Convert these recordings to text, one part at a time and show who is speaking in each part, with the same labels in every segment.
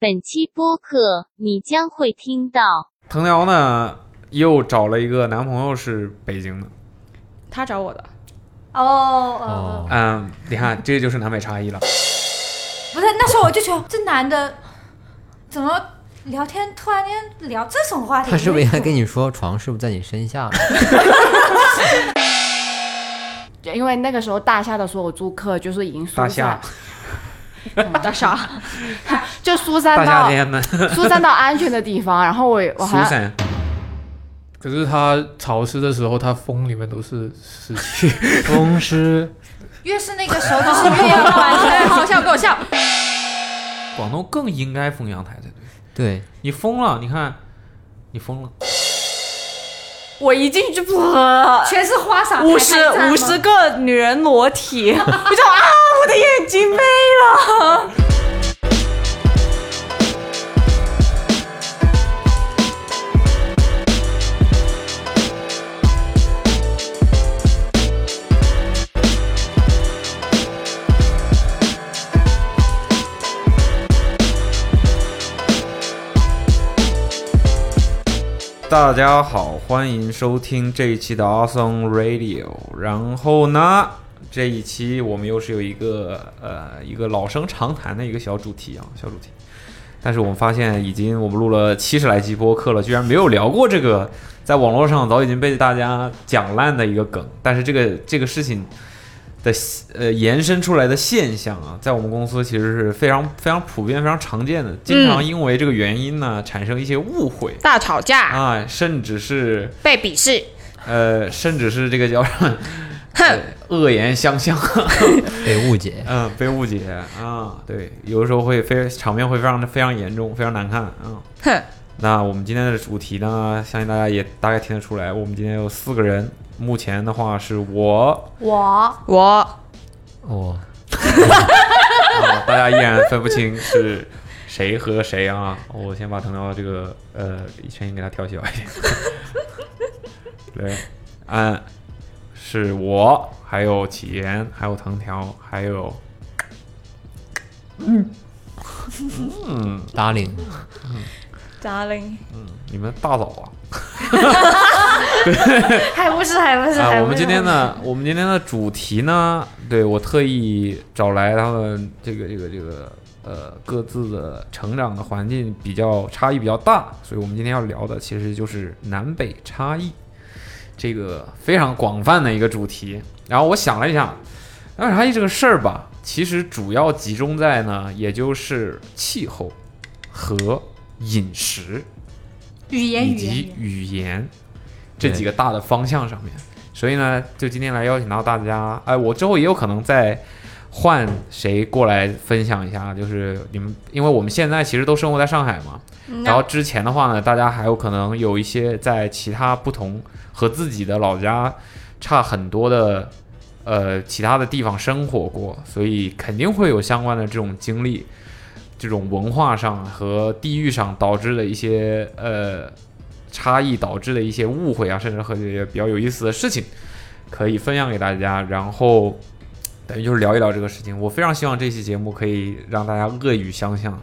Speaker 1: 本期播客你将会听到
Speaker 2: 藤条呢又找了一个男朋友是北京的，
Speaker 3: 他找我的，
Speaker 4: 哦哦，哦
Speaker 2: 嗯，你看这就是南北差异了。
Speaker 4: 不是，那时候我就觉得这男的怎么聊天突然间聊这种话题？
Speaker 5: 他是不是应该跟你说床是不是在你 身下？
Speaker 3: 就因为那个时候大厦的所有租客就是已经疏
Speaker 2: 大
Speaker 3: 散 嗯
Speaker 2: 夏，，
Speaker 3: 大厦，就疏
Speaker 2: 大
Speaker 3: 散
Speaker 2: 夏
Speaker 3: 到
Speaker 2: 天们，
Speaker 3: 疏散到安全的地方。然后我我
Speaker 2: 苏
Speaker 3: 好像
Speaker 2: 珊，
Speaker 6: 可是它潮湿的时候，它风里面都是湿气。
Speaker 5: 风湿
Speaker 4: 越是那个时候就是越要管
Speaker 3: 哎， 好笑，给我笑。
Speaker 2: 广东更应该封阳台才对。
Speaker 5: 对，
Speaker 2: 你疯了，你看，你疯了。
Speaker 7: 我一进去，
Speaker 4: 全是花洒，
Speaker 7: 五十五十个女人裸体，我就啊，我的眼睛没了。
Speaker 2: 大家好，欢迎收听这一期的 Awesome Radio。然后呢，这一期我们又是有一个呃一个老生常谈的一个小主题啊，小主题。但是我们发现，已经我们录了七十来期播客了，居然没有聊过这个在网络上早已经被大家讲烂的一个梗。但是这个这个事情的呃延伸出来的现象啊，在我们公司其实是非常非常普遍、非常常见的，经常因为这个原因呢产生一些误会。
Speaker 3: 大吵架，
Speaker 2: 啊，甚至是
Speaker 3: 被鄙视，
Speaker 2: 呃，甚至是这个叫什么 恶言相向，
Speaker 5: 被误解。
Speaker 2: 嗯、被误解啊，对，有的时候会非场面会非常非常严重，非常难看啊。
Speaker 3: 哼，
Speaker 2: 那我们今天的主题呢，相信大家也大概听得出来，我们今天有四个人，目前的话是我
Speaker 4: 我
Speaker 3: 我
Speaker 5: 哦，
Speaker 2: 啊，大家依然分不清是谁和谁啊。我先把藤条这个呃声音给它调小一点。对，嗯，是我，还有启言，还有藤条，还有
Speaker 5: 达令，
Speaker 7: Darling，
Speaker 2: 你们大嫂啊。
Speaker 4: 还不是还不是
Speaker 2: 啊，
Speaker 4: 还
Speaker 2: 我
Speaker 4: 不
Speaker 2: 们
Speaker 4: 是
Speaker 2: 今天呢，我们今天的主题呢，对我特意找来他们这个这个这个呃各自的成长的环境比较差异比较大，所以我们今天要聊的其实就是南北差异这个非常广泛的一个主题。然后我想了一想，南北差异这个事儿吧，其实主要集中在呢，也就是气候和饮食。
Speaker 4: 语言
Speaker 2: 以
Speaker 4: 语
Speaker 2: 及
Speaker 4: 言
Speaker 2: 语言这几个大的方向上面。所以呢，就今天来邀请到大家，哎，我之后也有可能再换谁过来分享一下，就是你们，因为我们现在其实都生活在上海嘛，
Speaker 4: 嗯
Speaker 2: 然后之前的话呢，大家还有可能有一些在其他不同和自己的老家差很多的。呃，其他的地方生活过，所以肯定会有相关的这种经历，这种文化上和地域上导致的一些呃差异导致的一些误会啊，甚至和一些比较有意思的事情，可以分享给大家。然后等于就是聊一聊这个事情。我非常希望这期节目可以让大家恶语相向，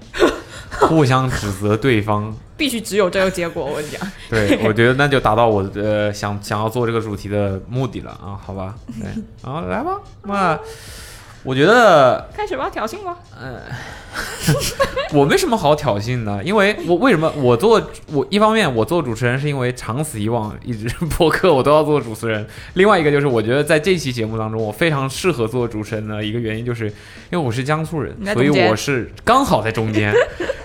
Speaker 2: 互相指责对方。
Speaker 7: 必须只有这个结果。我跟你讲，
Speaker 2: 对，我觉得那就达到我的、呃、想想要做这个主题的目的了啊，好吧？ 对，然后来吧，那。我觉得
Speaker 7: 开始吧，挑衅吧。
Speaker 2: 我没什么好挑衅的，因为我为什么我做我一方面我做主持人是因为长此以往一直 播客我都要做主持人，另外一个就是我觉得在这期节目当中我非常适合做主持人的一个原因就是因为我是江苏人
Speaker 3: 你，在
Speaker 2: 所
Speaker 3: 中
Speaker 2: 以
Speaker 3: 间
Speaker 2: 我是刚好在中 间，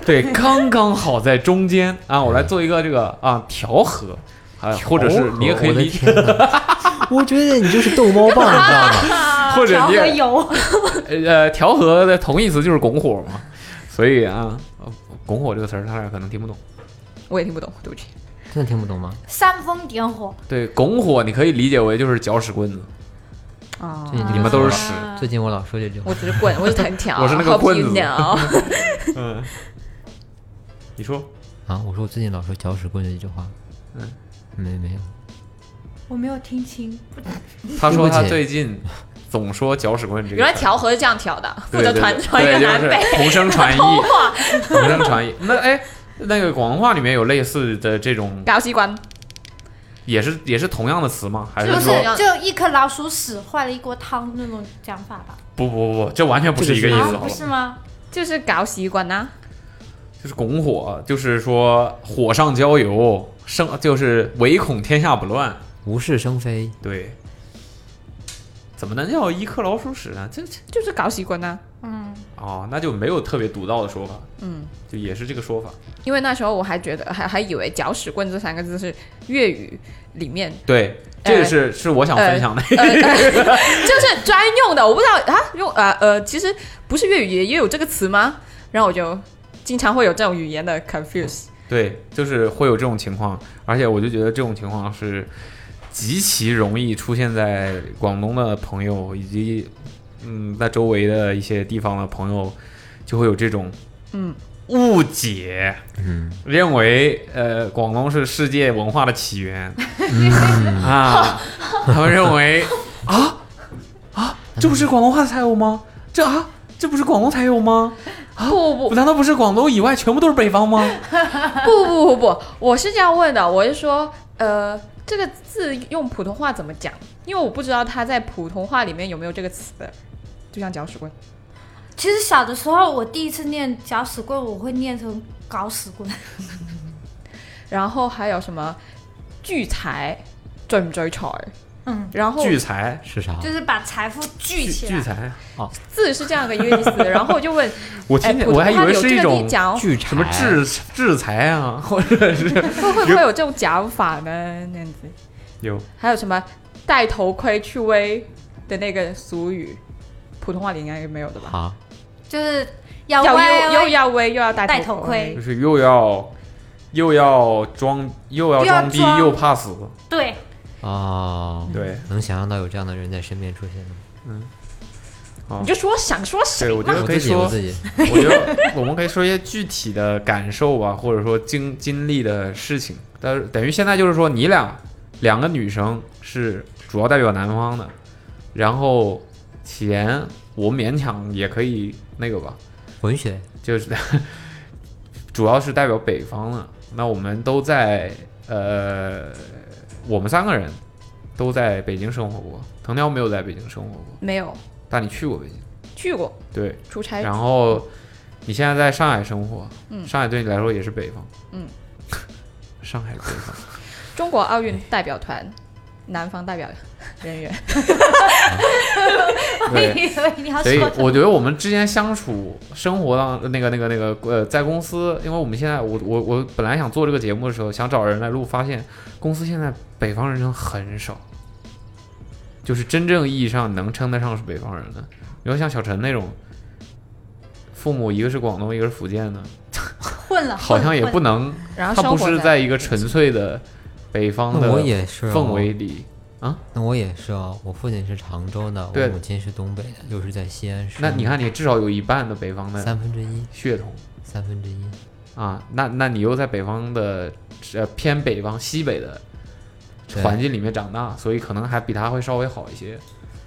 Speaker 2: 对，刚刚好在中间啊，我来做一个这个啊调和。啊，或者是你也可以
Speaker 5: 我的
Speaker 2: 理解，
Speaker 5: 天哪我觉得你就是逗猫棒，你知道吗？
Speaker 2: 或者
Speaker 4: 啊调
Speaker 2: 你也
Speaker 4: 和油，
Speaker 2: 呃，调和的同义词就是拱火嘛，所以啊，呃拱火这个词儿他俩可能听不懂。
Speaker 7: 我也听不懂，对不起。
Speaker 5: 真的听不懂吗？
Speaker 4: 煽风点火，
Speaker 2: 对，拱火你可以理解为就是搅屎棍子，
Speaker 3: 啊
Speaker 5: 最近这
Speaker 2: 你
Speaker 5: 个
Speaker 2: 们都是屎。
Speaker 5: 最近我老说这句话，
Speaker 2: 嗯
Speaker 7: 我只是棍，我是藤条，
Speaker 2: 我是那个棍子
Speaker 7: help you now
Speaker 2: 嗯，你说
Speaker 5: 啊，我说我最近老说搅屎棍这句话，嗯，没没有，
Speaker 4: 我没有听清，
Speaker 2: 他说
Speaker 5: 对不
Speaker 2: 他
Speaker 5: 起
Speaker 2: 最近总说搅屎棍这个词儿。
Speaker 7: 原来调和是这样调的，负
Speaker 2: 对
Speaker 7: 责
Speaker 2: 对
Speaker 7: 传
Speaker 2: 对
Speaker 7: 传一个
Speaker 2: 对
Speaker 7: 南
Speaker 2: 就是
Speaker 7: 北。
Speaker 2: 同声 传译，同声传译。那哎，那个广东话里面有类似的这种，
Speaker 7: 搞习惯，也
Speaker 2: 也是也是同样的词吗？还
Speaker 4: 就是是
Speaker 2: 说
Speaker 4: 就一颗老鼠屎坏了一锅汤那种讲法吧？
Speaker 2: 不不不不，这完全不是一个意
Speaker 5: 这
Speaker 2: 思，哦
Speaker 5: 个
Speaker 4: 啊
Speaker 2: 好，吧
Speaker 4: 不？是吗？
Speaker 7: 就是搞习惯啊呐、
Speaker 2: 就是拱火，就是说火上浇油，生就是唯恐天下不乱。
Speaker 5: 无事生非。
Speaker 2: 对，怎么能叫一颗老鼠屎呢？这这
Speaker 7: 就是搞习惯啊呐、
Speaker 4: 嗯，
Speaker 2: 哦，那就没有特别独到的说法，
Speaker 7: 嗯，
Speaker 2: 就也是这个说法。
Speaker 7: 因为那时候我还觉得，还还以为“搅屎棍”这三个字是粤语里面，
Speaker 2: 对，
Speaker 7: 呃
Speaker 2: 这个是、是我想分享的。
Speaker 7: 呃，就是专用的。我不知道啊，用呃呃，其实不是粤语也也有这个词吗？然后我就经常会有这种语言的 confuse。
Speaker 2: 对，就是会有这种情况，而且我就觉得这种情况是极其容易出现在广东的朋友以及嗯，在周围的一些地方的朋友，就会有这种
Speaker 7: 嗯
Speaker 2: 误解，
Speaker 5: 嗯，
Speaker 2: 认为呃广东是世界文化的起源、啊，他们认为啊啊，这不是广东话才有吗？这啊，这不是广东才有吗？啊
Speaker 7: 哦不不不
Speaker 2: 难道不是广东以外全部都是北方吗？
Speaker 7: 不不不不，我是这样问的，我是说，呃，这个字用普通话怎么讲？因为我不知道它在普通话里面有没有这个词，就像搅屎棍。
Speaker 4: 其实小的时候我第一次念搅屎棍，我会念成搞屎棍。
Speaker 7: 然后还有什么聚财，追唔追财？
Speaker 4: 嗯，
Speaker 7: 然后
Speaker 2: 聚财
Speaker 5: 是啥？
Speaker 4: 就是把财富聚起
Speaker 2: 聚
Speaker 4: 来。
Speaker 2: 财，啊
Speaker 7: 字是这样的一 个意思，然后我就问，
Speaker 2: 我
Speaker 7: 哎，
Speaker 2: 听见
Speaker 7: 普
Speaker 2: 我
Speaker 7: 通
Speaker 2: 还以
Speaker 7: 话
Speaker 2: 为
Speaker 7: 有
Speaker 2: 是
Speaker 7: 这
Speaker 2: 一
Speaker 7: 个地
Speaker 2: 种
Speaker 7: 讲，
Speaker 5: 聚
Speaker 2: 什么
Speaker 5: 财
Speaker 2: 制制裁啊， 或者是
Speaker 7: 会会不会有这种讲法呢？那样子，
Speaker 2: 有
Speaker 7: 还有什么戴头盔去威的那个俗语，普通话里应该也没有的吧？
Speaker 5: 啊？
Speaker 4: 就是要
Speaker 7: 要
Speaker 4: 歪
Speaker 7: 又又要威又要戴
Speaker 4: 戴头
Speaker 7: 头盔
Speaker 4: 盔
Speaker 2: 就是又要又要装又要
Speaker 4: 又要
Speaker 2: 装逼
Speaker 4: 装
Speaker 2: 又怕死，
Speaker 4: 对，
Speaker 5: 哦，
Speaker 2: 对，
Speaker 5: 能想象到有这样的人在身边出现吗？
Speaker 7: 你就说想说谁
Speaker 2: 对，我觉得
Speaker 5: 我
Speaker 2: 可以
Speaker 5: 自己，
Speaker 2: 说
Speaker 5: 我，自己，
Speaker 2: 我觉得我们可以说一些具体的感受吧，或者说经经历的事情。但是等于现在就是说，你俩两个女生是主要代表男方的，然后起言我勉强也可以那个吧，
Speaker 5: 文学
Speaker 2: 就是主要是代表北方的。那我们都在呃，我们三个人都在北京生活过，藤条没有在北京生活过，
Speaker 7: 没有
Speaker 2: 但你去过北京，
Speaker 7: 去过
Speaker 2: 对，
Speaker 7: 出差，
Speaker 2: 然后你现在在上海生活，
Speaker 7: 嗯
Speaker 2: 上海对你来说也是北方，
Speaker 7: 嗯，
Speaker 2: 上海北方，
Speaker 7: 中国奥运代表团南方代表人员，
Speaker 4: 我以
Speaker 2: 对。
Speaker 4: 为你要
Speaker 2: 所以
Speaker 4: 说
Speaker 2: 我觉得我们之间相处、生活当那个、那个、那个，呃，在公司，因为我们现在我我我本来想做这个节目的时候，想找人来录，发现公司现在北方人很少，就是真正意义上能称得上是北方人的。你要像小陈那种，父母一个是广东，一个是福建的，
Speaker 4: 混了，
Speaker 2: 好像也不
Speaker 4: 混了
Speaker 2: 能，
Speaker 7: 然后
Speaker 2: 他
Speaker 7: 生
Speaker 2: 不
Speaker 7: 活
Speaker 2: 是在
Speaker 7: 在
Speaker 2: 一个纯粹的北方
Speaker 5: 那我
Speaker 2: 的
Speaker 5: 也是哦
Speaker 2: 氛围里。
Speaker 5: 那我也是哦，我父亲是常州的，我
Speaker 2: 对
Speaker 5: 母亲是东北的，又是在西安市。
Speaker 2: 那你看，你至少有一半的北方的
Speaker 5: 三分之一，
Speaker 2: 血统。
Speaker 5: 三分之一，
Speaker 2: 啊，那那你又在北方的呃偏北方西北的
Speaker 5: 对
Speaker 2: 环境里面长大，所以可能还比他会稍微好一些。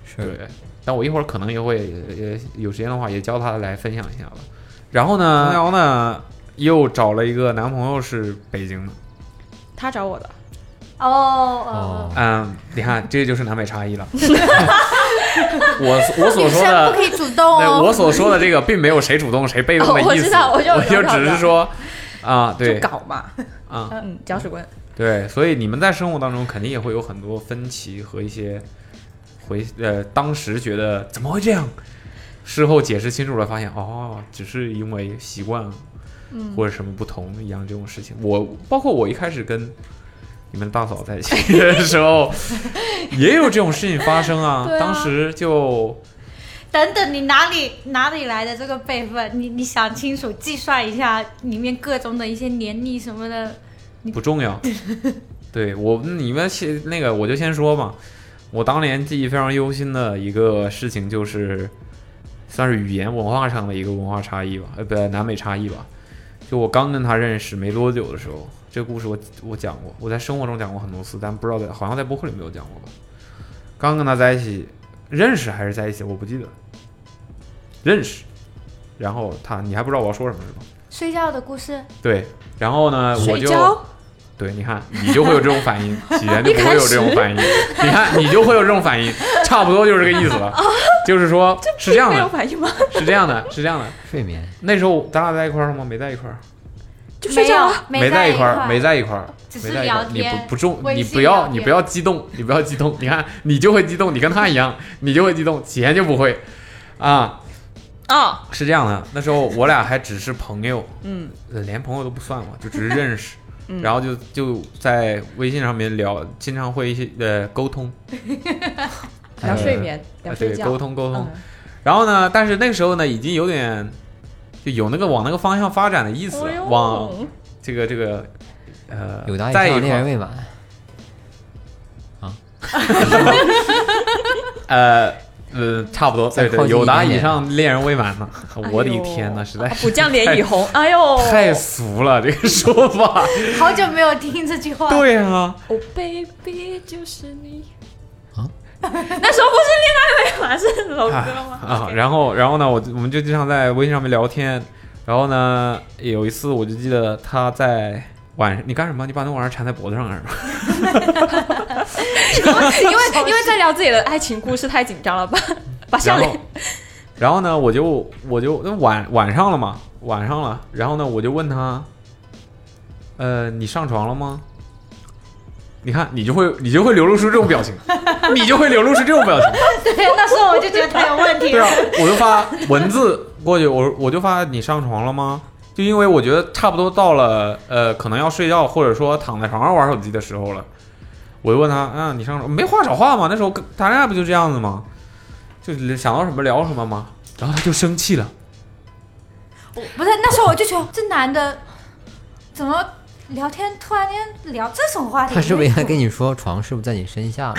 Speaker 5: 是
Speaker 2: 对，但我一会儿可能也会也有时间的话，也教他来分享一下吧。然后呢，瑶呢又找了一个男朋友是北京的，
Speaker 7: 他找我的，
Speaker 4: 哦哦，
Speaker 5: 哦，
Speaker 2: 嗯，你看这就是南北差 异了。我我
Speaker 4: 女
Speaker 2: 所说
Speaker 4: 生
Speaker 2: 的
Speaker 4: 不可以主动
Speaker 2: 对，
Speaker 4: 哦。
Speaker 2: 我所说的这个并没有谁主动谁被动的意
Speaker 7: 哦
Speaker 2: 思，
Speaker 7: 我知道我就
Speaker 2: 我就
Speaker 7: 我知道
Speaker 2: 只是说啊，对
Speaker 7: 就搞嘛，
Speaker 2: 啊，
Speaker 7: 嗯，搅屎棍，
Speaker 2: 对，所以你们在生活当中肯定也会有很多分歧和一些回呃，当时觉得怎么会这样，事后解释清楚了，发现哦，只是因为习惯
Speaker 7: 嗯，
Speaker 2: 或者什么不同一样这种事情。我包括我一开始跟你们大嫂在一起的时 候，也有这种事情发生啊。
Speaker 7: 对啊
Speaker 2: 当时就
Speaker 4: 等等，你哪里哪里来的这个辈分？你你想清楚，计算一下里面各种的一些年历什么的。
Speaker 2: 不重要。 对我，你们先那个，我就先说嘛。我当年记忆非常忧心的一个事情，就是算是语言文化上的一个文化差异吧，呃，不，南北差异吧。就我刚跟他认识没多久的时候，这个故事我我讲过，我在生活中讲过很多次，但不知道在好像在播客里没有讲过吧。刚跟他在一起，认识还是在一起，我不记得。认识，然后他你还不知道我要说什么是吧？
Speaker 4: 睡觉的故事，
Speaker 2: 对，然后呢，我
Speaker 7: 睡
Speaker 2: 就
Speaker 7: 觉
Speaker 2: 对，你看你就会有这种反 应，起源就
Speaker 7: 一
Speaker 2: 不会
Speaker 7: 开
Speaker 2: 有这种
Speaker 7: 始
Speaker 2: 反应。你看你就会有这种反应，差不多就是这个意思了。就是说，是这样
Speaker 7: 哦没有
Speaker 2: 的，
Speaker 7: 反应吗？
Speaker 2: 是这样的，是这样的。
Speaker 5: 睡眠，
Speaker 2: 那时候咱俩在一块儿了吗？没在一块儿，
Speaker 7: 就睡觉啊。
Speaker 4: 没有
Speaker 2: 在
Speaker 4: 在
Speaker 2: 一块儿，
Speaker 4: 儿，
Speaker 2: 没 在一块儿，
Speaker 4: 只
Speaker 2: 没
Speaker 4: 是
Speaker 2: 在一块儿
Speaker 4: 聊
Speaker 2: 你不
Speaker 4: 天
Speaker 2: 不重，
Speaker 4: 微
Speaker 2: 你
Speaker 4: 信
Speaker 2: 不要
Speaker 4: 聊
Speaker 2: 你
Speaker 4: 天
Speaker 2: 不要激动，你不要激动。你看你就会激动，你跟他一样，你就会激动，起源就不会啊。
Speaker 7: 啊，
Speaker 2: 是这样的，那时候我俩还只是朋友，
Speaker 7: 嗯，
Speaker 2: 呃连朋友都不算嘛，就只是认识
Speaker 7: 嗯
Speaker 2: 然后就就在微信上面聊，经常会一些呃沟通，
Speaker 7: 聊睡眠，
Speaker 2: 呃
Speaker 7: 聊
Speaker 2: 对
Speaker 7: 睡觉，
Speaker 2: 沟通沟通
Speaker 7: 嗯。
Speaker 2: 然后呢，但是那个时候呢，已经有点就有那个往那个方向发展的意思
Speaker 7: 哎
Speaker 2: 了，
Speaker 7: 呦
Speaker 2: 往这个这个呃
Speaker 5: 有答
Speaker 2: 在
Speaker 5: 应
Speaker 2: 一块
Speaker 5: 上恋人
Speaker 2: 儿
Speaker 5: 未满，
Speaker 2: 呃呃差不多，
Speaker 5: 再
Speaker 2: 对对，
Speaker 5: 靠近
Speaker 2: 有
Speaker 5: 一
Speaker 2: 达
Speaker 5: 点
Speaker 2: 以
Speaker 5: 点
Speaker 2: 上恋人未满呢，
Speaker 7: 哎
Speaker 2: 我的
Speaker 7: 呦
Speaker 2: 天呐，实在
Speaker 7: 啊
Speaker 2: 是
Speaker 7: 不降脸 以红，哎呦，
Speaker 5: 哦
Speaker 2: 太俗了这个说法，
Speaker 4: 好久没有听这句话。
Speaker 2: 对啊。
Speaker 7: 哦，baby 就是你
Speaker 5: 啊，
Speaker 7: 那时候不是恋爱未满，是楼哥吗？
Speaker 2: 啊，然后然后呢，我我们就经常在微信上面聊天，然后呢，有一次我就记得他在晚上，你干什么？你把那玩意儿缠在脖子上干什么？
Speaker 7: 因为因 为在聊自己的爱情故事太紧张了吧，把笑
Speaker 2: 然
Speaker 7: 脸
Speaker 2: 后 然后呢，我就我就那晚晚上了嘛，晚上了，然后呢，我就问他，呃，你上床了吗？你看，你就会你就会流露出这种表情， 你就会流露出这种表情。
Speaker 4: 对，那时候我就觉得他有问题
Speaker 2: 对
Speaker 4: 了
Speaker 2: 啊。，我就发文字过去，我我就发你上床了吗？就因为我觉得差不多到了，呃，可能要睡觉或者说躺在床上玩手机的时候了，我就问他，啊，你上床没话找话嘛？那时候跟谈恋爱不就这样子吗？就是想到什么聊什么嘛。然后他就生气了，
Speaker 4: 我不是那时候我就觉得这男的怎么聊天突然间聊这种话题？
Speaker 5: 他是不是应该跟你说床是不是在你身下？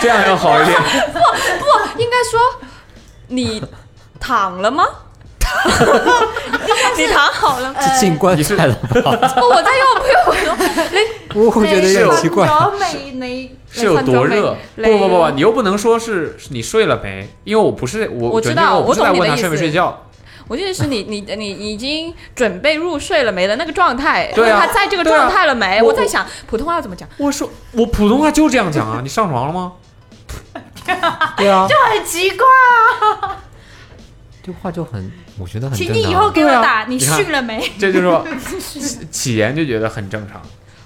Speaker 2: 这样要好一 点。
Speaker 7: 不应该说你躺了 吗？你躺好了吗？
Speaker 5: 这进棺材了吧？
Speaker 7: 不，我在用，不用，不用。
Speaker 5: 我会觉得有点奇怪。
Speaker 4: 聊美雷
Speaker 2: 是有多热？
Speaker 7: 雷
Speaker 2: 不
Speaker 7: 雷
Speaker 2: 不不不，你又不能说是是你睡了没，因为我不是我，
Speaker 7: 我知道
Speaker 2: 我不是在
Speaker 7: 我懂你
Speaker 2: 问
Speaker 7: 的
Speaker 2: 他
Speaker 7: 意
Speaker 2: 睡没
Speaker 7: 思
Speaker 2: 睡觉，
Speaker 7: 我觉得是 你，你，你你已经准备入睡了没的那个状态，
Speaker 2: 对啊
Speaker 7: 他在这个
Speaker 2: 对啊
Speaker 7: 状态了没？
Speaker 2: 我
Speaker 7: 我在想普通话要怎么讲，
Speaker 2: 我说我普通话就这样讲啊，你上床了吗？对啊，
Speaker 4: 很奇怪。啊
Speaker 5: 这话就很，我觉得很
Speaker 4: 请
Speaker 5: 正
Speaker 4: 你以后
Speaker 5: 常。
Speaker 4: 给我
Speaker 2: 对啊
Speaker 4: 打，你
Speaker 2: 你看
Speaker 4: 训了没？
Speaker 2: 这就是 说起言就觉得很正常，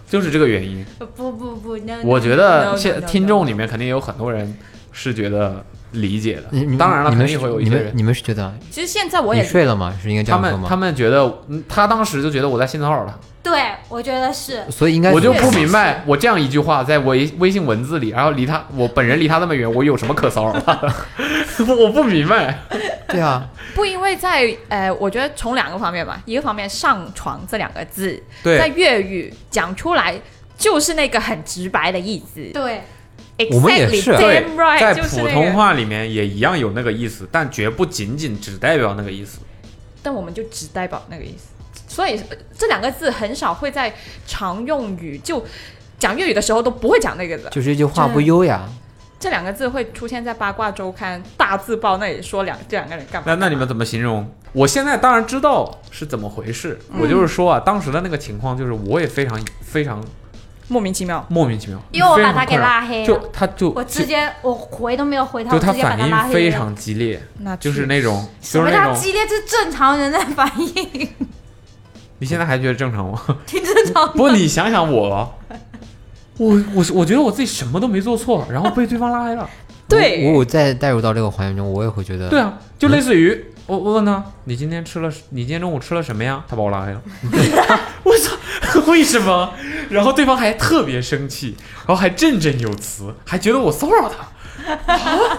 Speaker 2: 就是这个原因。
Speaker 4: 不不不，那
Speaker 7: 嗯
Speaker 2: 我觉
Speaker 7: no,
Speaker 2: 得
Speaker 7: no,
Speaker 2: 现
Speaker 7: no, no.
Speaker 2: 听众里面肯定有很多人是觉得理解
Speaker 5: 你
Speaker 2: 的，
Speaker 5: 你
Speaker 2: 当然了，
Speaker 5: 你
Speaker 2: 肯
Speaker 5: 们
Speaker 2: 定
Speaker 5: 是
Speaker 2: 会有一
Speaker 5: 你
Speaker 2: 些
Speaker 5: 们
Speaker 2: 人，
Speaker 5: 你们是觉得
Speaker 7: 其实现在我
Speaker 5: 你
Speaker 7: 也
Speaker 5: 睡了吗？是应该这
Speaker 2: 他
Speaker 5: 样说
Speaker 2: 们他
Speaker 5: 吗？
Speaker 2: 们觉得嗯他当时就觉得我在性骚扰他，
Speaker 4: 对，我觉得是。
Speaker 5: 所以应该
Speaker 2: 我就
Speaker 5: 怎
Speaker 2: 不
Speaker 5: 么
Speaker 2: 明白，我这样一句话在微微信文字里，然后离他我本人离他那么远，我有什么可骚扰他 的？我不明白，
Speaker 5: 对啊，
Speaker 7: 不因为在呃，我觉得从两个方面吧，一个方面上床这两个字，在
Speaker 2: 对，
Speaker 7: 粤语讲出来就是那个很直白的意思。
Speaker 4: 对，
Speaker 5: 我们也是
Speaker 7: Exactly,
Speaker 2: 啊对
Speaker 7: damn right，
Speaker 2: 在
Speaker 7: 就是
Speaker 2: 普
Speaker 7: 那
Speaker 2: 通
Speaker 7: 个，
Speaker 2: 话里面也一样有那个意思，但绝不仅仅只代表那个意思。
Speaker 7: 但我们就只代表那个意思。所以呃这两个字很少会在常用语就讲粤语的时候都不会讲那个的。
Speaker 5: 就是这句话不优雅。
Speaker 7: 这两个字会出现在八卦周刊、大字报那里，说两这两个人干嘛？
Speaker 2: 那那你们怎么形容？我现在当然知道是怎么回事，
Speaker 4: 嗯
Speaker 2: 我就是说啊，当时的那个情况就是我也非常非常
Speaker 7: 莫名其妙，
Speaker 2: 莫名其妙，
Speaker 4: 因为我
Speaker 2: 非
Speaker 4: 把
Speaker 2: 常
Speaker 4: 他给
Speaker 2: 困扰
Speaker 4: 拉黑
Speaker 2: 就
Speaker 4: 了，
Speaker 2: 他就
Speaker 4: 我直
Speaker 2: 就
Speaker 4: 接我回都没有回他，
Speaker 2: 就
Speaker 4: 我
Speaker 2: 他
Speaker 4: 直接把
Speaker 2: 反
Speaker 4: 他拉
Speaker 2: 应
Speaker 4: 黑
Speaker 2: 非
Speaker 4: 了。
Speaker 2: 常激烈，
Speaker 7: 那
Speaker 2: 就是那种
Speaker 4: 什
Speaker 2: 就
Speaker 4: 么
Speaker 2: 是那
Speaker 4: 叫
Speaker 2: 种，
Speaker 4: 激烈？这正常人的反应，
Speaker 2: 你现在还觉得正常吗？
Speaker 4: 挺正常。
Speaker 2: 不，你想想我。我我是我觉得我自己什么都没做错，然后被对方拉黑了。
Speaker 7: 对
Speaker 5: 我我再带入到这个环境中，我也会觉得
Speaker 2: 对啊，就类似于我我问他，你今天吃了，你今天中午吃了什么呀？他把我拉 黑了。我操，为什么？然后对方还特别生气，然后还振振有词，还觉得我骚扰他。啊，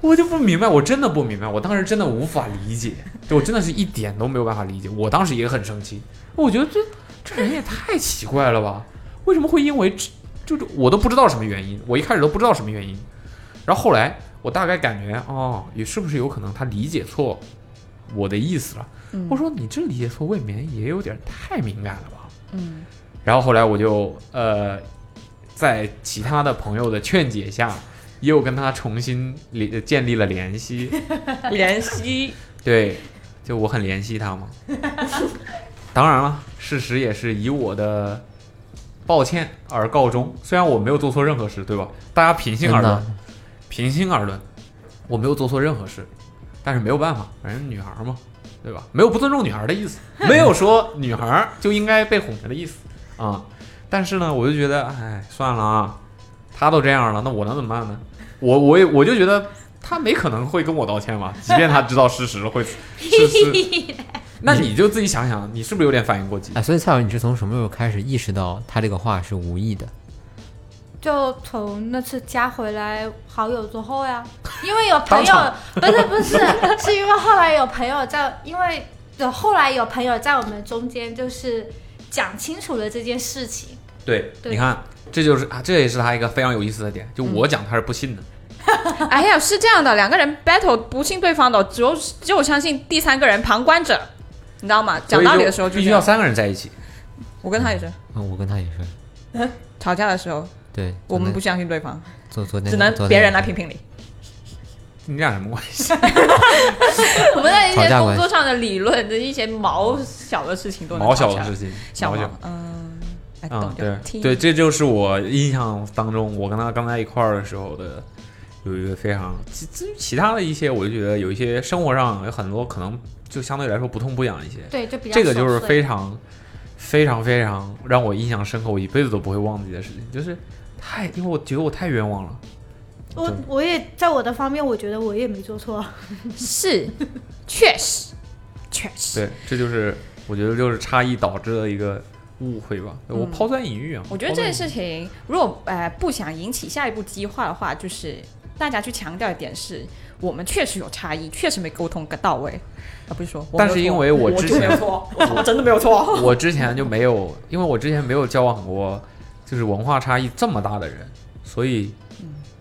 Speaker 2: 我就不明白，我真的不明白，我当时真的无法理解，对我真的是一点都没有办法理解。我当时也很生气，我觉得这这人也太奇怪了吧？为什么会因为这就是我都不知道什么原因，我一开始都不知道什么原因，然后后来我大概感觉哦，也是不是有可能他理解错我的意思了？我说你这理解错未免也有点太敏感了吧？
Speaker 7: 嗯，
Speaker 2: 然后后来我就呃，在其他的朋友的劝解下，又跟他重新联建立了联系。
Speaker 7: 怜惜，
Speaker 2: 对，就我很怜惜他嘛。当然了，事实也是以我的抱歉而告终。虽然我没有做错任何事，对吧？大家平心而论
Speaker 5: 真，
Speaker 2: 平心而论，我没有做错任何事，但是没有办法，反正女孩嘛，对吧？没有不尊重女孩的意思，没有说女孩就应该被哄着的意思啊、但是呢，我就觉得，哎，算了啊，他都这样了，那我能怎么办呢？我我也我就觉得他没可能会跟我道歉 吧，即便他知道事实会是是，那你就自己想想，你是不是有点反应过激？
Speaker 5: 哎，所以蔡老师，你是从什么时候开始意识到他这个话是无意的？
Speaker 4: 就从那次加回来好友之后呀，因为有朋友
Speaker 2: 当
Speaker 4: 不是不是，是因为后来有朋友在，因为有后来有朋友在我们中间就是讲清楚了这件事情，
Speaker 2: 对，
Speaker 4: 对
Speaker 2: 你看，这就是啊，这也是他一个非常有意思的
Speaker 7: 嗯
Speaker 2: 点，就我讲他是不信的，
Speaker 7: 哎呀，是这样的，两个人 battle 不信对方的，只有只有相信第三个人旁观者，你知道吗？
Speaker 2: 所
Speaker 7: 讲
Speaker 2: 以
Speaker 7: 道
Speaker 2: 就
Speaker 7: 理的时候就
Speaker 2: 必须
Speaker 7: 这
Speaker 2: 要
Speaker 7: 样
Speaker 2: 三个人在一起。
Speaker 7: 我跟他也是
Speaker 5: 嗯，我跟他也是，
Speaker 7: 吵架的时候，
Speaker 5: 对，
Speaker 7: 我们不相信对
Speaker 2: 嗯
Speaker 7: 方，
Speaker 5: 昨昨天
Speaker 7: 只能
Speaker 5: 昨天
Speaker 7: 别人来评评理。
Speaker 2: 你俩什么关 系？
Speaker 7: 我
Speaker 2: 嗯
Speaker 7: 们在一
Speaker 5: 吵
Speaker 7: 些
Speaker 5: 架
Speaker 7: 工
Speaker 5: 关系
Speaker 7: 作上的理论的一些毛小的事情都能
Speaker 2: 毛
Speaker 7: 吵
Speaker 2: 小
Speaker 7: 架
Speaker 2: 的事情，
Speaker 7: 小
Speaker 2: 毛小
Speaker 7: 毛，嗯，哎，
Speaker 2: 啊
Speaker 7: 懂，就
Speaker 2: 对
Speaker 7: 听
Speaker 2: 对，这就是我印象当中，我跟他刚在一块儿的时候的有一个非常，其至于其他的一些，我就觉得有一些生活上有很多可能就相对来说不痛不痒一些，
Speaker 4: 对，就比较
Speaker 2: 这个就是
Speaker 4: 琐碎
Speaker 2: 非常非常非常让我印象深刻，我一辈子都不会忘记的事情，就是太因为我觉得我太冤枉了，
Speaker 4: 我我也在我的方面，我觉得我也没做错，
Speaker 7: 是，确实，确实，
Speaker 2: 对，这就是我觉得就是差异导致的一个误会吧，我
Speaker 7: 嗯
Speaker 2: 抛砖引玉啊，
Speaker 7: 我觉得
Speaker 2: 抛砖
Speaker 7: 这件
Speaker 2: 引玉
Speaker 7: 事情，如果呃不想引起下一步激化的话，就是大家去强调一点是，我们确实有差异，确实没沟通到位，而不是说我没有错，
Speaker 2: 但是因为我之前
Speaker 7: 就没有错，我真的没有错，
Speaker 2: 我之前就没有，因为我之前没有交往过就是文化差异这么大的人，所以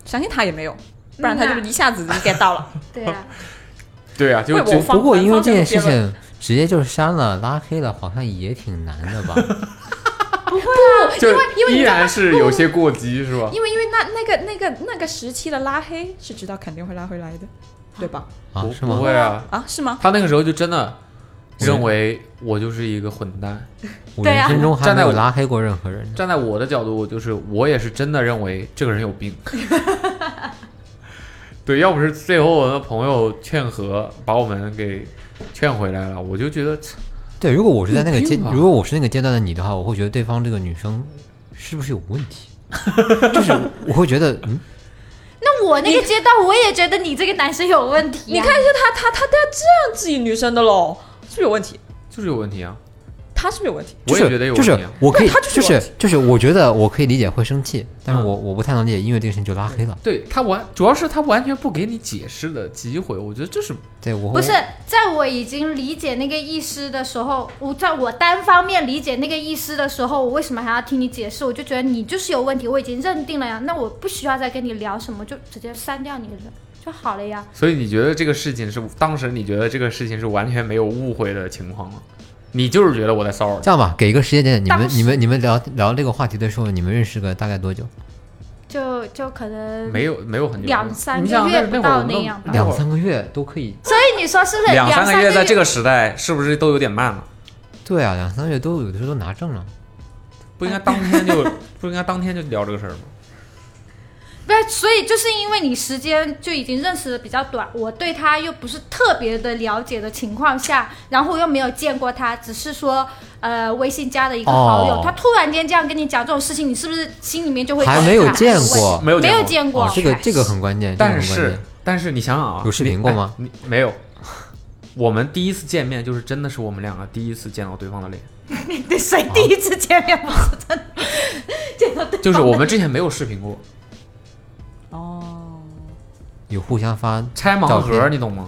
Speaker 7: 相信他也没有，不然他
Speaker 4: 嗯
Speaker 7: 就
Speaker 4: 呐
Speaker 7: 一下子就 get 到了。
Speaker 4: 对啊，
Speaker 2: 对啊，就
Speaker 7: 为我
Speaker 2: 就
Speaker 7: 方
Speaker 5: 不过因为这件事
Speaker 7: 方便
Speaker 5: 情，直接就是删了、拉黑了，好像也挺难的吧？
Speaker 2: 就
Speaker 7: 因为你
Speaker 2: 依
Speaker 7: 知道吗
Speaker 2: 然是有些过激是吧？
Speaker 7: 因为因为那那个那个那个时期的拉黑是知道肯定会拉回来的，对吧？
Speaker 5: 啊
Speaker 2: 不，
Speaker 5: 是吗
Speaker 2: 不？会啊，
Speaker 7: 啊，是吗？
Speaker 2: 他那个时候就真的
Speaker 5: 是
Speaker 2: 认为我就是一个混蛋，
Speaker 5: 我
Speaker 4: 对
Speaker 5: 人
Speaker 4: 啊
Speaker 5: 生中还
Speaker 2: 站
Speaker 5: 没
Speaker 2: 在
Speaker 5: 有
Speaker 2: 我
Speaker 5: 拉黑过任何人呢。
Speaker 2: 站在我的角度，我就是我也是真的认为这个人有病。 对，要不是最后我的朋友劝和，把我们给劝回来了，我就觉得
Speaker 5: 对，如果我是在那个阶，
Speaker 2: 有
Speaker 7: 哎
Speaker 2: 病吧
Speaker 5: 如果我是那个阶段的你的话，我会觉得对方这个女生是不是有问题？就是我会觉得，嗯，
Speaker 4: 那我那个阶段，我也觉得你这个男生有问题、啊
Speaker 7: 你看，一下他他他都要这样质疑女生的喽，是不是有问题？
Speaker 2: 就是有问题啊。
Speaker 7: 他是不是有问题？
Speaker 5: 就是
Speaker 2: 我也觉得有
Speaker 5: 就
Speaker 2: 问题啊
Speaker 5: 是我可以
Speaker 7: 对他，就是
Speaker 5: 就
Speaker 7: 有问
Speaker 5: 是
Speaker 7: 题
Speaker 5: 就是，我觉得我可以理解会生气，但
Speaker 2: 嗯
Speaker 5: 是我我不太能理解，因为这个事情就拉黑了。
Speaker 2: 对他完，主要是他完全不给你解释的机会，我觉得这是
Speaker 5: 对我
Speaker 4: 不
Speaker 5: 会
Speaker 4: 是在我已经理解那个意思的时候，我在我单方面理解那个意思的时候，我为什么还要听你解释？我就觉得你就是有问题，我已经认定了呀，那我不需要再跟你聊什么，就直接删掉你了就好了呀。
Speaker 2: 所以你觉得这个事情是当时你觉得这个事情是完全没有误会的情况吗？你就是觉得我在骚扰你，
Speaker 5: 这样吧，给一个时间点，你
Speaker 4: 当
Speaker 5: 们
Speaker 4: 时
Speaker 5: 你们你们聊聊这个话题的时候，你们认识个大概多久？
Speaker 4: 就就可能
Speaker 2: 没有没有很久
Speaker 4: 两三
Speaker 2: 你想
Speaker 4: 个月
Speaker 2: 那那
Speaker 4: 不
Speaker 2: 会儿
Speaker 4: 到
Speaker 2: 我们都
Speaker 4: 那样吧
Speaker 2: 那会
Speaker 5: 两
Speaker 2: 儿
Speaker 5: 三个月都可以。
Speaker 4: 所以你说是不是
Speaker 2: 两
Speaker 4: 三
Speaker 2: 三个月在这个时代是不是都有点慢了？
Speaker 5: 对啊，两三个月都有的时候都拿证了。
Speaker 2: 不应该当天就不应该当天就聊这个事儿吗？
Speaker 4: 不是，所以就是因为你时间就已经认识的比较短，我对他又不是特别的了解的情况下，然后又没有见过他，只是说呃微信加的一个好友，
Speaker 5: 哦
Speaker 4: 他突然间这样跟你讲这种事情，你是不是心里面就会
Speaker 5: 还没有见过
Speaker 2: 没有
Speaker 4: 没
Speaker 2: 见过
Speaker 4: 有见过
Speaker 5: 哦，这个这个很关键，这个
Speaker 2: 但
Speaker 5: 很关
Speaker 2: 是
Speaker 5: 键。
Speaker 2: 但是你想想啊，
Speaker 5: 有视频
Speaker 2: 你
Speaker 5: 过吗？
Speaker 2: 哎你没有。我们第一次见面就是真的是我们两个第一次见到对方的 脸，
Speaker 4: 对谁第一次见面不是真的见到对方的
Speaker 2: 就是我们之前没有视频过，
Speaker 7: 哦，
Speaker 5: 有互相发
Speaker 2: 拆盲
Speaker 5: 照片
Speaker 2: 盒你懂吗？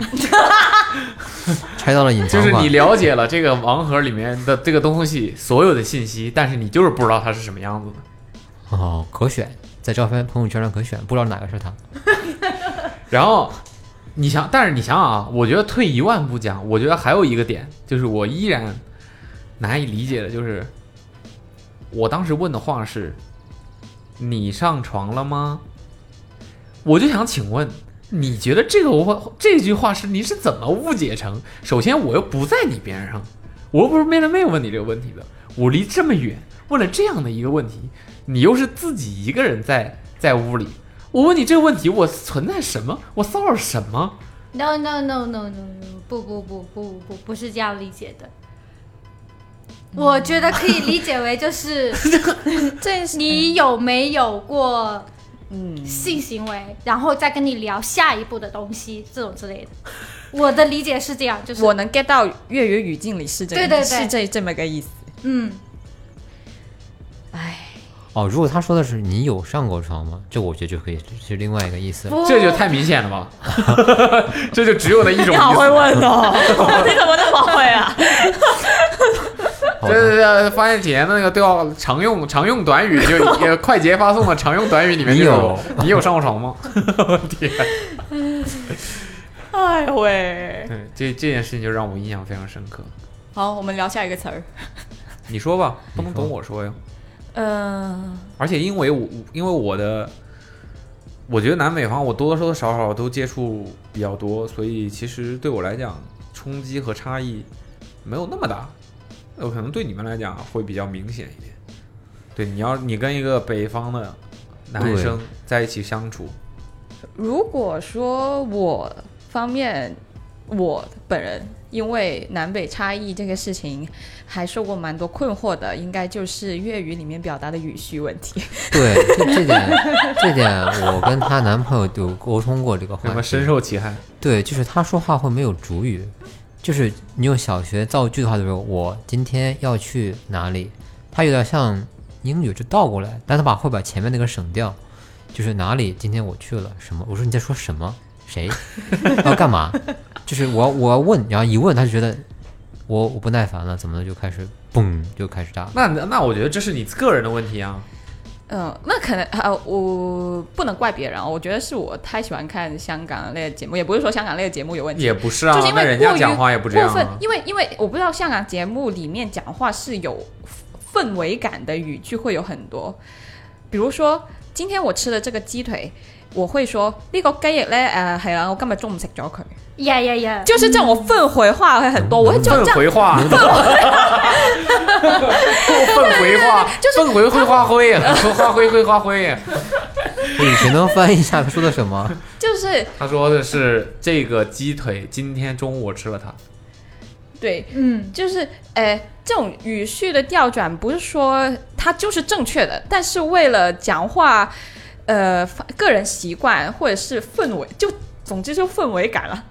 Speaker 5: 拆到了隐
Speaker 2: 就
Speaker 5: 藏
Speaker 2: 是
Speaker 5: 款
Speaker 2: 你，了解了这个盲盒里面的这个东西所有的信息，但是你就是不知道它是什么样子的。
Speaker 5: 哦，可选，在照片朋友圈上可选，不知道哪个是他。
Speaker 2: 然后你想，但是你想想啊，我觉得退一万步讲，我觉得还有一个点，就是我依然难以理解的，就是我当时问的话是：“你上床了吗？”我就想请问，你觉得这个我这句话是你是怎么误解成？首先，我又不在你边上，我又不是面对面问你这个问题的，我离这么远，问了这样的一个问题，你又是自己一个人在在屋里，我问你这个问题，我存在什么？我骚扰什么？
Speaker 4: No no no no no no，不不不不不不是这样理解的。
Speaker 7: 嗯
Speaker 4: 我觉得可以理解为就是
Speaker 7: 这是嗯
Speaker 4: 你有没有过性行为，然后再跟你聊下一步的东西这种之类的。我的理解是这样，就是
Speaker 7: 我能 get 到粤语语境里是这个，
Speaker 4: 对对对
Speaker 7: 是这这么个意思。
Speaker 4: 嗯，
Speaker 7: 哎，
Speaker 5: 哦，如果他说的是你有上过床吗？这我觉得就可以是另外一个意思了。
Speaker 4: 不
Speaker 2: 这就太明显了吧？这就只有那一种意思。
Speaker 7: 问哦，你怎么那么会啊？
Speaker 5: 好
Speaker 2: 对
Speaker 5: 的
Speaker 2: 对对，发现姐那个对话常用常用短语就也快捷发送的常用短语里面就有你有上过床吗？天，
Speaker 7: 哎呦喂！
Speaker 2: 对，这这件事情就让我印象非常深刻。
Speaker 7: 好，我们聊下一个词儿。
Speaker 2: 你说吧，不能
Speaker 5: 你说
Speaker 2: 懂我说呀。
Speaker 7: 嗯、
Speaker 2: 而且因为我因为我的，我觉得南北方我多多少少都接触比较多，所以其实对我来讲冲击和差异没有那么大，有可能对你们来讲会比较明显一点。对，你要你跟一个北方的男
Speaker 5: 对
Speaker 2: 生在一起相处，
Speaker 7: 如果说我方面，我本人因为南北差异这个事情，还受过蛮多困惑的，应该就是粤语里面表达的语序问题。
Speaker 5: 对，这这点这点我跟她男朋友有沟通过这个
Speaker 2: 那
Speaker 5: 话
Speaker 2: 么
Speaker 5: 题。
Speaker 2: 深受其害。
Speaker 5: 对，就是她说话会没有主语，就是你用小学造句的话，就是我今天要去哪里，它有点像英语就倒过来，但它把会把前面那个省掉，就是哪里今天我去了什么，我说你在说什么，谁 要干嘛，就是我要我要问，然后一问他就觉得我我不耐烦了，怎么就开始嘣就开始炸了。
Speaker 2: 那那我觉得这是你个人的问题啊。
Speaker 7: 嗯，那可能 呃，我不能怪别人啊，我觉得是我太喜欢看香港类的节目，也不是说香港类的节目有问题，
Speaker 2: 也不是啊，
Speaker 7: 就是因
Speaker 2: 那
Speaker 7: 为
Speaker 2: 人
Speaker 7: 过
Speaker 2: 家
Speaker 7: 于
Speaker 2: 讲话也不这样、
Speaker 7: 过分
Speaker 2: 啊，。
Speaker 7: 因为因为我不知道香港节目里面讲话是有氛围感的语句会有很多，比如说今天我吃了这个鸡腿，我会说呢、個雞翼呢，誒係啦，我今日中午食咗佢，
Speaker 4: 呀呀呀，
Speaker 7: 就是这种氛围话会很多，我会就
Speaker 2: 粪
Speaker 7: 这样。
Speaker 2: 回话， 粪回话，粪回会花灰，说花灰会花灰。
Speaker 5: 你谁能翻译一下他说的什么？
Speaker 7: 就是
Speaker 2: 他说的是这个鸡腿，今天中午我吃了它。
Speaker 7: 对，
Speaker 4: 嗯，
Speaker 7: 就是呃，这种语序的调转，不是说它就是正确的，但是为了讲话，呃，发个人习惯或者是氛围，就总之就氛围感了。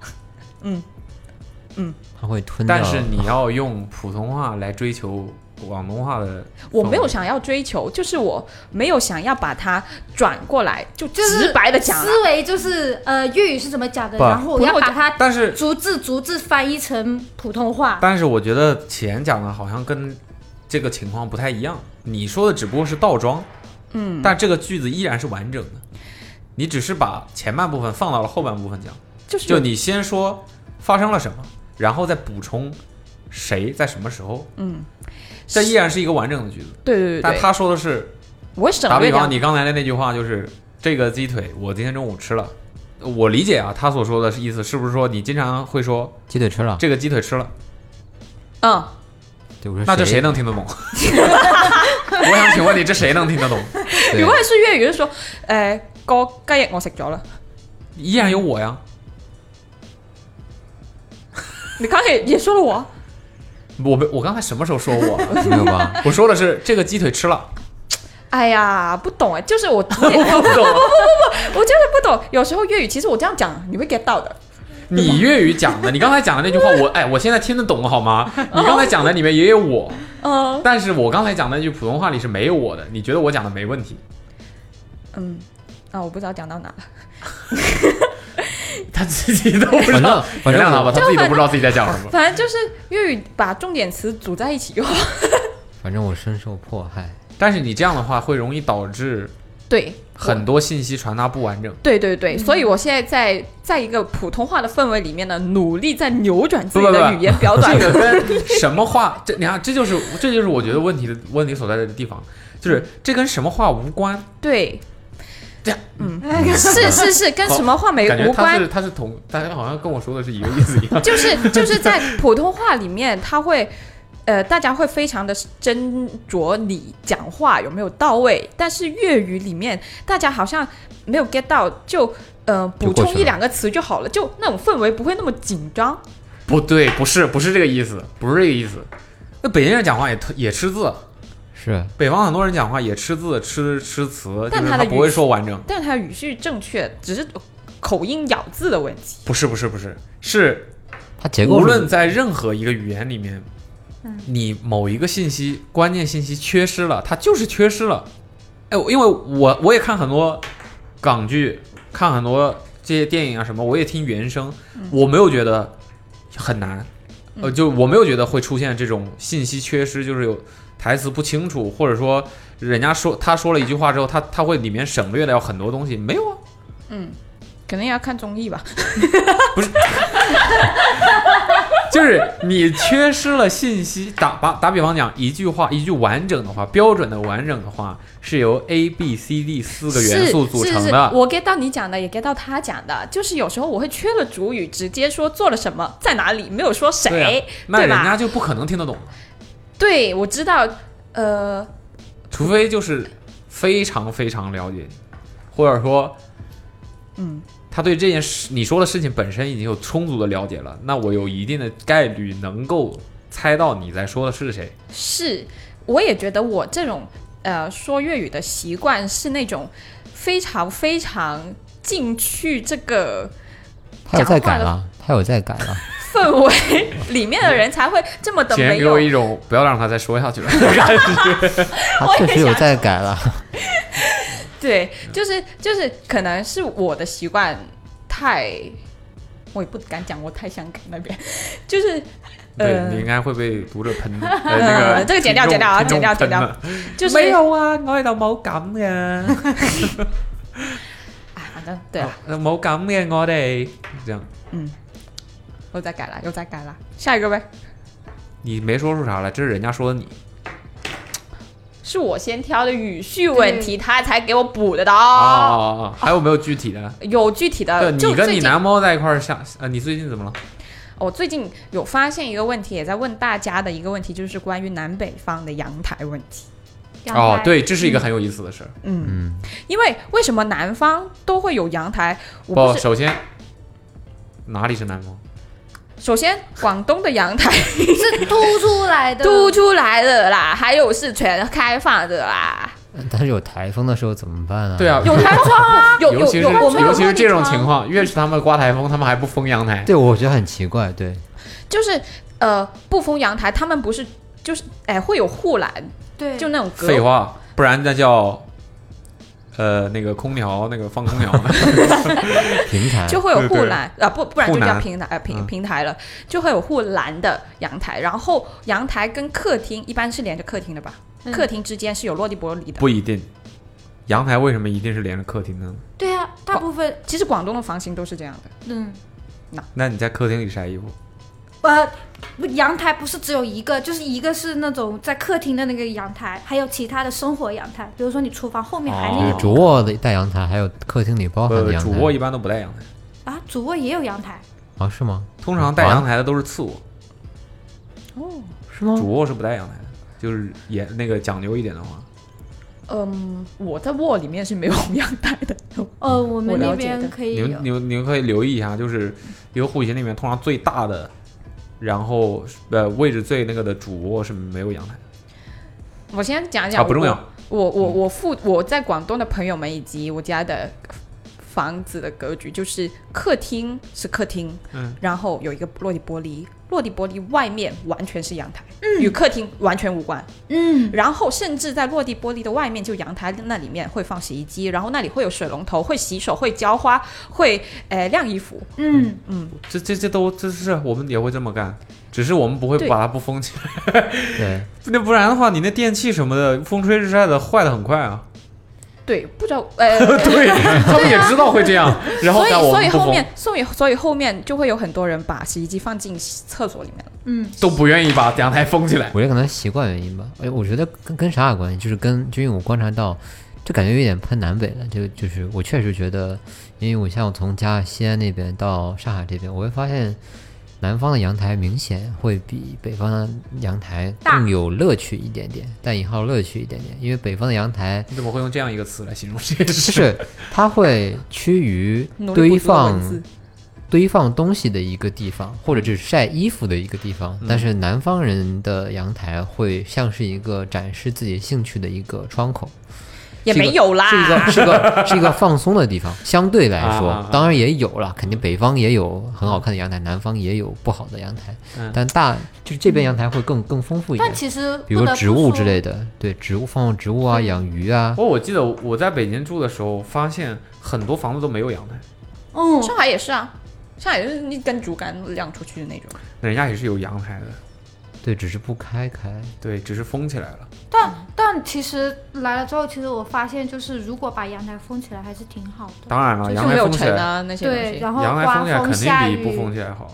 Speaker 5: 他会吞掉。
Speaker 2: 但是你要用普通话来追求广东话的，
Speaker 7: 我没有想要追求，就是我没有想要把它转过来，就
Speaker 4: 就是
Speaker 7: 直白的讲了。
Speaker 4: 思维就是呃粤语是怎么讲的，
Speaker 2: 不
Speaker 4: 然后我
Speaker 7: 不
Speaker 4: 要
Speaker 7: 过
Speaker 4: 把它
Speaker 2: 但是
Speaker 4: 逐字逐字翻译成普通话。
Speaker 2: 但是我觉得钱讲的好像跟这个情况不太一样。你说的只不过是倒装，嗯，但这个句子依然是完整的，你只是把前半部分放到了后半部分讲。
Speaker 7: 就是
Speaker 2: 就你先说发生了什么，然后再补充谁在什么时候。嗯，这依然是一个完整的句子。
Speaker 7: 对对对
Speaker 2: 但
Speaker 7: 对，
Speaker 2: 他说的是，
Speaker 7: 我会省
Speaker 2: 打
Speaker 7: 略
Speaker 2: 比
Speaker 7: 掉
Speaker 2: 方，。你刚才的那句话就是这个鸡腿，我今天中午吃了。我理解啊，他所说的意思是不是说你经常会说
Speaker 5: 鸡腿吃了，
Speaker 2: 这个鸡腿吃了？
Speaker 7: 嗯，
Speaker 5: 对我说
Speaker 2: 那这谁能听得懂？我想请问你，这谁能听得懂？
Speaker 5: 对
Speaker 7: 如果是粤语，就说诶个鸡翼我食咗啦。
Speaker 2: 依然有我呀。
Speaker 7: 你刚才也也说了我，
Speaker 2: 我没我刚才什么时候说我了？
Speaker 5: 没有吧？
Speaker 2: 我说的是这个鸡腿吃了，
Speaker 7: 哎呀，不懂哎，就是我自 己
Speaker 2: 我不懂。
Speaker 7: 我就是不懂，有时候粤语其实我这样讲，你会 get 到的。
Speaker 2: 你粤语讲的，你刚才讲的那句话，我 哎，我现在听得懂了好吗？你刚才讲的里面也有我，
Speaker 7: 嗯
Speaker 2: 但是我刚才讲的那句普通话里是没有我的，你觉得我讲的没问题？
Speaker 7: 嗯，啊，我不知道讲到哪了。
Speaker 2: 他自己都不知
Speaker 5: 反
Speaker 2: 道
Speaker 5: 正，反
Speaker 2: 原
Speaker 5: 正
Speaker 2: 谅他吧，
Speaker 5: 我
Speaker 2: 他自己都不知道自己在讲什么。
Speaker 7: 反正就是粤语把重点词组在一起用。
Speaker 5: 反正我深受迫害。
Speaker 2: 但是你这样的话，会容易导致
Speaker 7: 对，
Speaker 2: 很多信息传达不完 整。
Speaker 7: 对对对，所以我现在在在一个普通话的氛围里面呢，努力在扭转自己
Speaker 2: 不不
Speaker 7: 的
Speaker 2: 不
Speaker 7: 语言表达。
Speaker 2: 这个跟什么话？这你看，这就是这就是我觉得问题的问题所在的地方，就是这跟什么话无关。
Speaker 7: 对，嗯
Speaker 2: 这样，
Speaker 7: 是是是，跟什么话梅
Speaker 2: 感觉
Speaker 7: 哎无
Speaker 2: 他
Speaker 7: 关
Speaker 2: 是，他是同，大家好像跟我说的是一个意思一样。
Speaker 7: 就是就是在普通话里面，他会。呃，大家会非常的斟酌你讲话有没有到位，但是粤语里面大家好像没有 get 到，就呃补
Speaker 5: 就过
Speaker 7: 充
Speaker 5: 去了
Speaker 7: 一两个词就好了，就那种氛围不会那么紧张。
Speaker 2: 不对，不是，不是这个意思，不是这个意思。那北京人讲话也特也吃字，
Speaker 5: 是
Speaker 2: 北方很多人讲话也吃字、吃吃词，
Speaker 7: 但
Speaker 2: 就是
Speaker 7: 他的
Speaker 2: 他
Speaker 7: 语
Speaker 2: 不会
Speaker 7: 气
Speaker 2: 说完整。
Speaker 7: 但是它语序正确，只是口音咬字的问题。
Speaker 2: 不是，不是，不是，是
Speaker 5: 它结构
Speaker 2: 无
Speaker 5: 是
Speaker 2: 论在任何一个语言里面，你某一个信息关键信息缺失了，它就是缺失了。哎，我因为我我也看很多港剧，看很多这些电影啊什么，我也听原声，我没有觉得很难，呃，就我没有觉得会出现这种信息缺失，就是有台词不清楚，或者说人家说他说了一句话之后，他他会里面省略掉很多东西，没有啊，
Speaker 7: 可能也要看综艺吧。
Speaker 2: 就是你缺失了信息。打把打比方讲，一句话，一句完整的话，标准的完整的话，是由 A、B、C、D 四个元素组
Speaker 7: 是
Speaker 2: 成
Speaker 7: 是是
Speaker 2: 的。
Speaker 7: 我 get 到你讲的，也 get 到他讲的，就是有时候我会缺了主语，直接说做了什么，在哪里，没有说
Speaker 2: 对啊
Speaker 7: 谁，
Speaker 2: 那人
Speaker 7: 吧？
Speaker 2: 家就不可能听得懂，
Speaker 7: 对，我知道，呃，
Speaker 2: 除非就是非常非常了解你，或者说，
Speaker 7: 嗯，
Speaker 2: 他对这件事你说的事情本身已经有充足的了解了，那我有一定的概率能够猜到你在说的是谁。
Speaker 7: 是，我也觉得我这种呃说粤语的习惯是那种非常非常进去这个
Speaker 5: 它有在改
Speaker 7: 讲话
Speaker 5: 了，它有在改 了。
Speaker 7: 氛围 里面的人才会这么的
Speaker 2: 简
Speaker 7: 没
Speaker 2: 给我
Speaker 7: 有
Speaker 2: 一种不要让他再说下去了。
Speaker 5: 它确实有在改了，
Speaker 7: 对，就是就是，可能是我的习惯太，我也不敢讲我太香港那边， 就是
Speaker 2: 对
Speaker 7: 呃
Speaker 2: 你应该会被读者 喷的。呃，
Speaker 7: 呃
Speaker 2: 那个
Speaker 7: 这个剪掉
Speaker 2: 听众
Speaker 7: 剪掉啊
Speaker 2: 听众
Speaker 7: 剪掉剪掉
Speaker 2: 喷的
Speaker 7: 就是
Speaker 2: 没有啊，我喺度冇咁嘅，
Speaker 7: 啊，反正 对啊，
Speaker 2: 哦冇咁嘅，我哋这样，
Speaker 7: 又在改了，又在改了，下一个呗，
Speaker 2: 你没说出啥来，这是人家说的你，
Speaker 7: 是我先挑的语序问题，他才给我补的
Speaker 2: 嗯
Speaker 7: 的
Speaker 2: 哦
Speaker 7: 哦。
Speaker 2: 哦哦，还有没有具体的？
Speaker 7: 有具体
Speaker 2: 对
Speaker 7: 的，就
Speaker 2: 你跟
Speaker 7: 最
Speaker 2: 你
Speaker 7: 近
Speaker 2: 男猫在一块儿下，呃，你最近怎么了？
Speaker 7: 我最近有发现一个问题，也在问大家的一个问题，就是关于南北方的阳台问题。
Speaker 2: 哦，，对，这是一个很有意思的事儿。
Speaker 7: 嗯，因为为什么南方都会有阳台？我不
Speaker 2: 不，
Speaker 7: 是，
Speaker 2: 首先哪里是男猫？
Speaker 7: 首先广东的阳台
Speaker 4: 是凸出来 的，
Speaker 7: 凸出来的啦，还有是全开放的 啦，
Speaker 5: 但是有台风的时候怎么办啊？
Speaker 2: 对，啊，
Speaker 7: 有台风啊，有
Speaker 2: 尤
Speaker 7: 有
Speaker 2: 其是
Speaker 7: 有我们
Speaker 2: 尤
Speaker 7: 有
Speaker 2: 其是这种情况，越是他们刮台风，他们还不封阳台。
Speaker 5: 对，我觉得很奇怪，对，
Speaker 7: 就是呃不封阳台，他们不是就是哎会有护栏，
Speaker 4: 对，
Speaker 7: 就那种隔
Speaker 2: 废话，不然那叫呃那个空调那个放 空调呢。
Speaker 5: 平台
Speaker 7: 就会有
Speaker 2: 对
Speaker 7: 护
Speaker 2: 对
Speaker 7: 栏啊，不不然
Speaker 2: 护
Speaker 7: 就叫
Speaker 2: 栏
Speaker 7: 平台呃平
Speaker 2: 嗯
Speaker 7: 平台了，就会有护栏的阳台，然后阳台跟客厅一般是连着客厅的吧，
Speaker 4: 嗯
Speaker 7: 客厅之间是有落地玻璃的。
Speaker 2: 不一定，阳台为什么一定是连着客厅呢？
Speaker 4: 对啊，大部分
Speaker 7: 其实广东的房型都是这样的，
Speaker 4: 嗯。
Speaker 2: 那你在客厅里晒衣服？
Speaker 4: 呃，不阳台不是只有一个，就是一个是那种在客厅的那个阳台，还有其他的生活阳台，比如说你厨房后面还
Speaker 2: 哦
Speaker 4: 有、
Speaker 5: 就是主卧的带阳台，还有客厅里包含的
Speaker 2: 呃，
Speaker 5: 阳台。
Speaker 2: 主卧一般都不带阳台，
Speaker 4: 啊，主卧也有阳台，
Speaker 5: 啊，是吗？
Speaker 2: 通常带阳台的都是次卧。
Speaker 5: 哦是吗？
Speaker 2: 主卧是不带阳台的，就是也那个讲究一点的话，
Speaker 7: 嗯，我在卧里面是没有阳台的，
Speaker 2: 嗯
Speaker 4: 呃，我
Speaker 7: 我
Speaker 4: 们那
Speaker 7: 了解的
Speaker 4: 边
Speaker 5: 哎
Speaker 4: 可以
Speaker 2: 你们
Speaker 4: 有
Speaker 2: 你们你们可以留意一下，就是一个户型里面通常最大的，然后呃位置最那个的主卧是没有阳台的
Speaker 7: 我先讲一
Speaker 2: 啊，
Speaker 7: 讲，
Speaker 2: 不重要。嗯
Speaker 7: 我。我我我父我在广东的朋友们以及我家的房子的格局，就是客厅是客厅，
Speaker 2: 嗯，
Speaker 7: 然后有一个落地玻璃，落地玻璃外面完全是阳台，
Speaker 2: 嗯
Speaker 7: 与客厅完全无关。
Speaker 4: 嗯，
Speaker 7: 然后甚至在落地玻璃的外面，就阳台那里面会放洗衣机，然后那里会有水龙头，会洗手，会浇花，会呃晾衣服。
Speaker 4: 嗯，
Speaker 2: 这这这都这是我们也会这么干，只是我们不会
Speaker 7: 对
Speaker 2: 把它不封起来，
Speaker 5: 对，
Speaker 2: 那不然的话，你那电器什么的，风吹日晒的坏的很快啊。，
Speaker 7: 对，不知道呃
Speaker 2: 对， 他们也知道会这 样，然后
Speaker 7: 所以
Speaker 2: 但我
Speaker 7: 所
Speaker 2: 们
Speaker 7: 以
Speaker 2: 不
Speaker 7: 后
Speaker 2: 封
Speaker 7: 面，所以所以后面就会有很多人把洗衣机放进厕所里面了。
Speaker 2: 都不愿意把阳台封起来。
Speaker 5: 我觉得可能习惯原因吧。哎，我觉得跟跟啥有关系？就是跟，就因为我观察到，就感觉有点喷南北了。就就是我确实觉得，因为我像我从家西安那边到上海这边，我会发现南方的阳台明显会比北方的阳台
Speaker 7: 大
Speaker 5: 更有乐趣一点点，带引号乐趣一点点，因为北方的阳台
Speaker 2: 你怎么会用这样一个词来形容这件
Speaker 5: 就
Speaker 2: 事？
Speaker 5: 是它会趋于
Speaker 7: 努
Speaker 5: 堆
Speaker 7: 力捕捉
Speaker 5: 放
Speaker 7: 文字，
Speaker 5: 堆放东西的一个地方，或者就是晒衣服的一个地方。但是南方人的阳台会像是一个展示自己兴趣的一个窗口，
Speaker 7: 也
Speaker 5: 是一个
Speaker 7: 没有啦，
Speaker 5: 是一 个是一个是一个放松的地方。相对来
Speaker 2: 啊啊
Speaker 5: 说
Speaker 2: 啊，
Speaker 5: 当然也有了，肯定北方也有很好看的阳台，南方也有不好的阳台
Speaker 2: 嗯，
Speaker 5: 但大就是这边阳台会更更丰富一点
Speaker 4: 但。其实
Speaker 5: 比如
Speaker 4: 不得不
Speaker 5: 说植物之
Speaker 4: 说
Speaker 5: 类的，对植物放放植物啊，养鱼啊，
Speaker 2: 不过我记得我在北京住的时候，发现很多房子都没有阳台，
Speaker 4: 嗯，
Speaker 7: 上海也是啊，上海就是一根竹竿晾出去的那种。
Speaker 2: 人家也是有阳台的，
Speaker 5: 对，只是不开开。
Speaker 2: 对，只是封起来了。
Speaker 4: 嗯但其实来了之后，其实我发现，就是如果把阳台封起来，还是挺好的。
Speaker 2: 当然了，
Speaker 7: 就
Speaker 2: 阳
Speaker 7: 是
Speaker 2: 台
Speaker 7: 没有
Speaker 2: 封起
Speaker 7: 尘
Speaker 2: 来，
Speaker 7: 啊那些东
Speaker 4: 对，
Speaker 7: 西。
Speaker 4: 然后
Speaker 2: 阳台
Speaker 4: 刮
Speaker 2: 封起来
Speaker 4: 风下
Speaker 2: 肯
Speaker 4: 雨，
Speaker 2: 定比不封起来好。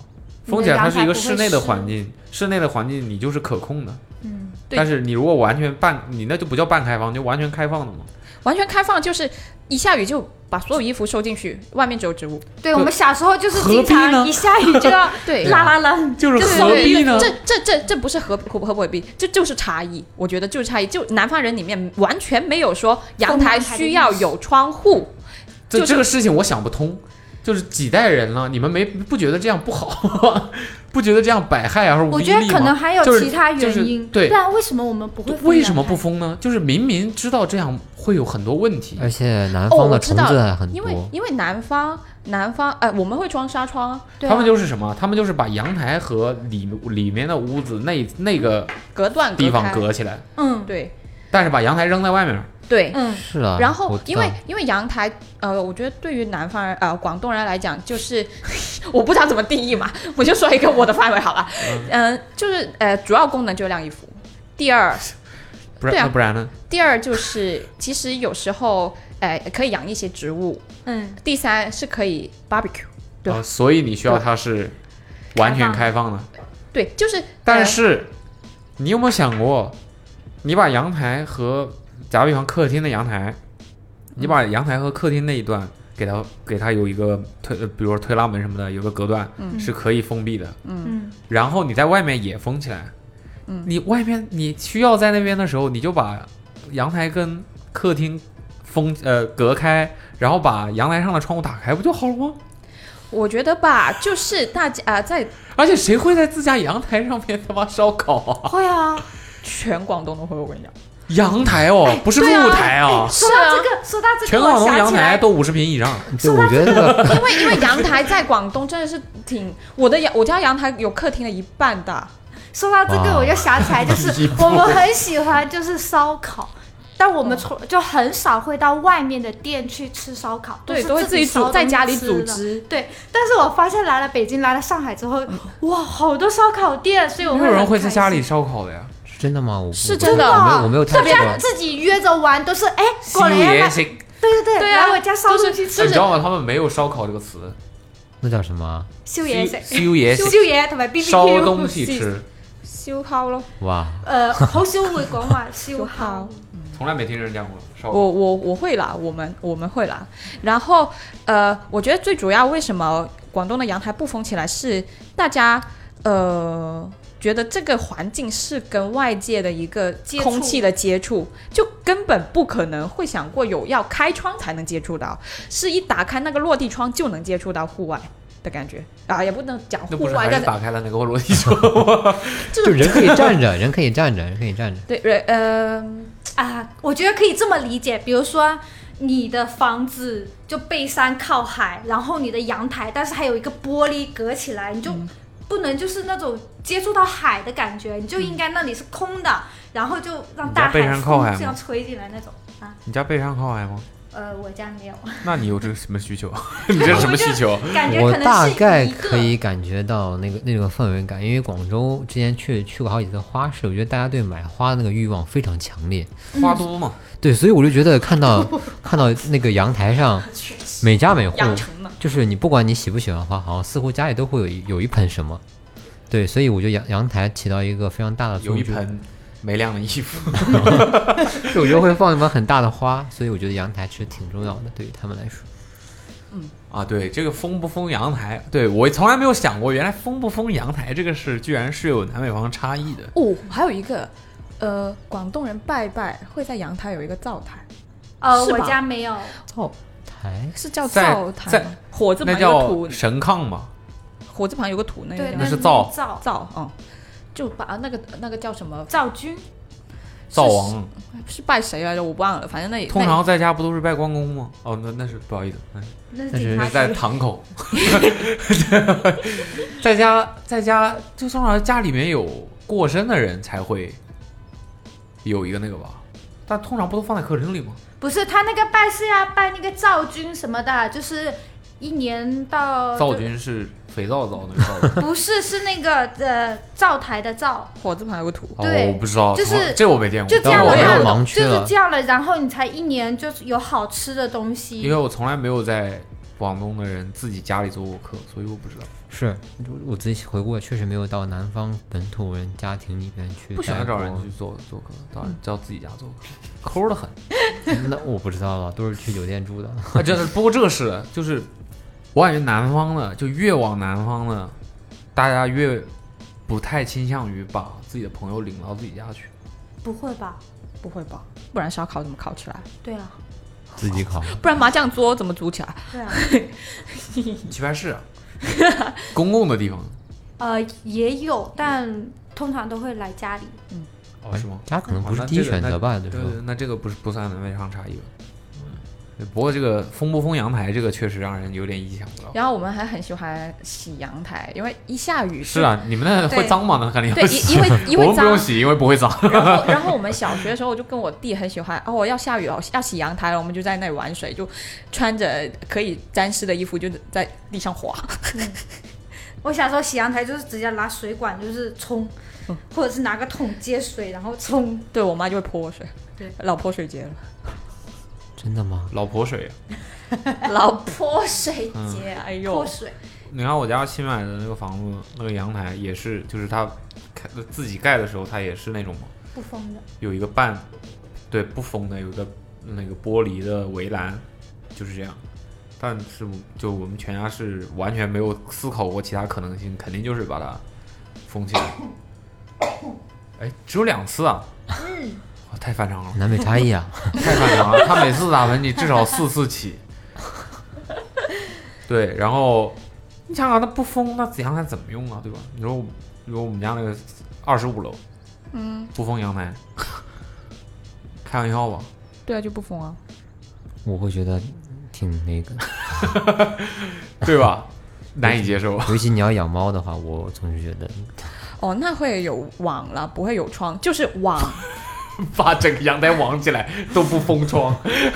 Speaker 4: 你的
Speaker 2: 封起来它是一个
Speaker 4: 阳台不会
Speaker 2: 室内的
Speaker 4: 湿
Speaker 2: 环境，室内的环境你就是可控的。
Speaker 4: 嗯，
Speaker 7: 对
Speaker 2: 但是你如果完全半，你那就不叫半开放，就完全开放的嘛。
Speaker 7: 完全开放就是一下雨就把所有衣服收进去，外面只有植物。
Speaker 4: 对我们小时候就是
Speaker 2: 何
Speaker 4: 经
Speaker 2: 必呢
Speaker 4: 常一下雨就要
Speaker 7: 对
Speaker 4: 啦啦啦，
Speaker 2: 就是
Speaker 7: 对
Speaker 2: 何必呢？
Speaker 7: 这这这这不是何何何不何必，这就是差异。我觉得就是差异，就南方人里面完全没有说阳台需要有窗户，
Speaker 2: 这
Speaker 7: 就是
Speaker 2: 这个事情我想不通，就是几代人了，你们没不觉得这样不好， 不觉得这样百害而啊无
Speaker 4: 我
Speaker 2: 一
Speaker 4: 觉得
Speaker 2: 利
Speaker 4: 可
Speaker 2: 吗？
Speaker 4: 能还有
Speaker 2: 就是
Speaker 4: 其他原
Speaker 2: 就
Speaker 4: 因。
Speaker 2: 是对
Speaker 4: 但为什么我们不会？
Speaker 2: 为什么不？封呢？就是明明知道这样会有很多问题，
Speaker 5: 而且南
Speaker 7: 哦
Speaker 5: 方
Speaker 7: 我
Speaker 5: 的
Speaker 7: 知
Speaker 5: 虫
Speaker 7: 道
Speaker 5: 子啊还很多，
Speaker 7: 因为因为南方南方呃我们会装纱窗啊
Speaker 4: 对啊
Speaker 2: 他们就是什么？他们就是把阳台和里里面的屋子那那个
Speaker 7: 隔断
Speaker 2: 地方
Speaker 7: 开
Speaker 2: 隔起来，
Speaker 4: 嗯
Speaker 7: 对
Speaker 2: 但是把阳台扔在外面。
Speaker 7: 对。
Speaker 4: 嗯，
Speaker 5: 是啊，
Speaker 7: 然后
Speaker 5: 我，知
Speaker 7: 因为
Speaker 5: 道
Speaker 7: 因为阳台，呃，我觉得对于南方人，呃，广东人来讲，就是 我不知道怎么定义嘛， 我就说一个我的范围好了，嗯、就是呃，主要功能就是晾衣服。第二，
Speaker 2: 不然、
Speaker 7: 对啊
Speaker 2: 那不然呢？
Speaker 7: 第二就是其实有时候，呃，可以养一些植物。
Speaker 4: 嗯，
Speaker 7: 第三是可以 barbecue，对
Speaker 2: 啊，所以你需要它是完全开放的。
Speaker 7: 对，就是呃
Speaker 2: 但是，你有没有想过，你把阳台和假如比方客厅的阳台，你
Speaker 7: 嗯
Speaker 2: 把阳台和客厅那一段给它给它有一个推，呃比如说推拉门什么的，有个隔断、
Speaker 7: 嗯
Speaker 2: 是可以封闭的。
Speaker 4: 嗯，
Speaker 2: 然后你在外面也封起来。
Speaker 7: 嗯
Speaker 2: 你外面你需要在那边的时候，你就把阳台跟客厅封呃隔开，然后把阳台上的窗户打开，不就好了吗？
Speaker 7: 呃我觉得吧，就是大家呃，在
Speaker 2: 而且谁会在自家阳台上面他妈烧烤啊？
Speaker 4: 会啊。
Speaker 7: 全广东都会，我跟你讲，
Speaker 2: 阳台哦，不是露台啊！
Speaker 4: 说到这个，说到这个，
Speaker 2: 全广
Speaker 4: 我
Speaker 2: 东
Speaker 4: 想
Speaker 2: 阳
Speaker 4: 起
Speaker 2: 台
Speaker 4: 来，
Speaker 2: 都五十平以上，
Speaker 5: 对，我觉得这个
Speaker 7: 因为因为阳台在广东真的是挺，我的阳我家阳台有客厅的一半的，
Speaker 4: 说到这个，
Speaker 5: 哇
Speaker 4: 我就想起来，就
Speaker 2: 一
Speaker 4: 是
Speaker 2: 步
Speaker 4: 我们很喜欢就是烧烤。但我们从就很少会到外面的店去吃烧烤，
Speaker 7: 对，
Speaker 4: 是
Speaker 7: 都会自己
Speaker 4: 烧
Speaker 7: 组在家里
Speaker 4: 东西
Speaker 7: 组
Speaker 4: 吃的
Speaker 7: 织。嗯
Speaker 4: 对，但是我发现来了北京，来了上海之后，哇，好多烧烤店，所以我
Speaker 2: 没
Speaker 4: 会
Speaker 2: 有人
Speaker 4: 很
Speaker 2: 会在
Speaker 4: 开
Speaker 2: 家
Speaker 4: 心
Speaker 2: 里。烧烤的呀。
Speaker 5: 是真的吗？我
Speaker 7: 是
Speaker 5: 我
Speaker 7: 真的
Speaker 5: 我没有我没有太
Speaker 4: 大
Speaker 5: 吃
Speaker 4: 啊家
Speaker 5: 过。
Speaker 4: 自己约着玩，都是哎，过来
Speaker 2: 也
Speaker 4: 来，
Speaker 2: 行，
Speaker 4: 对对对，
Speaker 7: 对啊
Speaker 4: 来我家烧
Speaker 7: 就是
Speaker 4: 东西
Speaker 2: 你
Speaker 4: 吃
Speaker 2: 知，道吗？他们没有烧烤这个词，
Speaker 5: 那叫什么啊？
Speaker 4: 修爷噻，
Speaker 2: 修也行，
Speaker 4: 修爷同埋 B B
Speaker 2: 烧东
Speaker 4: Q，
Speaker 2: 西吃，
Speaker 7: 烧烤咯，
Speaker 5: 哇，
Speaker 4: 呃，好少会讲话烧
Speaker 7: 燒
Speaker 4: 烤
Speaker 7: 烤，
Speaker 2: 从来没听人讲过烧烤。
Speaker 7: 我我我会啦，我们我们会啦。然后呃，我觉得最主要为什么广东的阳台不封起来是大家呃觉得这个环境是跟外界的一个
Speaker 4: 接触
Speaker 7: 空气的接触，就根本不可能会想过有要开窗才能接触到，是一打开那个落地窗就能接触到户外。的感觉啊，也不能讲
Speaker 2: 那
Speaker 7: 户
Speaker 2: 不是
Speaker 7: 外，
Speaker 2: 还是
Speaker 7: 但
Speaker 2: 打开了那个落地窗？
Speaker 7: 这
Speaker 5: 就
Speaker 7: 种
Speaker 5: 人可以站着，人可以站着，人可以站着。
Speaker 7: 对人呃，
Speaker 2: 嗯
Speaker 4: 啊，我觉得可以这么理解，比如说你的房子就背山靠海，然后你的阳台，但是还有一个玻璃隔起来，你就不能就是那种接触到海的感觉，你就应该那里是空的，然后就让
Speaker 2: 你
Speaker 4: 大
Speaker 2: 家背山
Speaker 4: 海
Speaker 2: 靠海吗
Speaker 4: 风这样吹进来那种啊。
Speaker 2: 你家背山靠海吗？
Speaker 4: 呃，我家没有，
Speaker 2: 那你有这个什么需求？你这是什么需求？
Speaker 4: 感觉
Speaker 5: 我
Speaker 4: 可能
Speaker 5: 大
Speaker 4: 是
Speaker 5: 概
Speaker 4: 一个
Speaker 5: 可以感觉到那个那个氛围感，因为广州之前去去过好几次花市，我觉得大家对买花的那个欲望非常强烈。
Speaker 2: 花都嘛，
Speaker 5: 对，所以我就觉得 看到看到那个阳台上每家每户，
Speaker 7: 养成嘛，
Speaker 5: 就是你不管你喜不喜欢花，好像似乎家里都会有一有一盆什么。对，所以我觉得阳阳台起到一个非常大的作
Speaker 2: 有
Speaker 5: 用。
Speaker 2: 一
Speaker 5: 就是
Speaker 2: 盆没晾的衣服。
Speaker 5: 就我觉得会放一盆很大的花，所以我觉得阳台其实挺重要的，对于他们来说。
Speaker 2: 啊，对，这个封不封阳台，对我从来没有想过，原来封不封阳台这个事，居然是有南北方差异的。
Speaker 7: 哦，还有一个，呃，广东人拜拜会在阳台有一个灶台，
Speaker 4: 呃，
Speaker 7: 是吧
Speaker 4: 我家没有，
Speaker 5: 灶台
Speaker 7: 是叫
Speaker 2: 哦在
Speaker 7: 灶台
Speaker 2: 在
Speaker 7: 吗？火字
Speaker 2: 那
Speaker 7: 旁有个
Speaker 2: 叫
Speaker 7: 土，
Speaker 2: 神炕嘛？
Speaker 7: 火字旁有个土，那个
Speaker 4: 对
Speaker 7: 叫，
Speaker 2: 那是灶
Speaker 4: 灶灶
Speaker 7: 灶哦，就把那个那个叫什么
Speaker 4: 灶君，
Speaker 2: 灶王
Speaker 7: 是拜谁来着？我忘了，反正那也
Speaker 2: 通常在家不都是拜关公吗？哦，那那是不好意思，那是
Speaker 4: 那是
Speaker 5: 那是
Speaker 4: 警察
Speaker 2: 那是在堂 口，在家在家就通常家里面有过身的人才会有一个那个吧，但通常不都放在客厅里吗？
Speaker 4: 不是他那个拜是要拜那个灶君什么的，就是一年到
Speaker 2: 灶君是肥皂的皂那个灶 君。
Speaker 4: 不是是那个呃灶台的灶，
Speaker 7: 火字旁有个土，
Speaker 2: 哦，
Speaker 4: 对
Speaker 2: 我不知道，
Speaker 4: 就是
Speaker 2: 从来这我没见过，
Speaker 4: 就这样
Speaker 5: 哎我
Speaker 4: 的
Speaker 5: 也
Speaker 4: 话
Speaker 5: 有盲区
Speaker 4: 就
Speaker 5: 了
Speaker 4: 是这样了，然后你才一年就是有好吃的东
Speaker 2: 因
Speaker 4: 西
Speaker 2: 为。我从来没有在广东的人自己家里做过客，所以我不知道。
Speaker 5: 是我我仔细回顾，确实没有到南方本土人家庭里边去。
Speaker 2: 不喜欢找人去。做做客，嗯当然叫自己家做客，抠的很。
Speaker 5: 那我不知道了，都是去酒店住的。
Speaker 2: 啊，真的。不过这个是，就是我感觉南方的，就越往南方的，大家越不太倾向于把自己的朋友领到自己家去。
Speaker 4: 不会吧？
Speaker 7: 不会吧？不然烧烤怎么烤起来？
Speaker 4: 对啊，
Speaker 5: 自己烤，
Speaker 7: 不然麻将桌怎么组起来？
Speaker 4: 对啊，
Speaker 2: 棋牌 室、啊，公共的地方
Speaker 4: 呃，也有，但通常都会来家里。
Speaker 2: 哦，是吗？
Speaker 5: 哎家可能不
Speaker 2: 哦
Speaker 5: 是
Speaker 2: 那
Speaker 5: 第一
Speaker 2: 这个
Speaker 5: 选择吧？
Speaker 2: 那
Speaker 5: 有
Speaker 2: 对
Speaker 5: 时候
Speaker 2: 对，那这个不是不算南北方差异吧？嗯，不过这个封不封阳台，这个确实让人有点意想不到。
Speaker 7: 然后我们还很喜欢洗阳台，因为一下雨
Speaker 2: 是，啊，你们那会
Speaker 7: 对
Speaker 2: 脏吗？那肯定要
Speaker 7: 对，
Speaker 2: 洗。
Speaker 7: 因因为因
Speaker 2: 我们
Speaker 7: 为
Speaker 2: 不
Speaker 7: 脏
Speaker 2: 用。洗，因为不会脏。
Speaker 7: 然 后然后我们小学的时候，我就跟我弟很喜欢哦，要下雨了，要洗阳台了，我们就在那里玩水，就穿着可以沾湿的衣服，就在地上滑。
Speaker 4: 我小时候洗阳台就是直接拿水管就是冲，
Speaker 7: 嗯
Speaker 4: 或者是拿个桶接水然后冲。
Speaker 7: 对我妈就会泼我水，
Speaker 4: 对，
Speaker 7: 老泼水节了。
Speaker 5: 真的吗？
Speaker 2: 老婆水，啊
Speaker 7: 老泼水节，嗯哎
Speaker 4: 啊泼
Speaker 7: 呦，
Speaker 4: 水，
Speaker 2: 你看我家新买的那个房子，那个阳台也是，就是它开自己盖的时候，它也是那种
Speaker 4: 不封的，
Speaker 2: 有一个半，对不封的，有一个那个玻璃的围栏，就是这样。但是就我们全家是完全没有思考过其他可能性，肯定就是把它封起来。 哎，只有两次啊！
Speaker 4: 嗯
Speaker 2: 哇太反常了，
Speaker 5: 南北差异啊，
Speaker 2: 太反常了。他每次打喷嚏至少四次起。对，然后你想想，那不封，那阳台怎么用啊？对吧？你说我，如果我们家那个二十五楼，嗯，不封阳台，开玩笑吧？
Speaker 7: 对啊，就不疯啊。
Speaker 5: 我会觉得挺那个，
Speaker 2: 对吧？难以接受。
Speaker 5: 尤其你要养猫的话，我总是觉得
Speaker 7: 哦，那会有网了，不会有窗，就是网。
Speaker 2: 把整个阳台网起来都不封窗，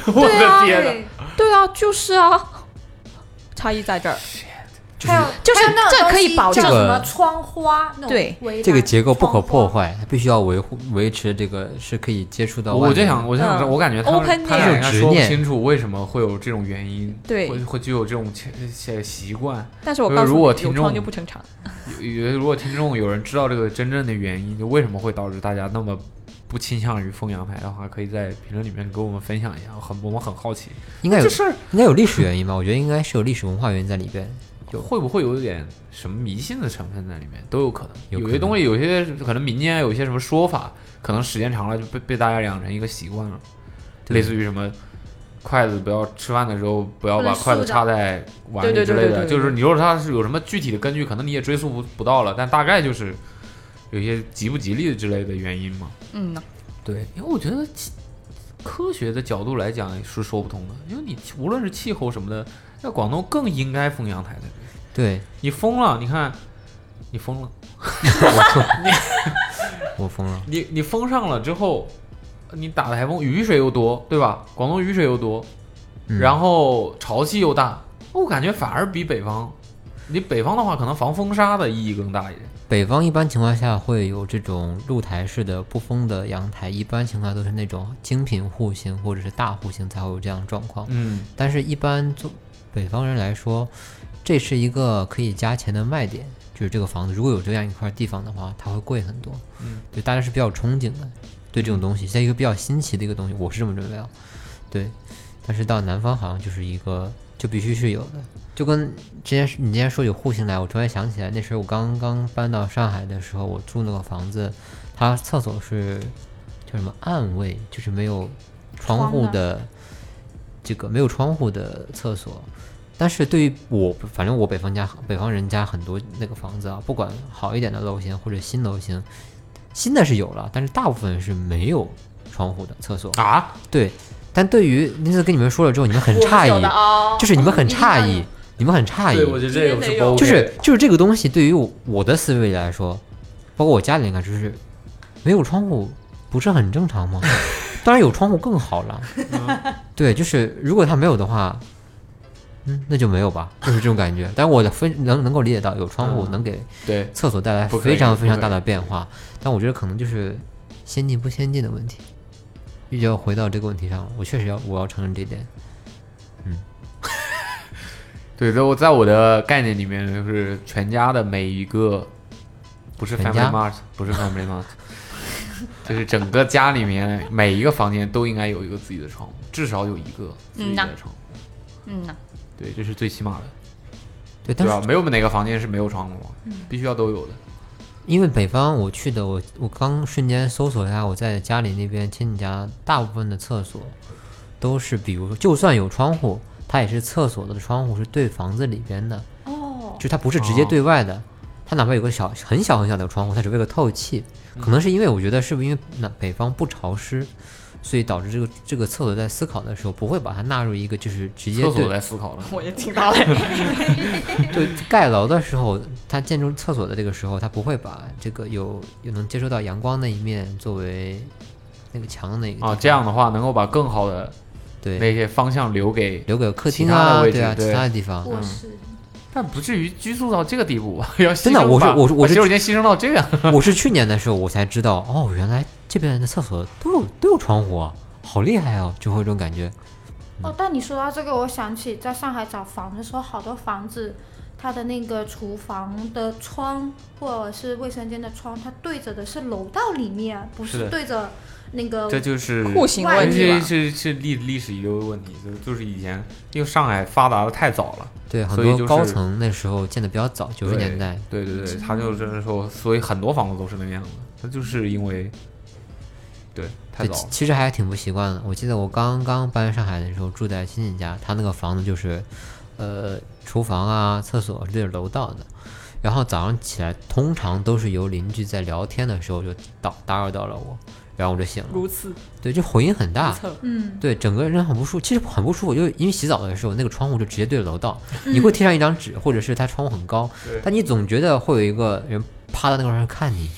Speaker 2: 我
Speaker 7: 对啊
Speaker 2: 的天哪！
Speaker 4: 对，
Speaker 7: 对啊，就是啊，差异在这儿。
Speaker 4: 还有
Speaker 7: 就是
Speaker 4: 还有那种
Speaker 7: 这
Speaker 4: 东
Speaker 7: 可以
Speaker 4: 西
Speaker 7: 保
Speaker 4: 叫
Speaker 5: 证
Speaker 4: 什么窗花那种
Speaker 7: 对
Speaker 4: 围栏
Speaker 5: 这个结构不可破
Speaker 4: 窗花
Speaker 5: 坏，它必须要维护维持这个是可以接触到外
Speaker 2: 我
Speaker 5: 面的。
Speaker 2: 就想，我就想说，
Speaker 7: 嗯
Speaker 2: 我感觉他们
Speaker 7: open
Speaker 2: 他们
Speaker 5: air
Speaker 2: 应该说
Speaker 5: 执
Speaker 2: 不
Speaker 5: 念
Speaker 2: 清楚为什么会有这种原因，
Speaker 7: 对
Speaker 2: 会会具有这种潜习习惯。
Speaker 7: 但是我
Speaker 2: 呃
Speaker 7: 告诉
Speaker 2: 如
Speaker 7: 你，
Speaker 2: 果
Speaker 7: 有
Speaker 2: 听众
Speaker 7: 窗就不正常。
Speaker 2: 有有如果听众有人知道这个真正的原因，就为什么会导致大家那么不倾向于封阳台的话，可以在评论里面给我们分享一下，很我们很好奇，
Speaker 5: 应该
Speaker 2: 哎
Speaker 5: 有
Speaker 2: 这事儿
Speaker 5: 应该有历史原因吧？我觉得应该是有历史文化原因在里边。
Speaker 2: 就会不会有一点什么迷信的成分在里面，都有可能。
Speaker 5: 有可能
Speaker 2: 些东西，有些可能民间有些什么说法，可能时间长了就被被大家养成一个习惯了，类似于什么。筷子不要吃饭的时候不要
Speaker 4: 不
Speaker 2: 把
Speaker 4: 能
Speaker 2: 筷子
Speaker 4: 竖着
Speaker 2: 插在碗里
Speaker 7: 对对
Speaker 2: 之
Speaker 7: 对
Speaker 2: 类
Speaker 7: 对
Speaker 2: 的，
Speaker 7: 对对
Speaker 2: 就是你说它是有什么具体的根据，可能你也追溯不不到了，但大概就是有一些吉不吉利之类的原因嘛。
Speaker 7: 嗯呐，
Speaker 2: 对，因为我觉得气科学的角度来讲是说不通的，因为你无论是气候什么的，那广东更应该封阳台的。
Speaker 5: 对
Speaker 2: 你疯了，你看，你疯了，
Speaker 5: 我疯了，
Speaker 2: 你你封上了之后，你打台风，雨水又多，对吧？广东雨水又多，
Speaker 5: 嗯
Speaker 2: 然后潮气又大，我感觉反而比北方，你北方的话可能防风沙的意义更大一点。
Speaker 5: 北方一般情况下会有这种露台式的不封的阳台，一般情况下都是那种精品户型或者是大户型才会有这样的状况。
Speaker 2: 嗯，
Speaker 5: 但是，一般做北方人来说，这是一个可以加钱的卖点，就是这个房子如果有这样一块地方的话，它会贵很多。
Speaker 2: 嗯，
Speaker 5: 对，大家是比较憧憬的，对这种东西，像一个比较新奇的一个东西，我是这么认为啊。对，但是到南方好像就是一个就必须是有的，就跟之前你之前说有户型来，我突然想起来，那时候我刚刚搬到上海的时候，我住那个房子，它厕所是叫什么暗卫，就是没有窗户
Speaker 4: 窗的
Speaker 5: 的这个没有窗户的厕所。但是对于我，反正我北方家北方人家很多那个房子啊，不管好一点的楼型或者新楼型，新的是有了，但是大部分是没有窗户的厕所。
Speaker 2: 啊，
Speaker 5: 对，但对于那次跟你们说了之后，你们很
Speaker 7: 我
Speaker 5: 诧
Speaker 7: 们有的
Speaker 3: 啊
Speaker 5: 异，
Speaker 7: 哦，
Speaker 5: 就是你们很
Speaker 7: 一定要
Speaker 5: 诧
Speaker 7: 有
Speaker 5: 异，你们很诧
Speaker 6: 对，我
Speaker 5: 异，
Speaker 6: 觉得这个是不 OK
Speaker 5: 就
Speaker 6: 的
Speaker 5: 是就是这个东西对于我我的思维来说，包括我家里人看，就是没有窗户不是很正常吗？当然有窗户更好了。
Speaker 2: 嗯
Speaker 5: 对，就是如果他没有的话，嗯，那就没有吧，就是这种感觉。但是我的分能能够理解到，有窗户
Speaker 2: 嗯
Speaker 5: 能给
Speaker 2: 对，
Speaker 5: 厕所带来
Speaker 2: 不可以
Speaker 5: 非常
Speaker 2: 不
Speaker 5: 非常
Speaker 2: 可以
Speaker 5: 大的变化，但我觉得可能就是先进不先进的问题，又要回到这个问题上了。我确实要我要承认这一点，
Speaker 2: 对，在我在我的概念里面，就是全家的每一个，不是
Speaker 5: 全家
Speaker 2: Family Mart，不是 Family Mart，就是整个家里面每一个房间都应该有一个自己的床，至少有一个自己
Speaker 7: 嗯呐
Speaker 2: 的床。
Speaker 7: 嗯呐，
Speaker 2: 对，这是最起码的，
Speaker 5: 对，但
Speaker 2: 对
Speaker 5: 是
Speaker 2: 吧？没有哪个房间是没有床的嘛，
Speaker 7: 嗯
Speaker 2: 必须要都有的。
Speaker 5: 因为北方我去的，我我刚瞬间搜索了一下，我在家里那边亲戚家大部分的厕所都是，比如说就算有窗户，它也是厕所的窗户是对房子里边的，
Speaker 4: 哦，
Speaker 5: 就它不是直接对外的，它哪怕有个小很小很小的窗户，它只为了透气，可能是因为我觉得是不是因为南北方不潮湿，所以导致这个这个厕所在思考的时候不会把它纳入一个就是直接
Speaker 2: 厕所
Speaker 5: 对
Speaker 2: 在思考了，
Speaker 7: 我也听到了。
Speaker 5: 对盖楼的时候，它建筑厕所的这个时候，它不会把这个有有能接收到阳光那一面作为那个墙的那个地
Speaker 2: 啊，
Speaker 5: 方
Speaker 2: 这样的话能够把更好的
Speaker 5: 对
Speaker 2: 那些方向留给，
Speaker 5: 留给客
Speaker 2: 其
Speaker 5: 厅
Speaker 2: 他的
Speaker 5: 啊，
Speaker 2: 位
Speaker 5: 对
Speaker 2: 置
Speaker 5: 啊，其
Speaker 2: 对
Speaker 5: 他的地方。
Speaker 4: 卧室
Speaker 5: 嗯
Speaker 2: 但不至于拘束到这个地步吧。 要牺
Speaker 5: 真的
Speaker 2: 牲
Speaker 5: 我是
Speaker 2: 吧
Speaker 5: 我是我
Speaker 2: 把
Speaker 5: 是
Speaker 2: 洗手间牺牲到这样。
Speaker 5: 我是去年的时候我才知道，哦，原来这边的厕所都有都有窗户啊，好厉害哦，就会有这种感觉。
Speaker 4: 哦，但你说到这个，我想起在上海找房的时候，好多房子它的那个厨房的窗或者是卫生间的窗，它对着的是楼道里面，不
Speaker 2: 是的
Speaker 4: 是对着那个
Speaker 2: 这就是
Speaker 7: 户型嗯问题
Speaker 2: 这
Speaker 7: 吧，
Speaker 2: 是是历历史遗留的问题，就就是以前因为上海发达的太早了，
Speaker 5: 对，很
Speaker 2: 所以
Speaker 5: 多
Speaker 2: 就是
Speaker 5: 高层那时候建的比较早，九十
Speaker 2: 对
Speaker 5: 年代。
Speaker 2: 对对
Speaker 7: 嗯
Speaker 2: 对，他就是那时候，所以很多房子都是那个样子，他就是因为对太
Speaker 5: 对，
Speaker 2: 早
Speaker 5: 其
Speaker 2: 了，
Speaker 5: 其实还挺不习惯的。我记得我刚刚搬上海的时候，住在亲戚家，他那个房子就是，呃，厨房啊、厕所是对着楼道的。然后早上起来，通常都是由邻居在聊天的时候就打打扰到了我，然后我就醒了。
Speaker 7: 如此
Speaker 5: 对，就回音很大
Speaker 7: 不，测。
Speaker 4: 嗯，
Speaker 5: 对，整个人很不舒服，其实很不舒服，就是因为洗澡的时候那个窗户就直接对着楼道，你会贴上一张纸，或者是它窗户很高，但你总觉得会有一个人趴在那个上看你，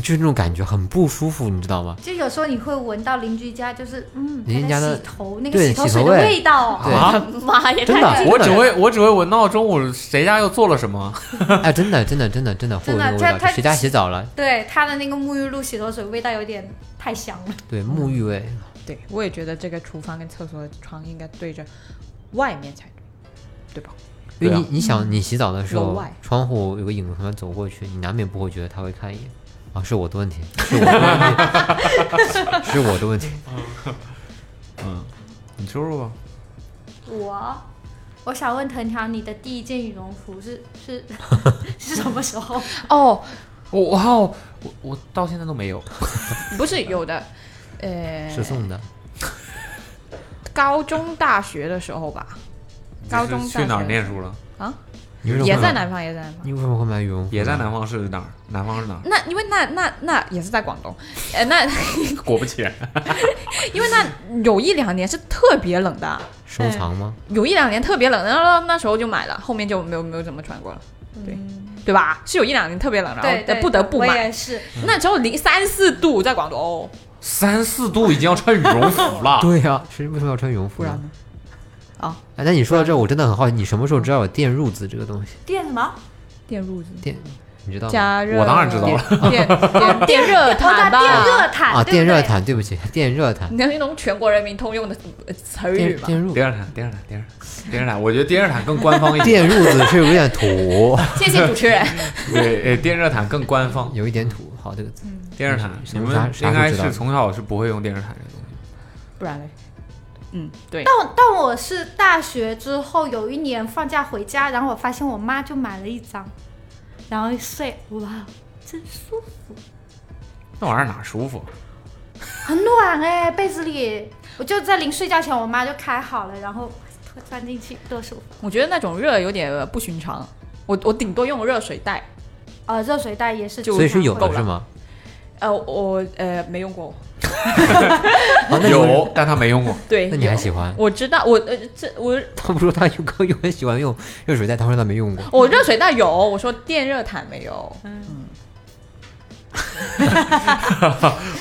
Speaker 5: 就是那种感觉很不舒服，你知道吗？
Speaker 4: 就有时候你会闻到邻居家就是嗯，
Speaker 5: 邻居家
Speaker 4: 他在
Speaker 5: 的
Speaker 4: 洗头那个
Speaker 5: 对
Speaker 4: 洗头
Speaker 5: 洗
Speaker 4: 水
Speaker 5: 头
Speaker 4: 的
Speaker 5: 味
Speaker 4: 味道，
Speaker 5: 对
Speaker 2: 啊
Speaker 7: 妈呀，
Speaker 5: 真的，
Speaker 2: 我
Speaker 5: 真
Speaker 2: 只
Speaker 5: 的
Speaker 2: 会我只会闻到中午谁家又做了什么，
Speaker 5: 哎，真的，真的，真的，真的会有那个味
Speaker 4: 真的
Speaker 5: 道，
Speaker 4: 它
Speaker 5: 就谁家洗澡了？
Speaker 4: 对它的那个沐浴露、洗头水味道有点太香了。
Speaker 5: 对，沐浴味，
Speaker 2: 嗯
Speaker 7: 对，我也觉得这个厨房跟厕所的窗应该对着外面才对，对吧？
Speaker 2: 对
Speaker 5: 因为
Speaker 2: 啊
Speaker 5: 你你想，你洗澡的时
Speaker 7: 楼
Speaker 5: 候
Speaker 7: 外，
Speaker 5: 窗户有个影子慢慢走过去，你难免不会觉得他会看一眼啊，是我的问题，是我的问题，是我的问 题。
Speaker 2: 嗯，你说说吧，
Speaker 4: 我我想问藤条，你的第一件羽绒服是是是什么时候？
Speaker 7: 哦，
Speaker 2: 我哇哦，我我到现在都没有，
Speaker 7: 不是有的，呃，
Speaker 5: 是送的，
Speaker 7: 高中、大学的时候吧，高中
Speaker 2: 你是去哪儿
Speaker 7: 大学
Speaker 2: 念书了？
Speaker 7: 啊，
Speaker 5: 你为什么
Speaker 7: 也
Speaker 5: 会
Speaker 7: 在
Speaker 5: 买？
Speaker 7: 南方，也在南方。
Speaker 5: 你为什么会买羽绒服？
Speaker 2: 也在。南方是哪儿？南方是 哪儿？
Speaker 7: 那因为那那那也是在广东， 呃，那
Speaker 2: 果不其然，
Speaker 7: 因为那有一两年是特别冷的，
Speaker 5: 收藏吗？
Speaker 7: 有一两年特别冷，然后那时候就买了，后面就没有没有怎么穿过了，对、对吧？是有一两年特别冷，
Speaker 4: 嗯
Speaker 7: 然
Speaker 4: 对
Speaker 7: 后
Speaker 4: 对，
Speaker 7: 呃不得不
Speaker 4: 我
Speaker 7: 买。
Speaker 4: 也是。
Speaker 2: 嗯
Speaker 7: 那时候零三四度在广东， 哦
Speaker 2: 三四度已经要穿羽绒服了，
Speaker 5: 对呀、是为什么要穿羽绒服
Speaker 7: 不然
Speaker 5: 呢？
Speaker 7: 呢？
Speaker 5: 哎，那你说到这儿，我真的很好奇，你什么时候知道有电褥子这个东西？
Speaker 4: 垫什么？
Speaker 7: 电褥子
Speaker 5: 电你知道吗？
Speaker 7: 加
Speaker 2: 嗯
Speaker 7: 热，
Speaker 2: 我当然知道
Speaker 7: 了，电电电热
Speaker 4: 它
Speaker 7: 毯吧，
Speaker 4: 电热毯对
Speaker 5: 啊，
Speaker 4: 不
Speaker 5: 电
Speaker 4: 对
Speaker 5: 热毯，对不起，电热毯，
Speaker 7: 你能用全国人民通用的呃词语
Speaker 5: 电
Speaker 7: 吗？
Speaker 5: 电褥，
Speaker 2: 电热毯，电热毯，电热毯，电热毯，我觉得电热毯更官方一 点。
Speaker 5: 电褥子是有点土，
Speaker 7: 谢谢主持人。
Speaker 2: 对，呃，电热毯更官方。
Speaker 5: 有一点土，好这个字，
Speaker 2: 电热毯，
Speaker 5: 是
Speaker 2: 你
Speaker 5: 是
Speaker 2: 们
Speaker 5: 啥啥
Speaker 2: 应
Speaker 5: 都
Speaker 2: 该
Speaker 5: 知道
Speaker 2: 是从小是不会用电热毯这个东西。
Speaker 7: 不然嘞，嗯，对，
Speaker 4: 但我但我是大学之后有一年放假回家，然后我发现我妈就买了一张，然后一睡，哇，真舒服，
Speaker 2: 那玩意儿哪舒服？
Speaker 4: 很暖哎、被子里，我就在临睡觉前，我妈就开好了，然后突钻进去，多舒服。
Speaker 7: 我觉得那种热有点呃不寻常。我我顶多用热水袋，
Speaker 4: 呃，热水袋也是经常
Speaker 5: 所
Speaker 4: 会，
Speaker 5: 以是有
Speaker 7: 够
Speaker 5: 的
Speaker 7: 了
Speaker 5: 是吗？
Speaker 7: 呃，我呃没用过。
Speaker 5: 啊，那你
Speaker 2: 有，但他没用过。
Speaker 7: 对，
Speaker 5: 那你还
Speaker 7: 有
Speaker 5: 喜欢？
Speaker 7: 我知道，我呃这我
Speaker 5: 他不说他用过，又很喜欢用热水袋，他说他没用过。
Speaker 7: 我热水袋有，我说电热毯没有。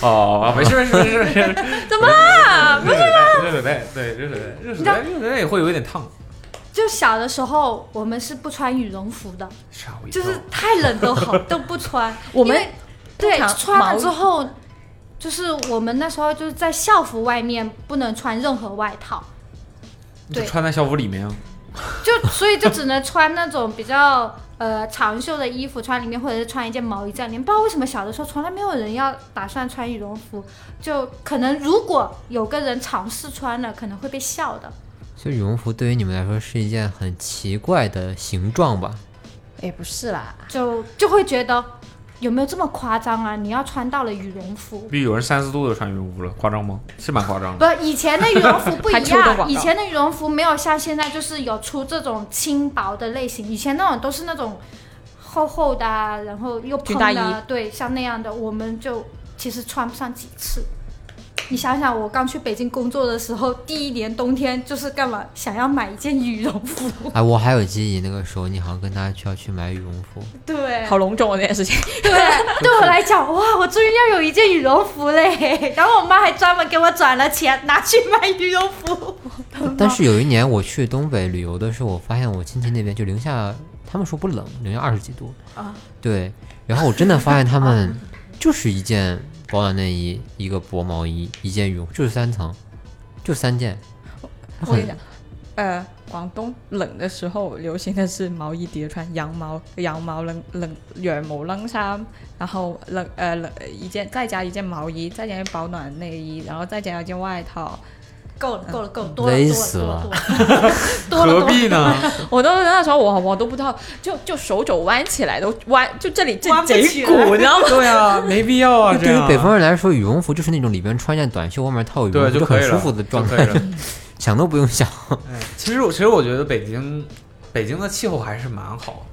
Speaker 2: 哦，没事没事没事没事。
Speaker 7: 怎么啦？
Speaker 2: 热水袋，热水袋，对，热水袋，热水袋，热水袋也会有一点烫。
Speaker 4: 就小的时候我们是不穿羽绒服的，
Speaker 2: 吓我一跳
Speaker 4: 就是太冷都好都不穿。
Speaker 7: 我们
Speaker 4: 因为对
Speaker 7: 通常
Speaker 4: 穿
Speaker 7: 毛
Speaker 4: 了之后，就是我们那时候就是在校服外面不能穿任何外套，
Speaker 2: 就
Speaker 4: 对
Speaker 2: 穿在校服里面啊。
Speaker 4: 就所以就只能穿那种比较 呃长袖的衣服穿里面，或者是穿一件毛衣在里面。不知道为什么小的时候从来没有人要打算穿羽绒服，就可能如果有个人尝试穿了，可能会被笑的。
Speaker 5: 就羽绒服对于你们来说是一件很奇怪的形状吧？
Speaker 7: 也不是啦，
Speaker 4: 就就会觉得有没有这么夸张啊？你要穿到了羽绒服，
Speaker 2: 比有人三四度都穿羽绒服了，夸张吗？是蛮夸张的。
Speaker 4: 不，以前的羽绒 服不
Speaker 7: 还
Speaker 4: 一
Speaker 7: 出动广告
Speaker 4: 样，以前的羽绒服没有像现在就是有出这种轻薄的类型，以前那种都是那种厚厚的、啊，然后又
Speaker 7: 军
Speaker 4: 蓬
Speaker 7: 大
Speaker 4: 的啊，对，像那样的，我们就其实穿不上几次。你想想，我刚去北京工作的时候，第一年冬天就是干嘛？想要买一件羽绒 服，
Speaker 5: 哎，我还有记忆，那个时候你好像跟他需要去买羽绒服，
Speaker 4: 对，
Speaker 7: 好隆重哦这件事情。
Speaker 4: 对，对我来讲，哇，我终于要有一件羽绒服嘞！然后我妈还专门给我转了钱，拿去买羽绒服。
Speaker 5: 但是有一年我去东北旅游的时候，我发现我亲戚那边就零下，他们说不冷，零下二十几度
Speaker 4: 啊，
Speaker 5: 对，然后我真的发现他们 就是一件保暖内衣，一个薄毛衣，一件羽绒，就是三层，就三件，
Speaker 7: 我跟你讲，呃，广东冷的时候流行的是毛衣叠穿，羊毛、羊毛冷冷羊毛冷衫，然后冷呃冷一件，再加一件毛衣，再加一件保暖内衣，然后再加一件外套。
Speaker 4: 够了，够了，够了，多了，
Speaker 5: 累
Speaker 4: 多
Speaker 5: 死
Speaker 4: 了，
Speaker 5: 了
Speaker 4: 多了，多了，多了，
Speaker 2: 何必呢？
Speaker 7: 我都那时候我我都不知道，就就手肘弯起来都弯，就这里这
Speaker 4: 弯不
Speaker 7: 这
Speaker 4: 起
Speaker 7: 一股，你知道吗？
Speaker 2: 对啊，没必要啊，这
Speaker 5: 对
Speaker 2: 样
Speaker 5: 于北方人来说，羽绒服就是那种里边穿件短袖，外面套羽绒
Speaker 2: 对
Speaker 5: 服，
Speaker 2: 就可
Speaker 5: 很
Speaker 2: 以了，
Speaker 5: 舒服的状
Speaker 2: 就
Speaker 5: 态
Speaker 2: 可以，了
Speaker 5: 想都不用想。
Speaker 2: 哎其实我其实我觉得北京北京的气候还是蛮好。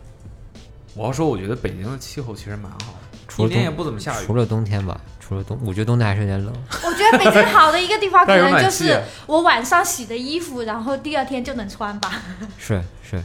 Speaker 2: 我要说，我觉得北京的气候其实蛮好的，
Speaker 5: 除
Speaker 2: 一
Speaker 5: 了冬
Speaker 2: 年也不怎么下雨
Speaker 5: 除。了冬天吧，除了冬，我觉得冬天还是有点冷。
Speaker 4: 我觉得北京好的一个 地方，可
Speaker 2: 但有
Speaker 4: 能
Speaker 2: 暖
Speaker 4: 就
Speaker 2: 气啊
Speaker 4: 是我晚上洗的衣服，然后第二天就能穿吧，
Speaker 5: 是是，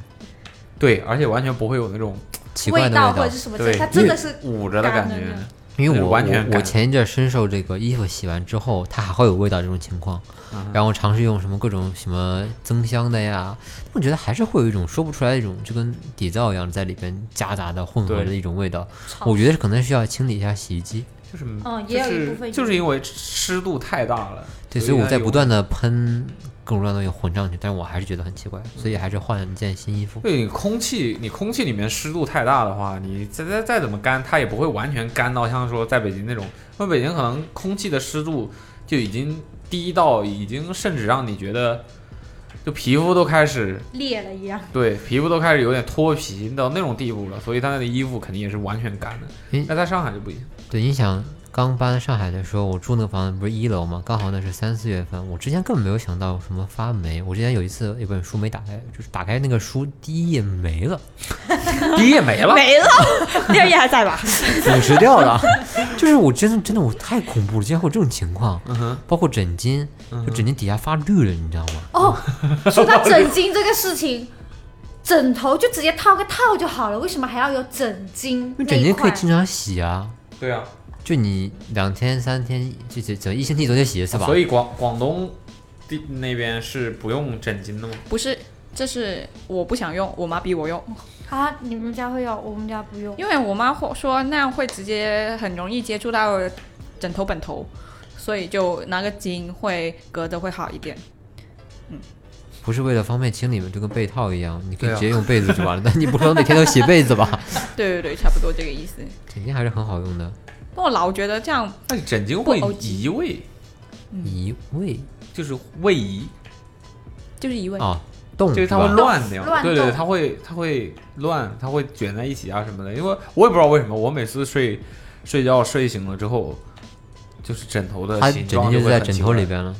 Speaker 2: 对，而且完全不会有那种
Speaker 5: 奇怪
Speaker 4: 味
Speaker 5: 的味道，
Speaker 4: 或者是什么之类，
Speaker 2: 对
Speaker 4: 它真的是
Speaker 2: 捂着的感
Speaker 4: 干
Speaker 2: 觉
Speaker 4: 的。
Speaker 5: 因为我
Speaker 2: 完全
Speaker 5: 我我
Speaker 2: 感
Speaker 5: 前一阵深受这个衣服洗完之后，它还会有味道这种情况，
Speaker 2: 嗯
Speaker 5: 然后尝试用什么各种什么增香的呀，我觉得还是会有一种说不出来的一种就跟底皂一样在里边夹杂的混合
Speaker 2: 对
Speaker 5: 的一种味道，
Speaker 4: 潮
Speaker 5: 我觉得可能需要清理一下洗衣机。
Speaker 2: 就是
Speaker 4: 嗯
Speaker 2: 就
Speaker 4: 也有一部
Speaker 2: 是
Speaker 4: 分
Speaker 2: 就是因为湿度太大了，
Speaker 5: 对，所以我在
Speaker 2: 它
Speaker 5: 不
Speaker 2: 有
Speaker 5: 断的喷各种各样的东西混上去，但是我还是觉得很奇怪，所以还是换了一件新衣服。
Speaker 2: 对你空气，你空气里面湿度太大的话，你再再再怎么干，它也不会完全干到像说在北京那种，因为北京可能空气的湿度就已经低到已经甚至让你觉得，就皮肤都开始
Speaker 4: 裂了一样。
Speaker 2: 对皮肤都开始有点脱皮到那种地步了，所以它的衣服肯定也是完全干的
Speaker 5: 诶。
Speaker 2: 那在上海就不一样，
Speaker 5: 对，你想刚搬上海的时候，我住那个房子不是一楼吗？刚好那是三四月份，我之前根本没有想到什么发霉。我之前有一次有本书没打开，就是打开那个书第一页没了，
Speaker 2: 第一也没了，
Speaker 7: 没了，第二页还在吧？
Speaker 5: 腐蚀掉了。就是我真的真的我太恐怖了，竟然会有这种情况。
Speaker 2: 嗯哼，
Speaker 5: 包括枕巾，就枕巾底下发绿了，你知道吗？
Speaker 4: 哦，说到枕巾这个事情，枕头就直接套个套就好了，为什么还要有枕巾
Speaker 5: 因
Speaker 4: 那
Speaker 5: 为枕
Speaker 4: 一
Speaker 5: 巾可
Speaker 4: 块？
Speaker 5: 以经常洗啊，
Speaker 2: 对啊，
Speaker 5: 就你两天三天，就就就一星
Speaker 2: 啊
Speaker 5: 期总得洗一次吧。
Speaker 2: 所以广广东地那边是不用枕巾的吗？
Speaker 7: 不是，这是我不想用，我妈逼我用，
Speaker 4: 啊，你们家会有，我们家不用。
Speaker 2: 哦
Speaker 7: 因为我妈会说那样会直接很容易接触到枕头本头，所以就拿个巾会隔的会好一点。
Speaker 5: 不是为了方便清理吗？就跟被套一样，你可
Speaker 8: 对
Speaker 5: 以
Speaker 8: 啊
Speaker 5: 直接用被子就完了。但 你不可能每天都洗被子 吧？
Speaker 7: 对对对，差不多这个意思。
Speaker 5: 枕巾还是很好用的，
Speaker 7: 但我老觉得这样
Speaker 2: 但是哎枕巾
Speaker 7: 不
Speaker 2: 会
Speaker 7: 欧几
Speaker 2: 移位，嗯
Speaker 5: 移位
Speaker 2: 就是位移，
Speaker 7: 就是一位，
Speaker 5: 啊，动
Speaker 2: 就是它
Speaker 5: 吧
Speaker 2: 会乱掉，
Speaker 4: 乱
Speaker 2: 对对，对
Speaker 4: 动
Speaker 2: 它会它会乱，它会卷在一起啊什么的。因为我也不知道为什么，我每次睡睡觉睡醒了之后，就是枕头的
Speaker 5: 它
Speaker 2: 形
Speaker 5: 枕
Speaker 2: 状
Speaker 5: 巾
Speaker 2: 就
Speaker 5: 就
Speaker 2: 会
Speaker 5: 在
Speaker 2: 很
Speaker 5: 枕
Speaker 2: 奇
Speaker 5: 头
Speaker 2: 怪
Speaker 5: 里，边了。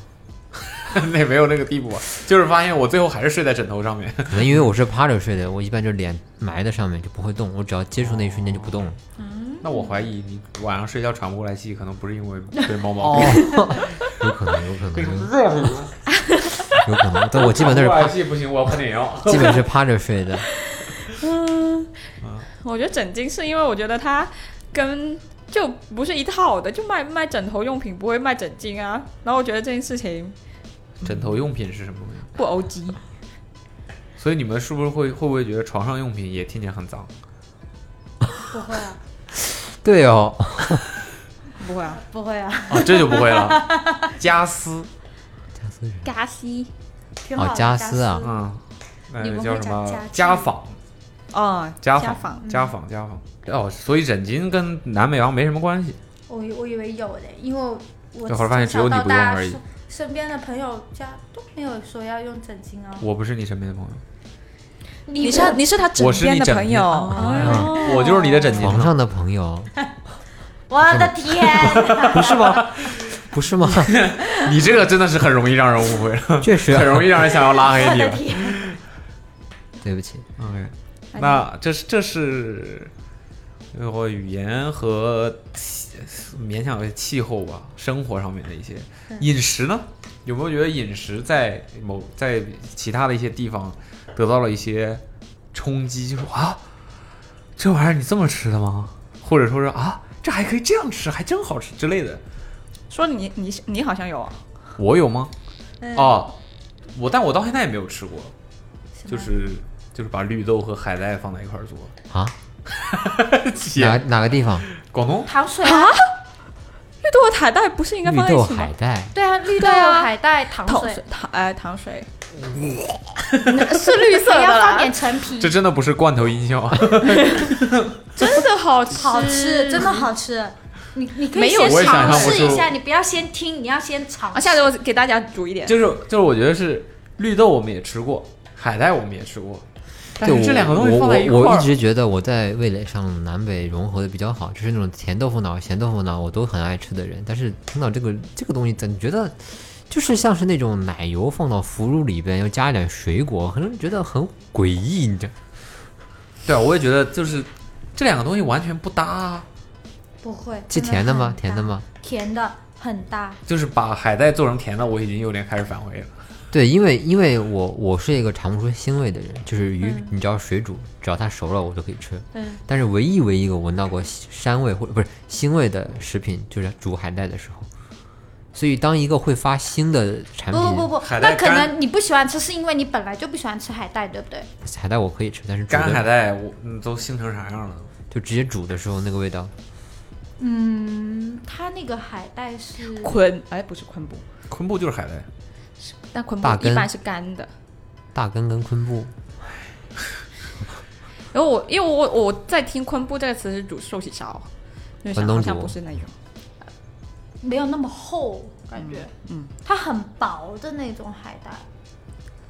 Speaker 2: 那也没有那个地步啊，就是发现我最后还是睡在枕头上面。
Speaker 5: 可能因为我是趴着睡的，我一般就脸埋在上面就不会动，我只要接触那一瞬间就不动了。
Speaker 2: 那我怀疑你晚上睡觉喘不过来气，可能不是因为被猫毛病，
Speaker 5: 有可能，有可能，有可能。但我基 本都是
Speaker 2: 喘不过
Speaker 5: 趴
Speaker 2: 来，气不行，我要喷点药。
Speaker 5: 基本是趴着睡的。
Speaker 7: 我觉得枕巾是因为我觉得它跟就不是一套的，就卖卖枕头用品不会卖枕巾啊。然后我觉得这件事情
Speaker 2: 枕头用品是什么东西？
Speaker 7: 不 O G，
Speaker 2: 所以你们是不是会会不会觉得床上用品也听起来很脏？
Speaker 4: 不会啊，
Speaker 5: 对哦，
Speaker 7: 不会啊。
Speaker 4: 不会啊，
Speaker 2: 啊，这就不会了。 家私，
Speaker 5: 加斯人
Speaker 7: 嘎西
Speaker 4: 挺好的。
Speaker 5: 哦家私啊
Speaker 2: 嗯，那
Speaker 4: 你
Speaker 2: 个
Speaker 4: 们会
Speaker 2: 叫什
Speaker 4: 讲
Speaker 2: 么
Speaker 4: 家？
Speaker 2: 家
Speaker 4: 具
Speaker 2: 纺，
Speaker 7: 啊，
Speaker 2: 家嗯纺
Speaker 7: 家纺，
Speaker 2: 家纺，家纺。哦，所以枕巾跟南北洋没什么关系。
Speaker 4: 我以我以为有的，因为我我
Speaker 2: 这会儿发现只有你不用而已
Speaker 4: 从小到大身身边的朋友家都没有说要用枕巾啊。
Speaker 2: 我不是你身边的朋友，
Speaker 7: 你
Speaker 4: 你
Speaker 7: 是你是他枕
Speaker 2: 我是
Speaker 7: 边哦
Speaker 2: 你
Speaker 7: 的
Speaker 2: 枕
Speaker 7: 朋
Speaker 2: 边
Speaker 7: 友，
Speaker 2: 我就是你的枕
Speaker 5: 床
Speaker 2: 巾。
Speaker 5: 上的 朋友，
Speaker 4: 我的天，
Speaker 5: 不是吗？不是 吗？
Speaker 2: 你这个真的是很容易让人误会，
Speaker 5: 确实，啊
Speaker 2: 很容易让人想要拉黑你
Speaker 4: 我的
Speaker 2: 了。
Speaker 4: 天，
Speaker 5: 对不起，
Speaker 2: OK，那这是这是，呃，我语言和气勉强为气候吧，生活上面的一些饮食呢，有没有觉得饮食在某在其他的一些地方得到了一些冲击？就是啊，这玩意儿你这么吃的吗？或者说是啊，这还可以这样吃，还真好吃之类的，
Speaker 7: 说你你你好像有啊，
Speaker 2: 我有吗？
Speaker 4: 嗯
Speaker 2: 哦，我但我到现在也没有吃过，就是就是把绿豆和海带放在一块儿做。
Speaker 5: 啊，哪哪个地方？
Speaker 2: 广东
Speaker 4: 糖水啊，
Speaker 7: 绿豆和海带不是应该
Speaker 5: 绿
Speaker 7: 放在一
Speaker 5: 豆
Speaker 7: 起吗
Speaker 5: 海？带，
Speaker 4: 对啊，绿豆
Speaker 7: 对啊
Speaker 4: 海带糖
Speaker 7: 糖
Speaker 4: 水
Speaker 7: 水，糖哎糖水，
Speaker 4: 是绿
Speaker 7: 色的啦
Speaker 4: 要放点陈皮
Speaker 2: 这，真的不是罐头音效啊！
Speaker 7: 真的好吃
Speaker 4: 好吃，真的好吃。你你可以
Speaker 7: 没有
Speaker 4: 先
Speaker 7: 我也
Speaker 2: 想
Speaker 4: 尝
Speaker 2: 象不
Speaker 4: 试一
Speaker 2: 出
Speaker 4: 下，你不要先听，你要先尝
Speaker 7: 啊，。下次我给大家煮一点。
Speaker 2: 就是就是，我觉得是绿豆我们也吃过，海带我们也吃过，但是
Speaker 5: 对
Speaker 2: 这两个东西
Speaker 5: 我
Speaker 2: 放在一块
Speaker 5: 我我一
Speaker 2: 儿，
Speaker 5: 直觉得我在味蕾上南北融合的比较好，就是那种甜豆腐脑、咸豆腐脑我都很爱吃的人。但是听到这个这个东西，怎觉得就是像是那种奶油放到腐乳里边，要加一点水果，可能觉得很诡异，你知道？
Speaker 2: 对啊，我也觉得就是这两个东西完全不搭啊，
Speaker 4: 不会，
Speaker 5: 是
Speaker 4: 真
Speaker 5: 甜的吗
Speaker 4: 很？
Speaker 5: 甜的
Speaker 4: 搭？
Speaker 5: 吗？
Speaker 4: 甜的很搭，
Speaker 2: 就是把海带做成甜的，我已经有点开始反胃了。
Speaker 5: 对，因为因为我我是一个尝不出腥味的人，就是鱼，你只要水煮，只要它熟了我都可以吃。
Speaker 4: 嗯，
Speaker 5: 但是唯一唯一一个闻到过膻味或者不是腥味的食品，就是煮海带的时候。所以当一个会发腥的产
Speaker 4: 不
Speaker 5: 品，
Speaker 4: 不不不
Speaker 2: 海，带
Speaker 4: 那可
Speaker 2: 干
Speaker 4: 能你不喜欢吃，是因为你本来就不喜欢吃海带，对不对？
Speaker 5: 海带我可以吃，但是煮
Speaker 2: 干海
Speaker 5: 的
Speaker 2: 带我嗯都腥成啥样了？
Speaker 5: 就直接煮的时候那个味道，
Speaker 4: 嗯，它那个海带是
Speaker 7: 昆哎不是昆布，
Speaker 2: 昆布就是海带，
Speaker 7: 但昆布
Speaker 5: 大根
Speaker 7: 一般是干的。
Speaker 5: 大根跟昆布
Speaker 7: 然后我因为我我在听昆布这个词是煮寿喜烧，就
Speaker 5: 关
Speaker 7: 想
Speaker 5: 东
Speaker 7: 好
Speaker 5: 煮
Speaker 7: 像不是那种。
Speaker 4: 没有那么厚，感觉，
Speaker 7: 嗯嗯
Speaker 4: 它很薄的那种海带，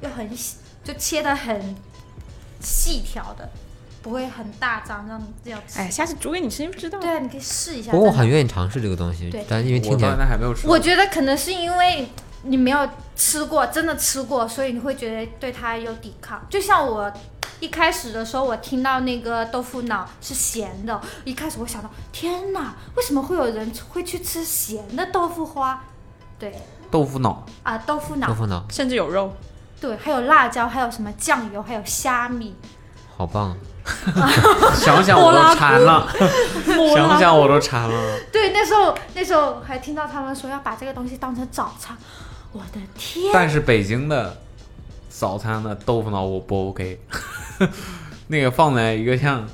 Speaker 4: 又很细，就切的很细条的，不会很大张让你这样吃。
Speaker 7: 哎，下次煮给你吃，你不知道。
Speaker 4: 对啊，你可以试一下。
Speaker 5: 不过我
Speaker 4: 真的
Speaker 5: 很愿意尝试这个东西
Speaker 4: 对，
Speaker 5: 但因为
Speaker 2: 我
Speaker 5: 听起
Speaker 2: 到现
Speaker 5: 来
Speaker 2: 在还没有吃过。
Speaker 4: 我觉得可能是因为你没有吃过，真的吃过，所以你会觉得对它有抵抗。就像我一开始的时候，我听到那个豆腐脑是咸的，一开始我想到，天哪，为什么会有人会去吃咸的豆腐花？对
Speaker 2: 豆腐脑，
Speaker 4: 啊，豆腐
Speaker 5: 豆
Speaker 4: 脑，
Speaker 5: 腐脑
Speaker 7: 甚至有肉，
Speaker 4: 对，还有辣椒，还有什么酱油，还有虾米，
Speaker 5: 好棒啊，
Speaker 2: 想想我都馋了， 想想我都馋了。
Speaker 4: 对，那时候那时候还听到他们说要把这个东西当成早餐，我的天，
Speaker 2: 但是北京的早餐的豆腐脑我不 OK，那个放在一个像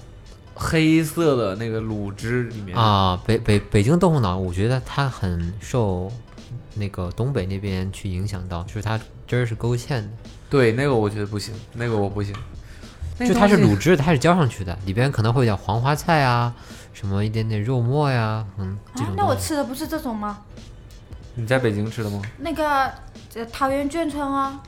Speaker 2: 黑色的那个卤汁里面，
Speaker 5: 啊，北北北京豆腐脑，我觉得它很受那个东北那边去影响到，就是它汁儿是勾芡的，
Speaker 2: 对，那个我觉得不行，那个我不行，那
Speaker 5: 就
Speaker 2: 个
Speaker 5: 它是
Speaker 2: 东西
Speaker 5: 卤汁，它是浇上去的，里边可能会有点黄花菜啊，什么一点点肉末呀、嗯，这
Speaker 4: 啊
Speaker 5: 种，
Speaker 4: 那我
Speaker 5: 东西
Speaker 4: 吃的不是这种吗？
Speaker 2: 你在北京吃的吗？
Speaker 4: 那个呃桃园眷村啊，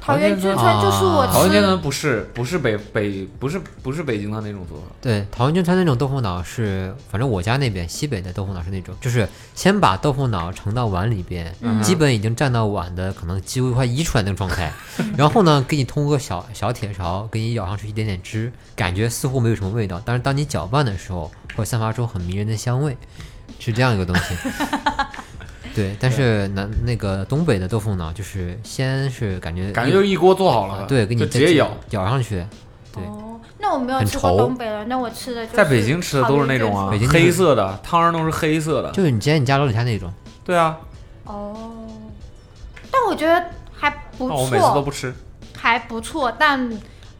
Speaker 4: 桃
Speaker 2: 园
Speaker 4: 园眷
Speaker 2: 眷
Speaker 5: 村
Speaker 4: 村就是我
Speaker 5: 啊
Speaker 2: 桃园
Speaker 4: 吃
Speaker 2: 煎呢不是不是北北不是不是北京的那种做法，
Speaker 5: 对，桃园眷村那种豆腐脑是，反正我家那边西北的豆腐脑是那种，就是先把豆腐脑盛到碗里边，基本已经占到碗的可能几乎快溢出来那个状态，然后呢，给你通过小小铁勺给你舀上去一点点汁，感觉似乎没有什么味道，但是当你搅拌的时候，会散发出很迷人的香味，是这样一个东西。对，但是南那个东北的豆腐脑就是先是感觉
Speaker 2: 感觉就是一锅做好了，
Speaker 5: 啊对，给你
Speaker 2: 就直接舀。
Speaker 5: 舀上去，对
Speaker 4: 哦，那我没有
Speaker 5: 很
Speaker 4: 吃过
Speaker 5: 稠
Speaker 4: 东北的，那我吃的就是
Speaker 2: 在北京吃的都是那种
Speaker 4: 桃
Speaker 2: 啊
Speaker 5: 北京，就是
Speaker 2: 黑色的汤儿都是黑色的。
Speaker 5: 就是你之前你家楼底下那种。
Speaker 2: 对啊，
Speaker 4: 园眷村。哦，但我觉得还不
Speaker 2: 那我每次都
Speaker 4: 错，
Speaker 2: 不吃。
Speaker 4: 还不错，但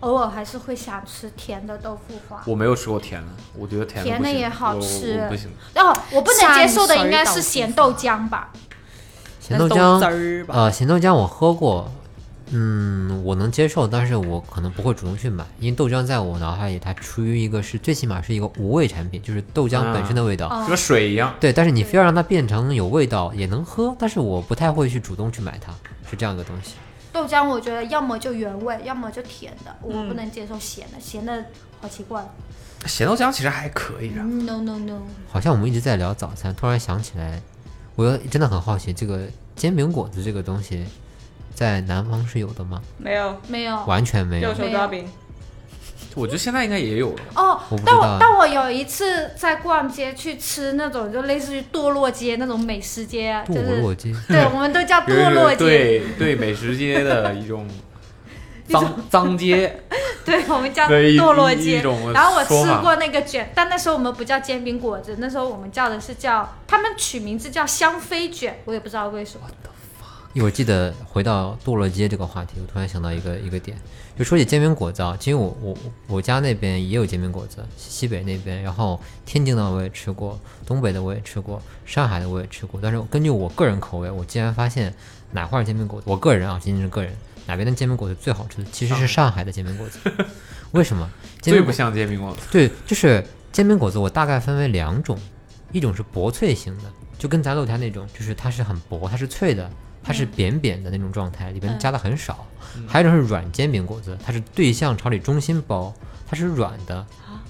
Speaker 4: 偶尔还是会想吃甜的豆腐花。
Speaker 2: 我没有吃过甜的，我觉得甜的
Speaker 4: 甜
Speaker 2: 不
Speaker 4: 的
Speaker 2: 行
Speaker 4: 也好
Speaker 2: 我
Speaker 4: 吃
Speaker 2: 我不行。
Speaker 4: 哦，我不能接受的应该
Speaker 7: 下水
Speaker 4: 是
Speaker 7: 倒
Speaker 4: 咸豆浆吧？
Speaker 5: 咸豆
Speaker 7: 豆
Speaker 5: 浆
Speaker 7: 汁儿吧
Speaker 5: 呃，咸豆浆我喝过，嗯，我能接受，但是我可能不会主动去买，因为豆浆在我脑海里它处于一个是最起码是一个无味产品，就是豆浆本身的味道。
Speaker 4: 哦
Speaker 2: 就跟水一样，
Speaker 5: 对，但是你非要让它变成有味道也能喝，但是我不太会去主动去买它，是这样一个东西。
Speaker 4: 豆浆我觉得要么就原味，要么就甜的，我不能接受咸的，咸的好奇怪。
Speaker 2: 咸豆浆其实还可以啊。
Speaker 4: No no no，
Speaker 5: 好像我们一直在聊早餐，突然想起来，我真的很好奇，这个煎饼果子这个东西在南方是有的吗？
Speaker 4: 哦
Speaker 7: 没有
Speaker 4: 没有。
Speaker 5: 完全没有
Speaker 7: 肉。手抓饼，
Speaker 2: 我觉得现在应该也有了，
Speaker 4: 哦
Speaker 5: 我不，
Speaker 4: 但
Speaker 5: 知
Speaker 4: 我
Speaker 5: 道
Speaker 4: 但我有一次在逛街去吃那种就类似于堕落街那种美食街啊，就
Speaker 5: 堕
Speaker 4: 是
Speaker 5: 落街，
Speaker 4: 对，我们都叫
Speaker 2: 有有
Speaker 4: 堕
Speaker 2: 有
Speaker 4: 落街，
Speaker 2: 对对美食街的一 种脏脏街
Speaker 4: 对我们叫
Speaker 2: 的一
Speaker 4: 堕落
Speaker 2: 一
Speaker 4: 街。
Speaker 2: 种
Speaker 4: 然后我
Speaker 2: 说
Speaker 4: 吃
Speaker 2: 法
Speaker 4: 过那个卷，但那时候我们不叫煎饼果子，那时候我们叫的是叫他们取名字叫香妃卷，我也不知道为什么。
Speaker 5: 一会儿记得回到堕落街这个话题，我突然想到一个一个点，就说起煎饼果子啊，其实我我我家那边也有煎饼果子，西北那边，然后天津的我也吃过，东北的我也吃过，上海的我也吃过，但是根据我个人口味，我竟然发现哪块儿煎饼果子，我个人啊，仅仅是个人，哪边的煎饼果子最好吃的其实是上海的煎饼果子，为什么？ 煎
Speaker 2: 最
Speaker 5: 饼
Speaker 2: 不
Speaker 5: 果子
Speaker 2: 像煎饼果子，
Speaker 5: 对，就是煎饼果子，我大概分为两种，一种是薄脆型的，就跟咱楼下那种，就是它是很薄，它是脆的，它
Speaker 4: 嗯
Speaker 5: 是扁扁的那种状态，里边加的很少；还有一种是软煎饼果子，它是对向朝里中心包，它是软的。
Speaker 4: 啊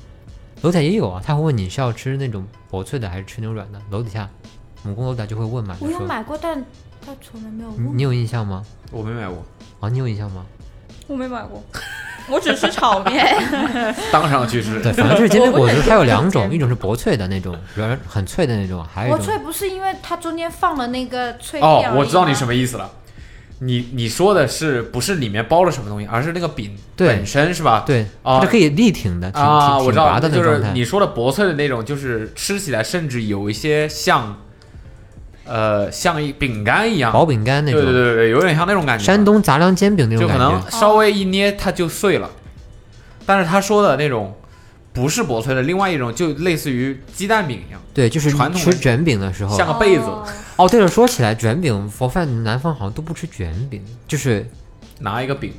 Speaker 5: 楼底下也有啊，他会问你是要吃那种薄脆的还是吃那种软的。楼底下，我们工楼底下就会问嘛，
Speaker 4: 我
Speaker 5: 就
Speaker 4: 有
Speaker 5: 说
Speaker 4: 买过，但他从来没有
Speaker 5: 你
Speaker 4: 问
Speaker 5: 你有印象吗？
Speaker 2: 我没买过，
Speaker 5: 啊，你有印象 吗？
Speaker 7: 我没买过， 我只吃炒面。
Speaker 2: 当场去吃。
Speaker 5: 对，反正就是煎饼果子，它有两
Speaker 7: 煎
Speaker 5: 种，
Speaker 7: 饼
Speaker 5: 一种是薄脆的那种，软很脆的那种，还有
Speaker 4: 我
Speaker 5: 一种
Speaker 4: 脆不是因为它中间放了那个脆
Speaker 2: 哦
Speaker 4: 片，
Speaker 2: 我知道你什
Speaker 4: 么。
Speaker 2: 么意思了。你你说的是不是里面包了什么东西，而是那个饼
Speaker 5: 对
Speaker 2: 本身是吧？
Speaker 5: 对，
Speaker 2: 啊
Speaker 5: 它是可以立挺的，挺
Speaker 2: 啊，
Speaker 5: 挺
Speaker 2: 我
Speaker 5: 挺
Speaker 2: 知道，
Speaker 5: 拔的那
Speaker 2: 就
Speaker 5: 种状
Speaker 2: 是
Speaker 5: 态。
Speaker 2: 你说的薄脆的那种，就是吃起来甚至有一些像，呃，像一饼干一样，
Speaker 5: 薄饼干那
Speaker 2: 对
Speaker 5: 种，
Speaker 2: 对对对，有点像那种感觉。
Speaker 5: 山东杂粮煎饼那
Speaker 2: 就
Speaker 5: 种
Speaker 2: 可
Speaker 5: 感
Speaker 2: 能
Speaker 5: 觉。
Speaker 2: 稍微一捏它就碎了，但是他说的那种不是薄脆的，另外一种就类似于鸡蛋饼一样，
Speaker 5: 对，就是
Speaker 2: 传统
Speaker 5: 吃
Speaker 2: 的
Speaker 5: 卷饼的时候
Speaker 2: 像，个被子。
Speaker 4: 哦
Speaker 5: 哦，对了，说起来卷饼，我发现南方好像都不吃卷饼，就是
Speaker 2: 拿一个饼，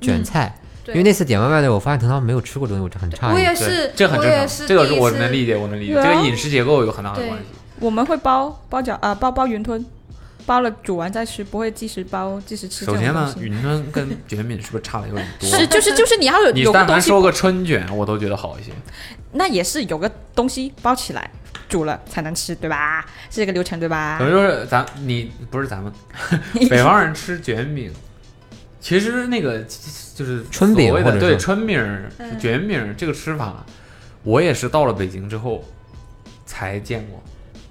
Speaker 5: 卷菜。
Speaker 4: 嗯对
Speaker 5: 因为那次点外卖的，我发现腾腾没有吃过这东西，我就很诧
Speaker 4: 我也
Speaker 5: 异。
Speaker 4: 是
Speaker 2: 哎对，这很
Speaker 4: 我
Speaker 2: 正
Speaker 4: 也
Speaker 2: 常，
Speaker 4: 是
Speaker 2: 这个是
Speaker 4: 第一
Speaker 2: 我
Speaker 4: 次
Speaker 2: 能理解，我能理解，
Speaker 7: 对
Speaker 2: 这
Speaker 7: 啊
Speaker 2: 个饮食结构有很大的
Speaker 4: 对
Speaker 2: 关系。
Speaker 7: 我们会包包饺啊，包包云吞，包了煮完再吃，不会即时包即时吃这
Speaker 2: 首
Speaker 7: 种
Speaker 2: 先
Speaker 7: 东
Speaker 2: 呢
Speaker 7: 西。，
Speaker 2: 云吞跟卷饼是不是差的有点多？
Speaker 7: 是就是就是你要有
Speaker 2: 你
Speaker 7: 有个
Speaker 2: 但
Speaker 7: 东
Speaker 2: 凡
Speaker 7: 西，
Speaker 2: 说个春卷，我都觉得好一些。
Speaker 7: 那也是有个东西包起来煮了才能吃，对吧？是这个流程对吧
Speaker 2: 可？能就是咱你不是咱们北方人吃卷饼，其实那个就是
Speaker 5: 春饼
Speaker 2: 所谓
Speaker 5: 或
Speaker 2: 的
Speaker 5: 者
Speaker 2: 对
Speaker 5: 说
Speaker 2: 春饼儿、卷饼儿这个吃法，我也是到了北京之后才见过。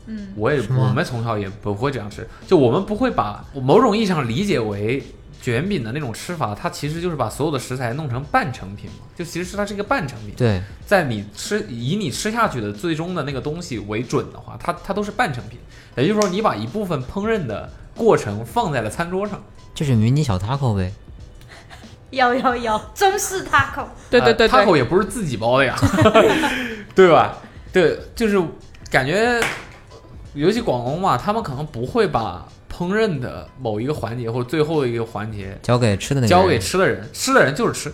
Speaker 2: 嗯，我也
Speaker 5: 是吗
Speaker 2: 我们从小也不会这样吃，就我们不会把某种意义上理解为卷饼的那种吃法，它其实就是把所有的食材弄成半成品嘛，就其实它是一个半成品。
Speaker 5: 对，
Speaker 2: 在你吃以你吃下去的最终的那个东西为准的话，它它都是半成品，也就是说你把一部分烹饪的过程放在了餐桌上。
Speaker 5: 就是迷你小 taco 呗。
Speaker 4: 有有有，中式 taco，
Speaker 7: 对对对
Speaker 2: 他口
Speaker 7: 对，
Speaker 2: 也不是自己包的呀， 对吧？对，就是感觉，尤其广东嘛，他们可能不会把烹饪的某一个环节或者最后一个环节
Speaker 5: 交给吃的那个人，
Speaker 2: 交给吃的人，吃的人就是吃，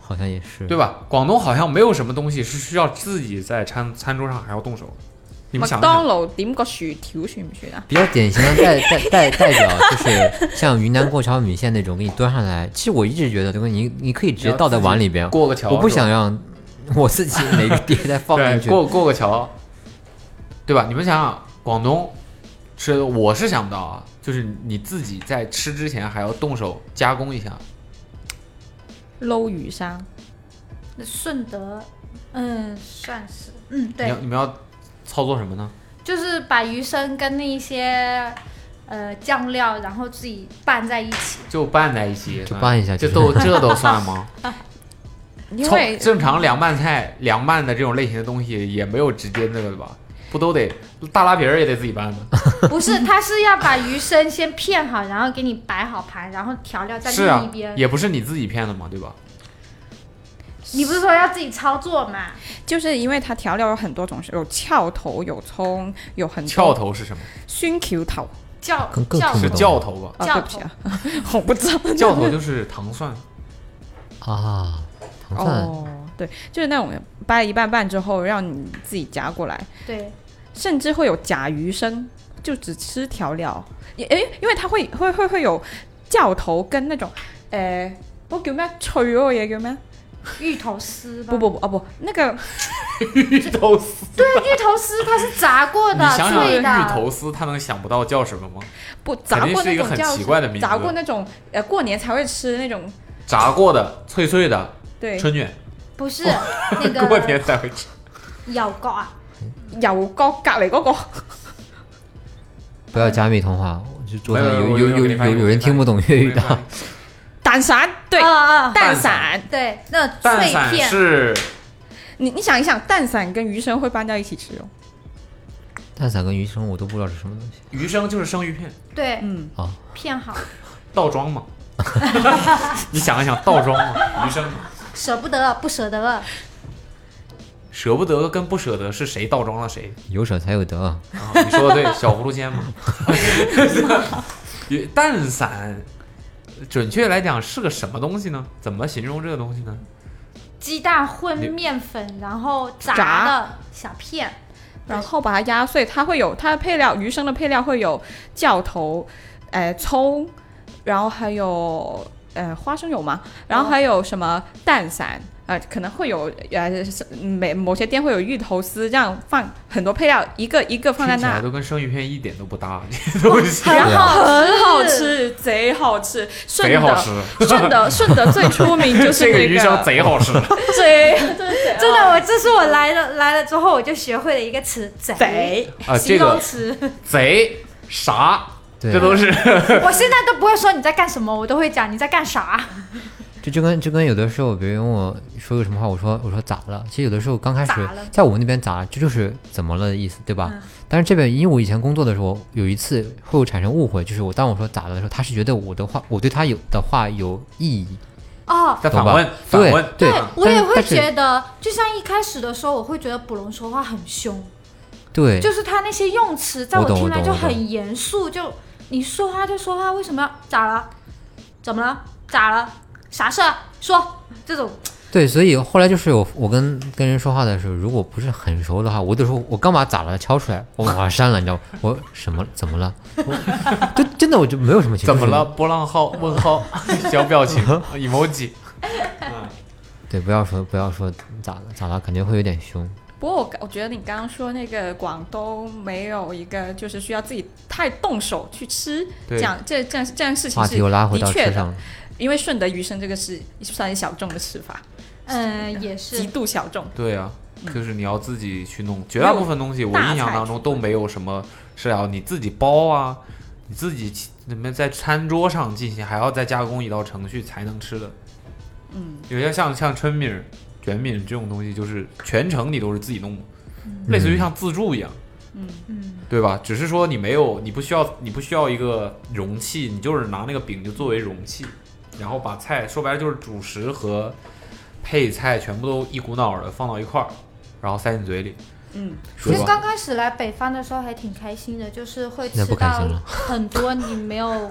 Speaker 5: 好像也是
Speaker 2: 对吧？广东好像没有什么东西是需要自己在餐餐桌上还要动手的，你们
Speaker 7: 麦
Speaker 2: 想一
Speaker 7: 當
Speaker 2: 想，
Speaker 7: 勞點個薯條算唔算啊？
Speaker 5: 比较典型的代代代代表就是像云南过桥米线那种，给你端上来。其实我一直觉得，这个你你可以直接倒在碗里边，
Speaker 2: 过个桥，
Speaker 5: 我不想让我自己每个碟再放
Speaker 2: 对
Speaker 5: 进去。
Speaker 2: 过过个桥，对吧？你们想想，广东吃，我是想不到啊，就是你自己在吃之前还要动手加工一下。
Speaker 7: 撈魚生，
Speaker 4: 顺德，嗯，算是，嗯，
Speaker 2: 你要
Speaker 4: 对，
Speaker 2: 你们要操作什么呢？
Speaker 4: 就是把鱼生跟那一些呃酱料，然后自己拌在一起。
Speaker 2: 就拌在一起，
Speaker 5: 就拌一下
Speaker 2: 这
Speaker 5: 就是
Speaker 2: 都这都算 吗？
Speaker 7: 因為
Speaker 2: 葱正常凉拌菜、凉拌的这种类型的东西也没有直接那个的吧？不都得大拉皮儿也得自己拌吗？
Speaker 4: 不是，他是要把鱼生先片好，然后给你摆好盘，然后调料在
Speaker 2: 是啊
Speaker 4: 另一边。嗯
Speaker 2: 也不是你自己片的嘛，对吧？
Speaker 4: 你不是说要自己操作嘛？
Speaker 7: 就是因為它調料有很多種，有翘頭、有葱、有很
Speaker 2: 翘
Speaker 7: 多
Speaker 2: 头是什么？
Speaker 7: 酸橋頭
Speaker 4: 教
Speaker 5: 更更
Speaker 4: 教
Speaker 5: 恐
Speaker 2: 是
Speaker 5: 怖
Speaker 2: 教头 吧？
Speaker 7: 啊，
Speaker 4: 教
Speaker 7: 對不起啊， 我不知道
Speaker 2: 教头就是糖 蒜，
Speaker 5: 啊，糖蒜、
Speaker 7: 哦，对，就是那種掰一半半之後，讓你自己夾過來。
Speaker 4: 对，
Speaker 7: 甚至会有假鱼生，就只吃调料，因因因为它会会会会有教头跟那种诶，嗰、叫咩脆嗰個嘢叫咩？
Speaker 4: 芋头丝
Speaker 2: 嗯
Speaker 4: 吧。
Speaker 7: 不不不啊不，那个
Speaker 2: 芋头丝。
Speaker 4: 芋头丝它是炸过
Speaker 2: 你
Speaker 4: 的，
Speaker 2: 想想
Speaker 4: 脆
Speaker 2: 芋
Speaker 4: 的。
Speaker 2: 头丝，他能想不到叫什么吗？
Speaker 7: 不炸
Speaker 2: 肯定
Speaker 7: 过
Speaker 2: 是一
Speaker 7: 那
Speaker 2: 个
Speaker 7: 种
Speaker 2: 很
Speaker 7: 叫
Speaker 2: 奇怪的名字
Speaker 7: 炸过那种呃过年才会吃那种
Speaker 2: 炸过的、脆脆的
Speaker 7: 对
Speaker 2: 春卷，
Speaker 4: 不是那
Speaker 2: 哦 过年
Speaker 4: 个
Speaker 2: 才会吃。
Speaker 4: 咬糕啊，
Speaker 7: 油角隔離嗰個，
Speaker 5: 不要加密通话，我就桌上
Speaker 2: 没有
Speaker 5: 有
Speaker 2: 我
Speaker 5: 有
Speaker 2: 我
Speaker 5: 有
Speaker 2: 给你翻译
Speaker 5: 有有
Speaker 2: 我给
Speaker 5: 人
Speaker 2: 你
Speaker 5: 听不懂粤语 的，
Speaker 7: 蛋散对、
Speaker 2: 哦
Speaker 4: 啊啊，
Speaker 7: 蛋
Speaker 2: 散
Speaker 7: 散，
Speaker 4: 对，那
Speaker 2: 蛋
Speaker 4: 脆
Speaker 2: 散
Speaker 4: 片
Speaker 2: 是
Speaker 7: 你你想一想，蛋散跟鱼生会拌在一起吃哦。
Speaker 5: 蛋散跟鱼生我都不知道是什么东西。
Speaker 2: 鱼生，就是生鱼片，
Speaker 4: 对
Speaker 7: 嗯，
Speaker 4: 片好，
Speaker 2: 倒装 嘛。 你想一想，倒装嘛，鱼生嘛。
Speaker 4: 舍不得不舍得，
Speaker 2: 舍不得跟不舍得是谁倒装了谁？
Speaker 5: 有舍才有得，
Speaker 2: 啊，你说的对，小葫芦仙嘛。 蛋散，准确来讲是个什么东西呢？怎么形容这个东西呢？
Speaker 4: 鸡蛋混面粉，然后炸
Speaker 7: 炸
Speaker 4: 的小片，
Speaker 7: 然后把它压碎，它会有它的配料，鱼生的配料会有教头，呃，葱，然后还有呃花生油嘛，然后还有什么蛋散，呃，可能会有呃是每某些店会有芋头丝，这样放很多配料，一个一个放在
Speaker 2: 听起来
Speaker 7: 那。
Speaker 2: 都跟生鱼片一点都不搭，这些东西
Speaker 7: 然后很好吃，贼好吃，顺
Speaker 2: 贼好
Speaker 7: 德
Speaker 2: 吃。
Speaker 7: 顺德顺德最出名就是
Speaker 2: 这个
Speaker 7: 这
Speaker 2: 鱼生
Speaker 7: 个，
Speaker 2: 贼好 吃，
Speaker 7: 贼
Speaker 2: 啊
Speaker 4: 真的，我这是我来了来了之后我就学会了一个词，贼，
Speaker 7: 贼
Speaker 2: 啊
Speaker 4: 形
Speaker 2: 这
Speaker 4: 容
Speaker 2: 个
Speaker 4: 词。
Speaker 2: 贼啥，
Speaker 5: 对，
Speaker 2: 这都是
Speaker 4: 我现在都不会说你在干什么，我都会讲你在干啥。
Speaker 5: 这就跟就跟有的时候别人问我说个什么话，我说我说咋了？其实有的时候刚开始
Speaker 4: 咋了嗯
Speaker 5: 在我们那边咋了，这就是怎么了的意思，对吧？但是这边因为我以前工作的时候，有一次会有产生误会，就是我当我说咋了的时候，他是觉得我的话我对他有的话有意义，
Speaker 4: 哦，
Speaker 2: 在
Speaker 5: 懂
Speaker 2: 反
Speaker 5: 吧
Speaker 2: 问，反
Speaker 5: 对
Speaker 2: 问，
Speaker 5: 对
Speaker 4: 对
Speaker 5: 但，
Speaker 4: 我也会
Speaker 5: 但是
Speaker 4: 觉得，就像一开始的时候，我会觉得卜龙说话很凶，
Speaker 5: 对，
Speaker 4: 就是他那些用词，在
Speaker 5: 我懂
Speaker 4: 听来
Speaker 5: 我
Speaker 4: 就
Speaker 5: 懂我
Speaker 4: 很
Speaker 5: 懂
Speaker 4: 严肃，就你说话就说话，为什么要咋了？怎么了？咋了？啥事儿？说这种
Speaker 5: 对，所以后来就是我我跟跟人说话的时候，如果不是很熟的话，我得说我刚把咋了敲出来，我马上删了，你知道吗？我什么怎么了？ 我就真的我就没有什么情绪。
Speaker 2: 怎么了？？波浪号、问号、 小表 情、emoji。
Speaker 5: 对，不要说不要说咋了咋了，感觉会有点凶。
Speaker 7: 不过我我觉得你刚刚说那个广东没有一个就是需要自己太动手去吃，
Speaker 2: 对
Speaker 7: 这样这这样这样事情
Speaker 5: 话
Speaker 7: 是
Speaker 5: 题又拉回到
Speaker 7: 的确
Speaker 5: 车
Speaker 7: 的
Speaker 5: 上了，
Speaker 7: 因为顺德鱼生这个是算是小众的吃法，
Speaker 4: 嗯，也
Speaker 7: 极
Speaker 4: 是
Speaker 7: 度小众。
Speaker 2: 对啊，
Speaker 7: 嗯
Speaker 2: 就是你要自己去弄。绝大部分东西我
Speaker 7: 大
Speaker 2: 印象
Speaker 7: 菜
Speaker 2: 当
Speaker 7: 去
Speaker 2: 中都没有什么是要你自己包啊，你自己你们在餐桌上进行，还要再加工一道程序才能吃的。
Speaker 7: 嗯，
Speaker 2: 有些像像春饼、卷饼这种东西，就是全程你都是自己弄的，类似于像自助一样。
Speaker 7: 嗯
Speaker 4: 嗯，
Speaker 2: 对吧？只是说你没有，你不需要，你不需要一个容器，你就是拿那个饼就作为容器，然后把菜说白了就是主食和配菜全部都一股脑的放到一块儿，然后塞进嘴里。
Speaker 7: 嗯，
Speaker 4: 其实
Speaker 2: 对吧
Speaker 4: 刚开始来北方的时候还挺开心的，就是会
Speaker 5: 那
Speaker 4: 吃
Speaker 5: 不开心
Speaker 4: 到
Speaker 5: 了
Speaker 4: 很多你没有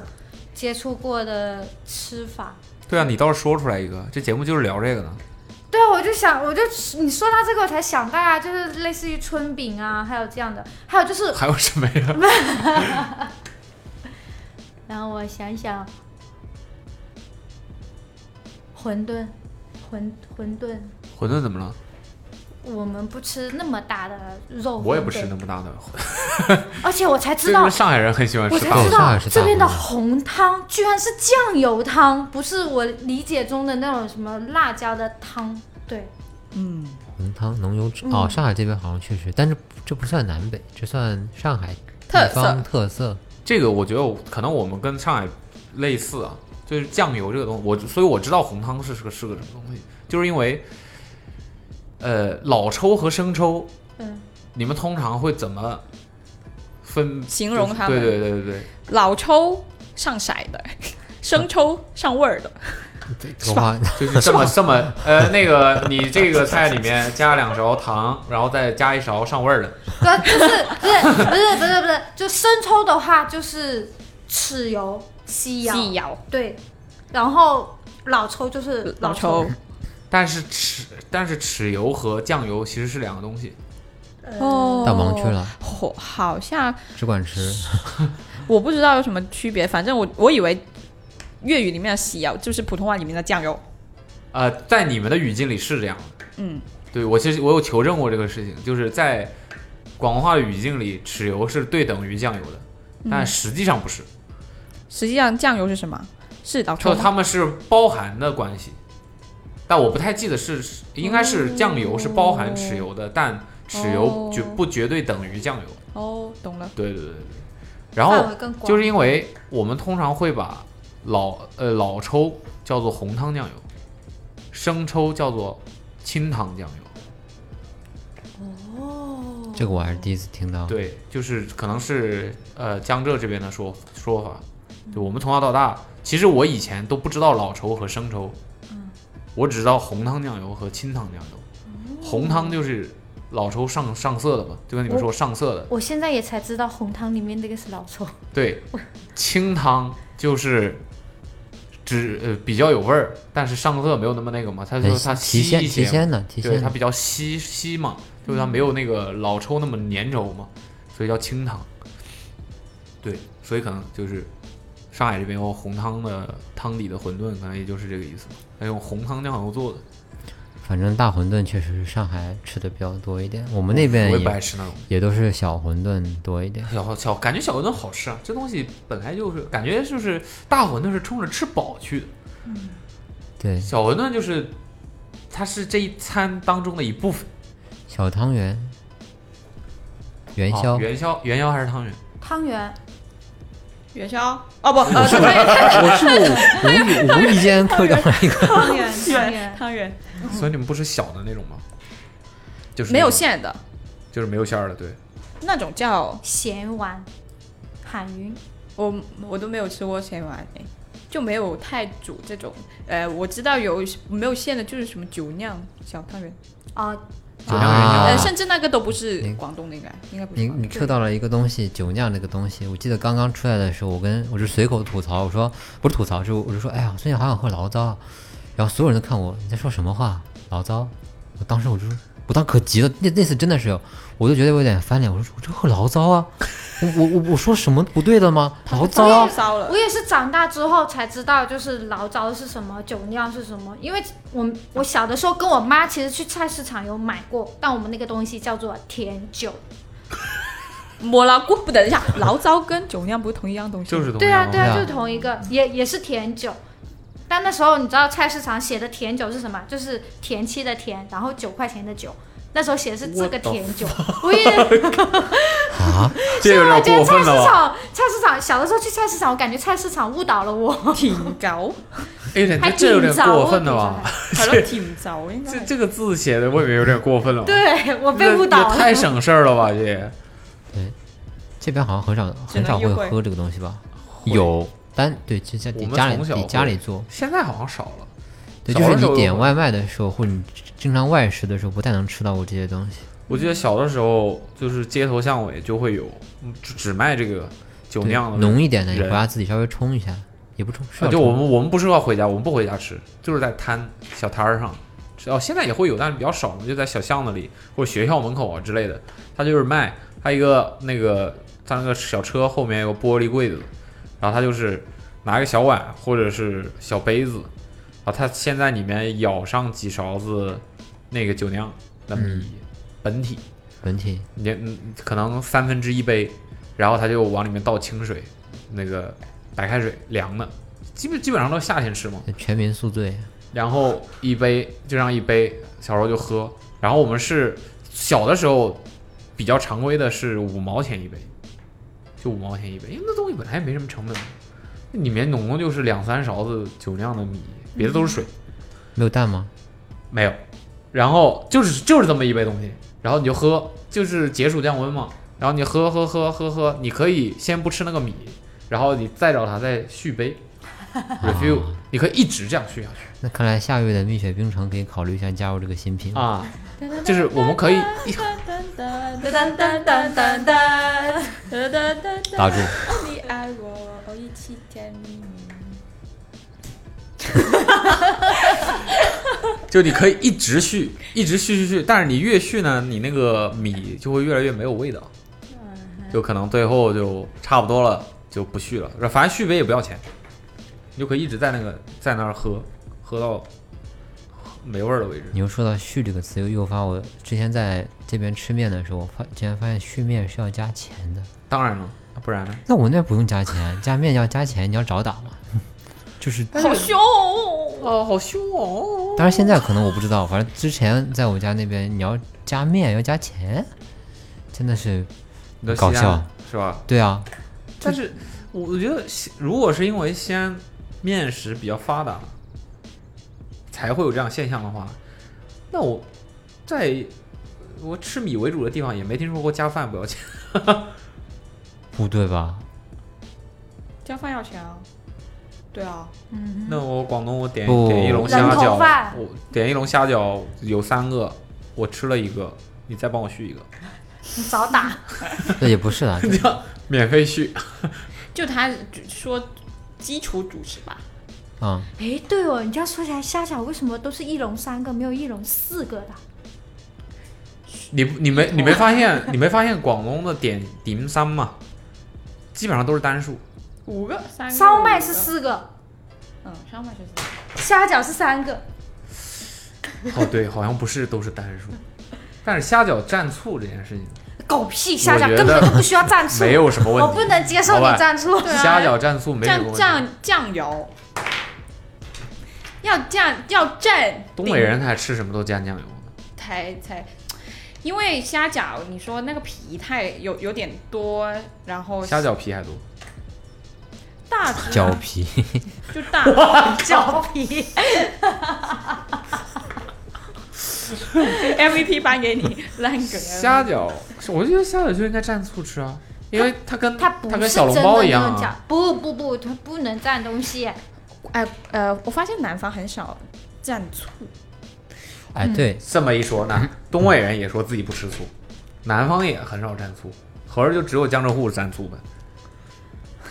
Speaker 4: 接触过的吃法。
Speaker 2: 对啊，你倒是说出来一个，这节目就是聊这个呢。
Speaker 4: 对啊，我就想，我就你说到这个，我才想到啊，就是类似于春饼啊，还有这样的，还有就是，
Speaker 2: 还有什么 呀？
Speaker 4: 然后我想想，馄饨，馄馄饨，
Speaker 2: 馄饨怎么了？
Speaker 4: 我们不吃那么大的肉，
Speaker 2: 我也不吃那，么大的，
Speaker 4: 而且我才
Speaker 2: 这
Speaker 4: 知
Speaker 2: 就
Speaker 4: 道
Speaker 2: 是，上海人很喜欢
Speaker 4: 我
Speaker 2: 吃
Speaker 4: 才
Speaker 2: 大
Speaker 5: 道
Speaker 4: 知
Speaker 2: 的。
Speaker 5: 上
Speaker 4: 道
Speaker 5: 海是大
Speaker 4: 这边的
Speaker 5: 锅的
Speaker 4: 红汤居然是酱油汤，不是我理解中的那种什么辣椒的汤。对，
Speaker 5: 浓嗯汤浓油脂
Speaker 7: 嗯
Speaker 5: 哦，上海这边好像确实，但是这不算南北，这算上海
Speaker 7: 特
Speaker 5: 地方特色。
Speaker 2: 这个我觉得我可能我们跟上海类似啊，就是酱油这个东西，我所以我知道红汤是是个是个什么东西，就是因为，呃，老抽和生抽，
Speaker 4: 嗯，
Speaker 2: 你们通常会怎么分
Speaker 7: 形容它
Speaker 2: 对
Speaker 7: 们
Speaker 2: 对对对对，
Speaker 7: 老抽上色的， 生抽上味儿的，
Speaker 5: 这个话
Speaker 2: 就是这么这么呃，那个你这个菜里面加两勺糖，然后再加一勺上味儿的，
Speaker 4: 对，就是 不是不是不是不是，就生抽的话就是豉油、西洋，
Speaker 7: 细咬
Speaker 4: 对，然后老抽就是
Speaker 7: 老
Speaker 4: 抽，
Speaker 7: 抽。
Speaker 2: 但是豉但是豉油和酱油其实是两个东西，
Speaker 4: 呃
Speaker 7: 哦
Speaker 5: 到盲区了，
Speaker 7: 好好像
Speaker 5: 只管吃，
Speaker 7: 我不知道有什么区别，反正我我以为粤语里面的西瑶就是普通话里面的酱油。
Speaker 2: 呃，在你们的语境里是这样的。
Speaker 7: 嗯，
Speaker 2: 对我其实我有求证过这个事情，就是在广东话的语境里，豉油是对等于酱油的，但实际上不是，
Speaker 7: 实际上酱油是什么？是老
Speaker 2: 就
Speaker 7: 抽吗。
Speaker 2: 他们是包含的关系。但我不太记得是，应该是酱油是包含豉油的，但豉油
Speaker 7: 哦
Speaker 2: 绝不绝对等于酱油。
Speaker 7: 哦，懂了。
Speaker 2: 对对对对。然
Speaker 4: 范
Speaker 2: 后
Speaker 4: 围更广，
Speaker 2: 就是因为我们通常会把老呃老抽叫做红汤酱油，生抽叫做清汤酱油。
Speaker 5: 这个我还是第一次听到。
Speaker 2: 对，就是可能是呃江浙这边的说说法。就我们从小到大，其实我以前都不知道老抽和生抽，
Speaker 4: 嗯
Speaker 2: 我只知道红汤酱油和清汤酱油。
Speaker 4: 哦
Speaker 2: 红汤就是老抽上上色的嘛，就跟你们
Speaker 4: 哦
Speaker 2: 说上色的。
Speaker 4: 我现在也才知道红汤里面那个是老抽，
Speaker 2: 对，清汤就是只呃比较有味儿，但是上色没有那么那个嘛，它就
Speaker 5: 哎
Speaker 2: 它稀
Speaker 5: 提鲜
Speaker 2: 一些
Speaker 5: 提
Speaker 2: 嘛，
Speaker 5: 鲜的提
Speaker 2: 对，
Speaker 5: 鲜
Speaker 2: 它
Speaker 5: 的，
Speaker 2: 比较稀稀嘛，就是它没有那个老抽那么粘稠嘛，所以叫清汤。对，所以可能就是上海这边有红汤的汤底的馄饨，可能也就是这个意思吧。还有红汤酱油做的，
Speaker 5: 反正大馄饨确实是上海吃的比较多一点，我们那
Speaker 2: 嗯我
Speaker 5: 边
Speaker 2: 也不爱
Speaker 5: 也
Speaker 2: 吃那种。
Speaker 5: 也都是小馄饨多一点。
Speaker 2: 小小感觉小馄饨好吃啊，这东西本来就是感觉就是大馄饨是冲着吃饱去的，
Speaker 5: 对，
Speaker 2: 小馄饨就是它是这一餐当中的一部分。
Speaker 5: 小汤圆、元
Speaker 2: 哦
Speaker 5: 宵，
Speaker 2: 元宵元宵还是汤圆？
Speaker 4: 汤圆
Speaker 7: 元宵哦不，呃，什么
Speaker 5: 我是不是无意无意间 磕到了一个
Speaker 4: 汤圆汤
Speaker 7: 汤
Speaker 4: 圆
Speaker 7: 圆？汤圆
Speaker 4: 嗯
Speaker 2: 所以你们不吃小的那种吗？就是
Speaker 7: 没有
Speaker 2: 那种，
Speaker 7: 馅的
Speaker 2: 就是没有馅儿的，对。
Speaker 7: 那种叫
Speaker 4: 咸丸，喊云
Speaker 7: 我我都没有吃过咸丸哎，就没有太煮这种。呃，我知道有没有馅的，就是什么酒酿小汤圆，
Speaker 4: 啊，
Speaker 2: 酒酿元宵
Speaker 5: 啊
Speaker 7: 呃，甚至那个都不是
Speaker 5: 你
Speaker 7: 广东的，应该应该不是
Speaker 5: 你
Speaker 7: 广
Speaker 5: 你
Speaker 7: 东。
Speaker 5: 磕到了一个东西，酒酿这个东西，我记得刚刚出来的时候，我跟我是随口吐槽，我说不是吐槽，是我就说哎呀，我最近好想喝醪糟啊，然后所有人都看我，你在说什么话？醪糟？我当时我就我当时可急了，那那次真的是有，我就觉得我有点翻脸，我说我这喝醪糟啊，我我我我说什么不对了吗？醪糟啊，
Speaker 7: 烧了
Speaker 4: 我，也是长大之后才知道，就是醪糟是什么，酒酿是什么。因为我我小的时候跟我妈其实去菜市场有买过，但我们那个东西叫做甜酒。
Speaker 7: 抹了锅。不等一下，醪糟跟酒酿不是同一样东西吗？
Speaker 2: 就是同
Speaker 4: 对啊，
Speaker 2: 样
Speaker 4: 对啊，
Speaker 5: 对
Speaker 4: 就
Speaker 5: 啊
Speaker 4: 是同一个，也也是甜酒。但那时候你知道菜市场写的甜酒是什么？就是田七的甜，然后九块钱的酒。那时候写的是这个甜酒，我也
Speaker 2: 这有
Speaker 4: 我
Speaker 2: 点
Speaker 4: 觉得
Speaker 2: 过
Speaker 4: 菜
Speaker 2: 分
Speaker 4: 市
Speaker 2: 了吧？
Speaker 4: 场，菜市场小的时候去菜市场，我感觉菜市场误导了我，
Speaker 7: 甜狗，
Speaker 2: 有点
Speaker 4: 还
Speaker 2: 哎这有点
Speaker 4: 挺早
Speaker 2: 过分了
Speaker 4: 我
Speaker 2: 吧
Speaker 4: 觉？
Speaker 7: 好了，甜糟应该
Speaker 2: 这
Speaker 7: 是。
Speaker 2: 这个字写的未免有点过分了吧？
Speaker 4: 对我
Speaker 2: 那，
Speaker 4: 被误导
Speaker 2: 也
Speaker 4: 了
Speaker 2: 太。省事儿了吧？这也
Speaker 5: 这边好像很少
Speaker 7: 只
Speaker 5: 很
Speaker 7: 能
Speaker 5: 少
Speaker 7: 约
Speaker 5: 会
Speaker 7: 会
Speaker 5: 喝这个东西吧？有单对，就在
Speaker 2: 我
Speaker 5: 得
Speaker 2: 们
Speaker 5: 家里
Speaker 2: 从小
Speaker 5: 得
Speaker 2: 会
Speaker 5: 家里做，
Speaker 2: 现在好像少了。
Speaker 5: 对，
Speaker 2: 小
Speaker 5: 就
Speaker 2: 的
Speaker 5: 是
Speaker 2: 时候
Speaker 5: 你点外卖的时候，或者你经常外食的时候，不太能吃到我这些东西。
Speaker 2: 我记得小的时候，就是街头巷尾就会有嗯只只卖这个酒
Speaker 5: 对
Speaker 2: 酿的
Speaker 5: 浓一点的，你回
Speaker 2: 人
Speaker 5: 家自己稍微冲一下，也不冲，是
Speaker 2: 啊
Speaker 5: 要
Speaker 2: 就
Speaker 5: 冲
Speaker 2: 我们我们不是要回家，我们不回家吃，就是在摊小摊儿上。吃哦，现在也会有，但是比较少嘛，就在小巷子里或者学校门口啊之类的。他就是卖，他一个那个他那个小车后面有个玻璃柜子，然后他就是拿一个小碗或者是小杯子，然后他先在里面舀上几勺子那个酒酿，那么
Speaker 5: 嗯
Speaker 2: 一本体，
Speaker 5: 本体
Speaker 2: 你嗯可能三分之一杯，然后他就往里面倒清水，那个白开水凉的，基本基本上都是夏天吃嘛。
Speaker 5: 全民宿醉，
Speaker 2: 然后一杯就这样一杯，小时候就喝。然后我们是小的时候比较常规的是五毛钱一杯，就五毛钱一杯，因为那东西本来也没什么成本，那里面总共就是两三勺子酒酿的米，别的都是水。
Speaker 5: 没有蛋吗？
Speaker 2: 没有，然后就是就是这么一杯东西，然后你就喝，就是解暑降温嘛。然后你喝喝喝喝喝，你可以先不吃那个米，然后你再找他再续杯 refill，、你可以一直这样续下去
Speaker 5: 那看来夏月的蜜雪冰城可以考虑一下加入这个新品。
Speaker 2: 啊。就是我们可以
Speaker 7: 噔噔噔噔噔噔噔噔噔，
Speaker 5: 打住，
Speaker 7: 你爱我，我一起甜蜜蜜。
Speaker 2: 就你可以一直续，一直续续续，但是你越续呢，你那个米就会越来越没有味道，就可能最后就差不多了，就不续了。反正续杯也不要钱，你就可以一直在那个在那儿喝，喝到没味儿的为止。
Speaker 5: 你又说到“续”这个词，又诱发我之前在这边吃面的时候，我发竟然发现续面是要加钱的。
Speaker 2: 当然了，不然呢？
Speaker 5: 那我那不用加钱，加面要加钱，你要找打嘛。 就是，
Speaker 7: 好凶、
Speaker 2: 哦，好凶哦！
Speaker 5: 当然现在可能我不知道，反正之前在我家那边，你要加面要加钱，真的是
Speaker 2: 你的
Speaker 5: 搞
Speaker 2: 西安
Speaker 5: 笑。
Speaker 2: 是吧？
Speaker 5: 对啊，
Speaker 2: 但是我我觉得西，如果是因为西安面食比较发达，才会有这样现象的话，那我在我吃米为主的地方也没听说过加饭不要钱。
Speaker 5: 不对吧？
Speaker 7: 加饭要钱啊？对啊，
Speaker 2: 那我广东我点
Speaker 5: 不
Speaker 2: 点一笼
Speaker 4: 嗯人
Speaker 2: 虾
Speaker 4: 口
Speaker 2: 饺
Speaker 4: 饭，
Speaker 2: 我点一笼虾饺有三个，我吃了一个，你再帮我 续一个，
Speaker 4: 你早打，
Speaker 5: 那也不是啦，
Speaker 2: 这样免费续。
Speaker 7: 就他说基础主食吧。
Speaker 5: 啊、
Speaker 4: 哎，对哦，你这样说起来，虾饺为什么都是一笼三个，没有一笼四个的？
Speaker 2: 你不你没你没发现你没发现广东的点 dim sum 吗？基本上都是单数。
Speaker 7: 五个，三个。
Speaker 4: 烧麦是
Speaker 7: 四，
Speaker 4: 四个，
Speaker 7: 嗯，烧麦是四。
Speaker 4: 虾饺是三个，
Speaker 2: 哦，对，好像不是都是单数，但是虾饺蘸醋这件事情
Speaker 4: 狗屁，虾饺
Speaker 2: 我觉
Speaker 4: 根
Speaker 2: 得
Speaker 4: 本就不需要蘸醋，
Speaker 2: 没有什么问
Speaker 4: 啊我
Speaker 2: 题。
Speaker 4: 不能接受你
Speaker 2: 老板
Speaker 4: 蘸醋。
Speaker 7: 对啊
Speaker 2: 虾饺蘸醋没什么
Speaker 7: 蘸
Speaker 2: 问
Speaker 7: 酱
Speaker 2: 题。
Speaker 7: 酱油，要蘸要蘸。
Speaker 2: 东北人才吃什么都蘸酱油呢
Speaker 7: 才才，因为虾饺你说那个皮太有有点多，然后
Speaker 2: 虾饺皮还多。
Speaker 7: 大只啊
Speaker 5: 胶皮。
Speaker 7: 就大，
Speaker 4: 脚皮，
Speaker 7: MVP 颁给你，烂梗。啊
Speaker 2: 虾饺，是我觉得虾饺就应该蘸醋吃啊，因为它跟
Speaker 4: 它
Speaker 2: 它
Speaker 4: 不
Speaker 2: 跟
Speaker 4: 是
Speaker 2: 小笼
Speaker 4: 真
Speaker 2: 包
Speaker 4: 的
Speaker 2: 一样
Speaker 4: 那种饺
Speaker 2: 啊。，
Speaker 4: 不不不，它不能蘸东西。
Speaker 7: 哎呃，我发现南方很少蘸醋， 嗯
Speaker 5: 哎，对，
Speaker 2: 这么一说呢，东北人也说自己不吃醋，南方也很少蘸醋，合着就只有江浙沪蘸醋呗。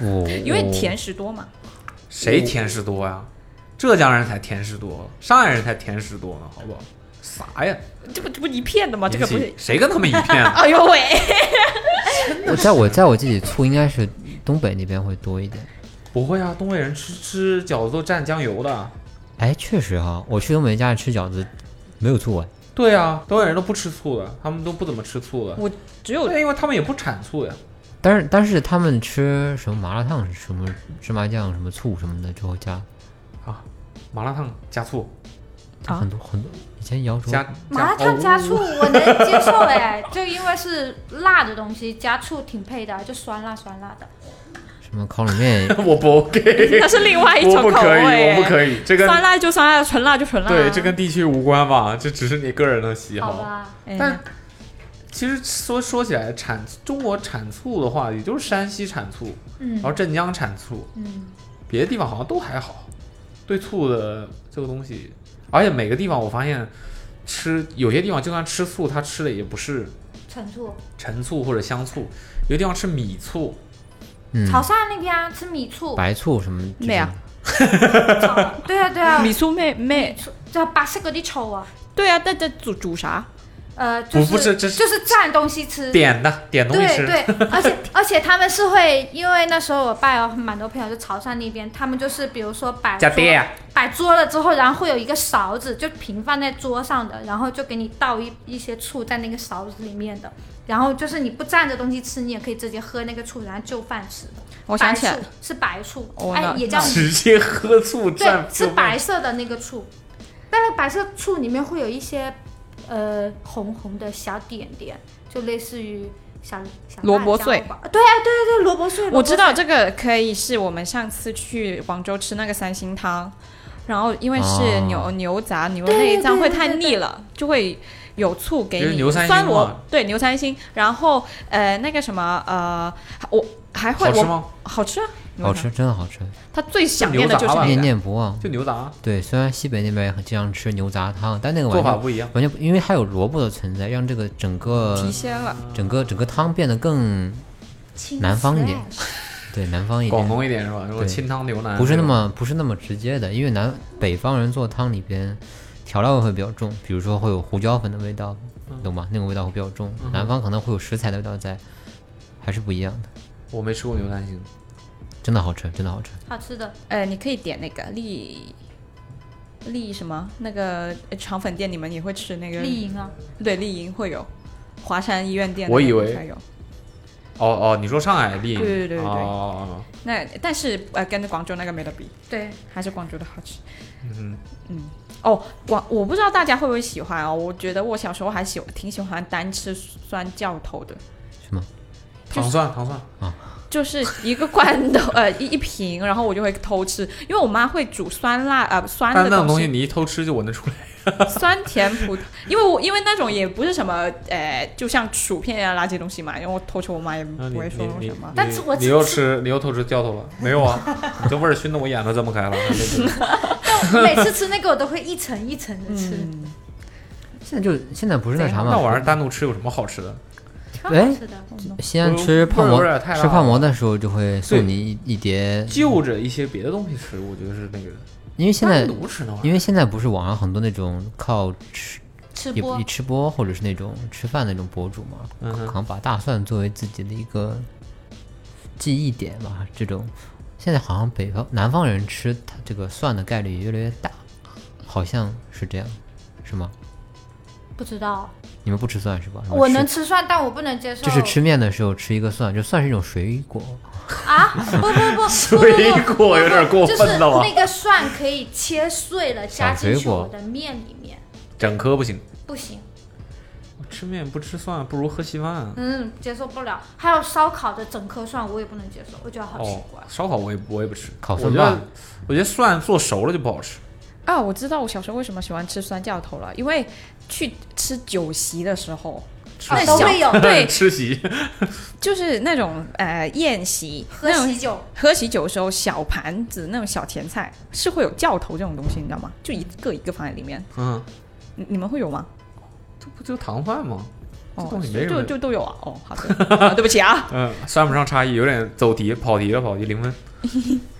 Speaker 5: 我
Speaker 7: 因为甜食多嘛。
Speaker 2: 谁甜食多呀、浙江人才甜食多，上海人才甜食多呢，好不好？啥呀？
Speaker 7: 这不这不一片的吗？啊这个不
Speaker 2: 引
Speaker 7: 是
Speaker 2: 起。谁跟他们一片啊？
Speaker 7: 哎呦喂！
Speaker 5: 我在我在我自己醋应该是东北那边会多一点。
Speaker 2: 不会啊，东北人吃吃饺子都蘸酱油的。
Speaker 5: 哎，确实哈、我去东北家里吃饺子没有醋哎，
Speaker 2: 对啊，东北人都不吃醋的，他们都不怎么吃醋的。
Speaker 7: 我只有
Speaker 2: 对，因为他们也不产醋呀。
Speaker 5: 但是但是他们吃什么麻辣烫、什么芝麻酱、什么醋什么的之后加
Speaker 2: 麻辣烫加醋，
Speaker 7: 啊
Speaker 5: 很多很多。以前瑶
Speaker 7: 嗯
Speaker 5: 说
Speaker 2: 加
Speaker 4: 麻辣烫加醋我能接受 哎，就因为是辣的东西，加醋挺配的，就酸辣酸辣的。
Speaker 5: 什么烤冷面，
Speaker 2: 哦 我不 OK，
Speaker 7: 那是另外一种口味。以。
Speaker 2: 以，这
Speaker 7: 酸辣就酸辣，纯辣就纯辣。啊
Speaker 2: 地区无关吧，这只是你个人的喜
Speaker 4: 好吧，
Speaker 7: 哎呀，
Speaker 2: 但其实说说起来，产中国产醋的话，也就是山西产醋，
Speaker 4: 嗯
Speaker 2: 然后镇江产醋，
Speaker 4: 嗯，
Speaker 2: 别的地方好像都还好。对醋的这个东西，而且每个地方我发现吃有些地方就算吃醋，它吃的也不是
Speaker 4: 陈醋，
Speaker 2: 陈醋或者香醋，有些地方吃米醋，
Speaker 5: 嗯，
Speaker 4: 潮汕那边啊吃米醋，
Speaker 5: 白醋什么这
Speaker 7: 咩
Speaker 5: 种
Speaker 7: 啊？
Speaker 4: 炒对啊对啊，
Speaker 7: 米醋咩咩？
Speaker 4: 醋这白色嗰啲醋啊，
Speaker 7: 对啊，但这煮煮啥？
Speaker 4: 呃，就是
Speaker 2: 不是这是
Speaker 4: 就是蘸东西吃，
Speaker 2: 点的点东西
Speaker 4: 嗯对
Speaker 2: 吃。
Speaker 4: 对，而且而且他们是会，因为那时候我爸有蛮多朋友就潮汕那边，他们就是比如说摆
Speaker 2: 加
Speaker 4: 桌
Speaker 2: 爹啊
Speaker 4: 摆桌了之后，然后会有一个勺子，就平放在桌上的，然后就给你倒一一些醋在那个勺子里面的，然后就是你不蘸着东西吃，你也可以直接喝那个醋，然后就饭吃的。
Speaker 7: 我想起来
Speaker 4: 白，醋是白醋，
Speaker 7: 哦
Speaker 4: 哎
Speaker 7: 那，
Speaker 4: 也 叫
Speaker 2: 直接喝醋
Speaker 4: 对
Speaker 2: 蘸，
Speaker 4: 是白色的那个醋，但是白色醋里面会有一些呃红红的小点点，就类似于小小
Speaker 7: 萝卜
Speaker 4: 辣椒
Speaker 7: 碎
Speaker 4: 吧。对啊，对对对，萝卜碎。
Speaker 7: 我知道
Speaker 4: 萝卜碎，
Speaker 7: 这个可以是我们上次去广州吃那个三星汤，然后因为是牛、
Speaker 2: 啊
Speaker 5: 哦
Speaker 7: 牛杂牛
Speaker 4: 对
Speaker 7: 内脏
Speaker 4: 对
Speaker 7: 会
Speaker 4: 对
Speaker 7: 太
Speaker 4: 对对
Speaker 7: 腻了，就会有醋给
Speaker 2: 就是
Speaker 7: 你
Speaker 2: 牛三
Speaker 7: 酸
Speaker 2: 星
Speaker 7: 萝
Speaker 2: 嘛
Speaker 7: 对牛三星，然后呃那个什么呃我还会
Speaker 2: 好吃
Speaker 7: 我
Speaker 2: 吗？
Speaker 7: 好吃啊，牛
Speaker 5: 好
Speaker 7: 杂
Speaker 5: 吃，真的好吃，
Speaker 7: 他最想念的就是
Speaker 2: 牛杂吧
Speaker 7: 那
Speaker 5: 念
Speaker 7: 个。
Speaker 5: 念不忘。
Speaker 2: 就牛杂
Speaker 5: 对，虽然西北那边也很经常吃牛杂汤，但那个
Speaker 2: 做
Speaker 5: 完
Speaker 2: 法
Speaker 5: 全
Speaker 2: 不一样，
Speaker 5: 完全不因为它有萝卜的存在，让这个整
Speaker 7: 提
Speaker 5: 个
Speaker 7: 鲜了，
Speaker 5: 整个整个汤变得更
Speaker 4: 清
Speaker 5: 南方一点
Speaker 4: 死哎
Speaker 5: 对南方一
Speaker 2: 广
Speaker 5: 点，
Speaker 2: 东一点是吧？如果
Speaker 5: 对
Speaker 2: 清汤牛腩
Speaker 5: 不是那
Speaker 2: 种
Speaker 5: 么不是那么直接的，因为南北方人做汤里边调料会比较重，比如说会有胡椒粉的味道，
Speaker 2: 嗯
Speaker 5: 懂吗？那个味道会比较重，南方可能会有食材的味道在，还是不一样的，
Speaker 2: 我没吃过牛三星，
Speaker 5: 真的好吃，真的好吃。
Speaker 4: 好啊吃的
Speaker 7: 呃，你可以点那个丽丽什么那个呃肠粉店，你们也会吃那个
Speaker 4: 丽颖啊，
Speaker 7: 对丽营会有，华山医院店
Speaker 2: 我
Speaker 7: 那
Speaker 2: 以
Speaker 7: 个
Speaker 2: 为
Speaker 7: 才有。
Speaker 2: 哦哦，你说上海丽影？
Speaker 7: 对对对对对
Speaker 2: 哦，哦
Speaker 7: 那但是呃，跟广州那个没得比，
Speaker 4: 对，
Speaker 7: 还是广州的好吃。
Speaker 2: 嗯
Speaker 7: 嗯，哦，广我不知道大家会不会喜欢哦。我觉得我小时候还喜挺喜欢单吃酸教头的，
Speaker 2: 糖蒜糖蒜，
Speaker 7: 就是一个罐头 呃一一瓶，然后我就会偷吃，因为我妈会煮酸辣呃酸
Speaker 2: 但
Speaker 7: 的
Speaker 2: 那种
Speaker 7: 东
Speaker 2: 东西你一偷吃就闻得出来。
Speaker 7: 酸甜葡，因为我因为那种也不是什么呃，就像薯片啊垃圾东西嘛，因为我偷吃我妈也
Speaker 2: 那
Speaker 7: 不
Speaker 2: 啊嗯你
Speaker 7: 会说
Speaker 2: 你
Speaker 7: 什
Speaker 2: 你
Speaker 7: 么。
Speaker 4: 但是我
Speaker 2: 你又吃你又偷吃教头了？没有啊，你这味儿熏得我眼都睁不开 了。
Speaker 4: 我每次吃那个我都会一层一层的吃，
Speaker 7: 嗯，
Speaker 5: 现在就现在不是那啥
Speaker 2: 那玩意
Speaker 5: 嘛，
Speaker 2: 儿单独吃有什么好吃的？
Speaker 4: 超好
Speaker 5: 哎
Speaker 4: 吃的。
Speaker 5: 西安吃泡
Speaker 2: 味
Speaker 5: 馍
Speaker 2: 儿有点太辣
Speaker 5: 吃泡馍的时候就会送你一一碟，
Speaker 2: 就着一些别的东西吃，我觉得是那个
Speaker 5: 因为现在
Speaker 2: 单独吃那玩意儿。
Speaker 5: 因为现在不是网上很多那种靠吃
Speaker 4: 吃
Speaker 5: 也
Speaker 4: 播
Speaker 5: 以吃播或者是那种吃饭那种博主嘛，
Speaker 2: 嗯哼
Speaker 5: 可能把大蒜作为自己的一个记忆点吧。这种现在好像北方南方人吃它这个蒜的概率也越来越大，好像是这样，是吗？
Speaker 4: 不知道，
Speaker 5: 你们不吃蒜是吧？
Speaker 4: 我能
Speaker 5: 吃。
Speaker 4: 吃蒜，但我不能接受。
Speaker 5: 就是吃面的时候吃一个蒜，就蒜是一种水果，
Speaker 4: 啊！不不不，不
Speaker 2: 水果有点过分了吧
Speaker 4: 就是那个蒜可以切碎了加
Speaker 5: 小水
Speaker 4: 进去
Speaker 5: 果
Speaker 4: 我的面里面，
Speaker 2: 整颗不行，
Speaker 4: 不行。
Speaker 2: 吃面不吃蒜，不如喝稀饭啊。
Speaker 4: 嗯，接受不了。还有烧烤的整颗蒜，我也不能接受，我觉得好奇
Speaker 2: 哦
Speaker 4: 怪。，
Speaker 2: 烧烤我也我也不吃，
Speaker 5: 烤
Speaker 2: 我
Speaker 5: 蒜
Speaker 2: 觉
Speaker 5: 瓣
Speaker 2: 得我觉得蒜做熟了就不好吃。
Speaker 7: 啊，我知道我小时候为什么喜欢吃酸教头了，因为去吃酒席的时候，
Speaker 4: 啊
Speaker 7: 那
Speaker 4: 都
Speaker 7: 小
Speaker 4: 会有
Speaker 7: 对，
Speaker 2: 吃 席
Speaker 7: 就是那种呃宴席，
Speaker 4: 喝
Speaker 7: 那种
Speaker 4: 喜酒，
Speaker 7: 喝喜酒的时候，小盘子那种小甜菜是会有教头这种东西，你知道吗？就一个一个放在里面，
Speaker 2: 嗯，
Speaker 7: 你你们会有吗？
Speaker 2: 这不就糖饭吗？这
Speaker 7: 哦
Speaker 2: 东西，没
Speaker 7: 就
Speaker 2: 什么
Speaker 7: 就就都有啊。哦，好的，啊对不起啊，
Speaker 2: 嗯，算不上差异，有点走题，跑题了，跑题零分。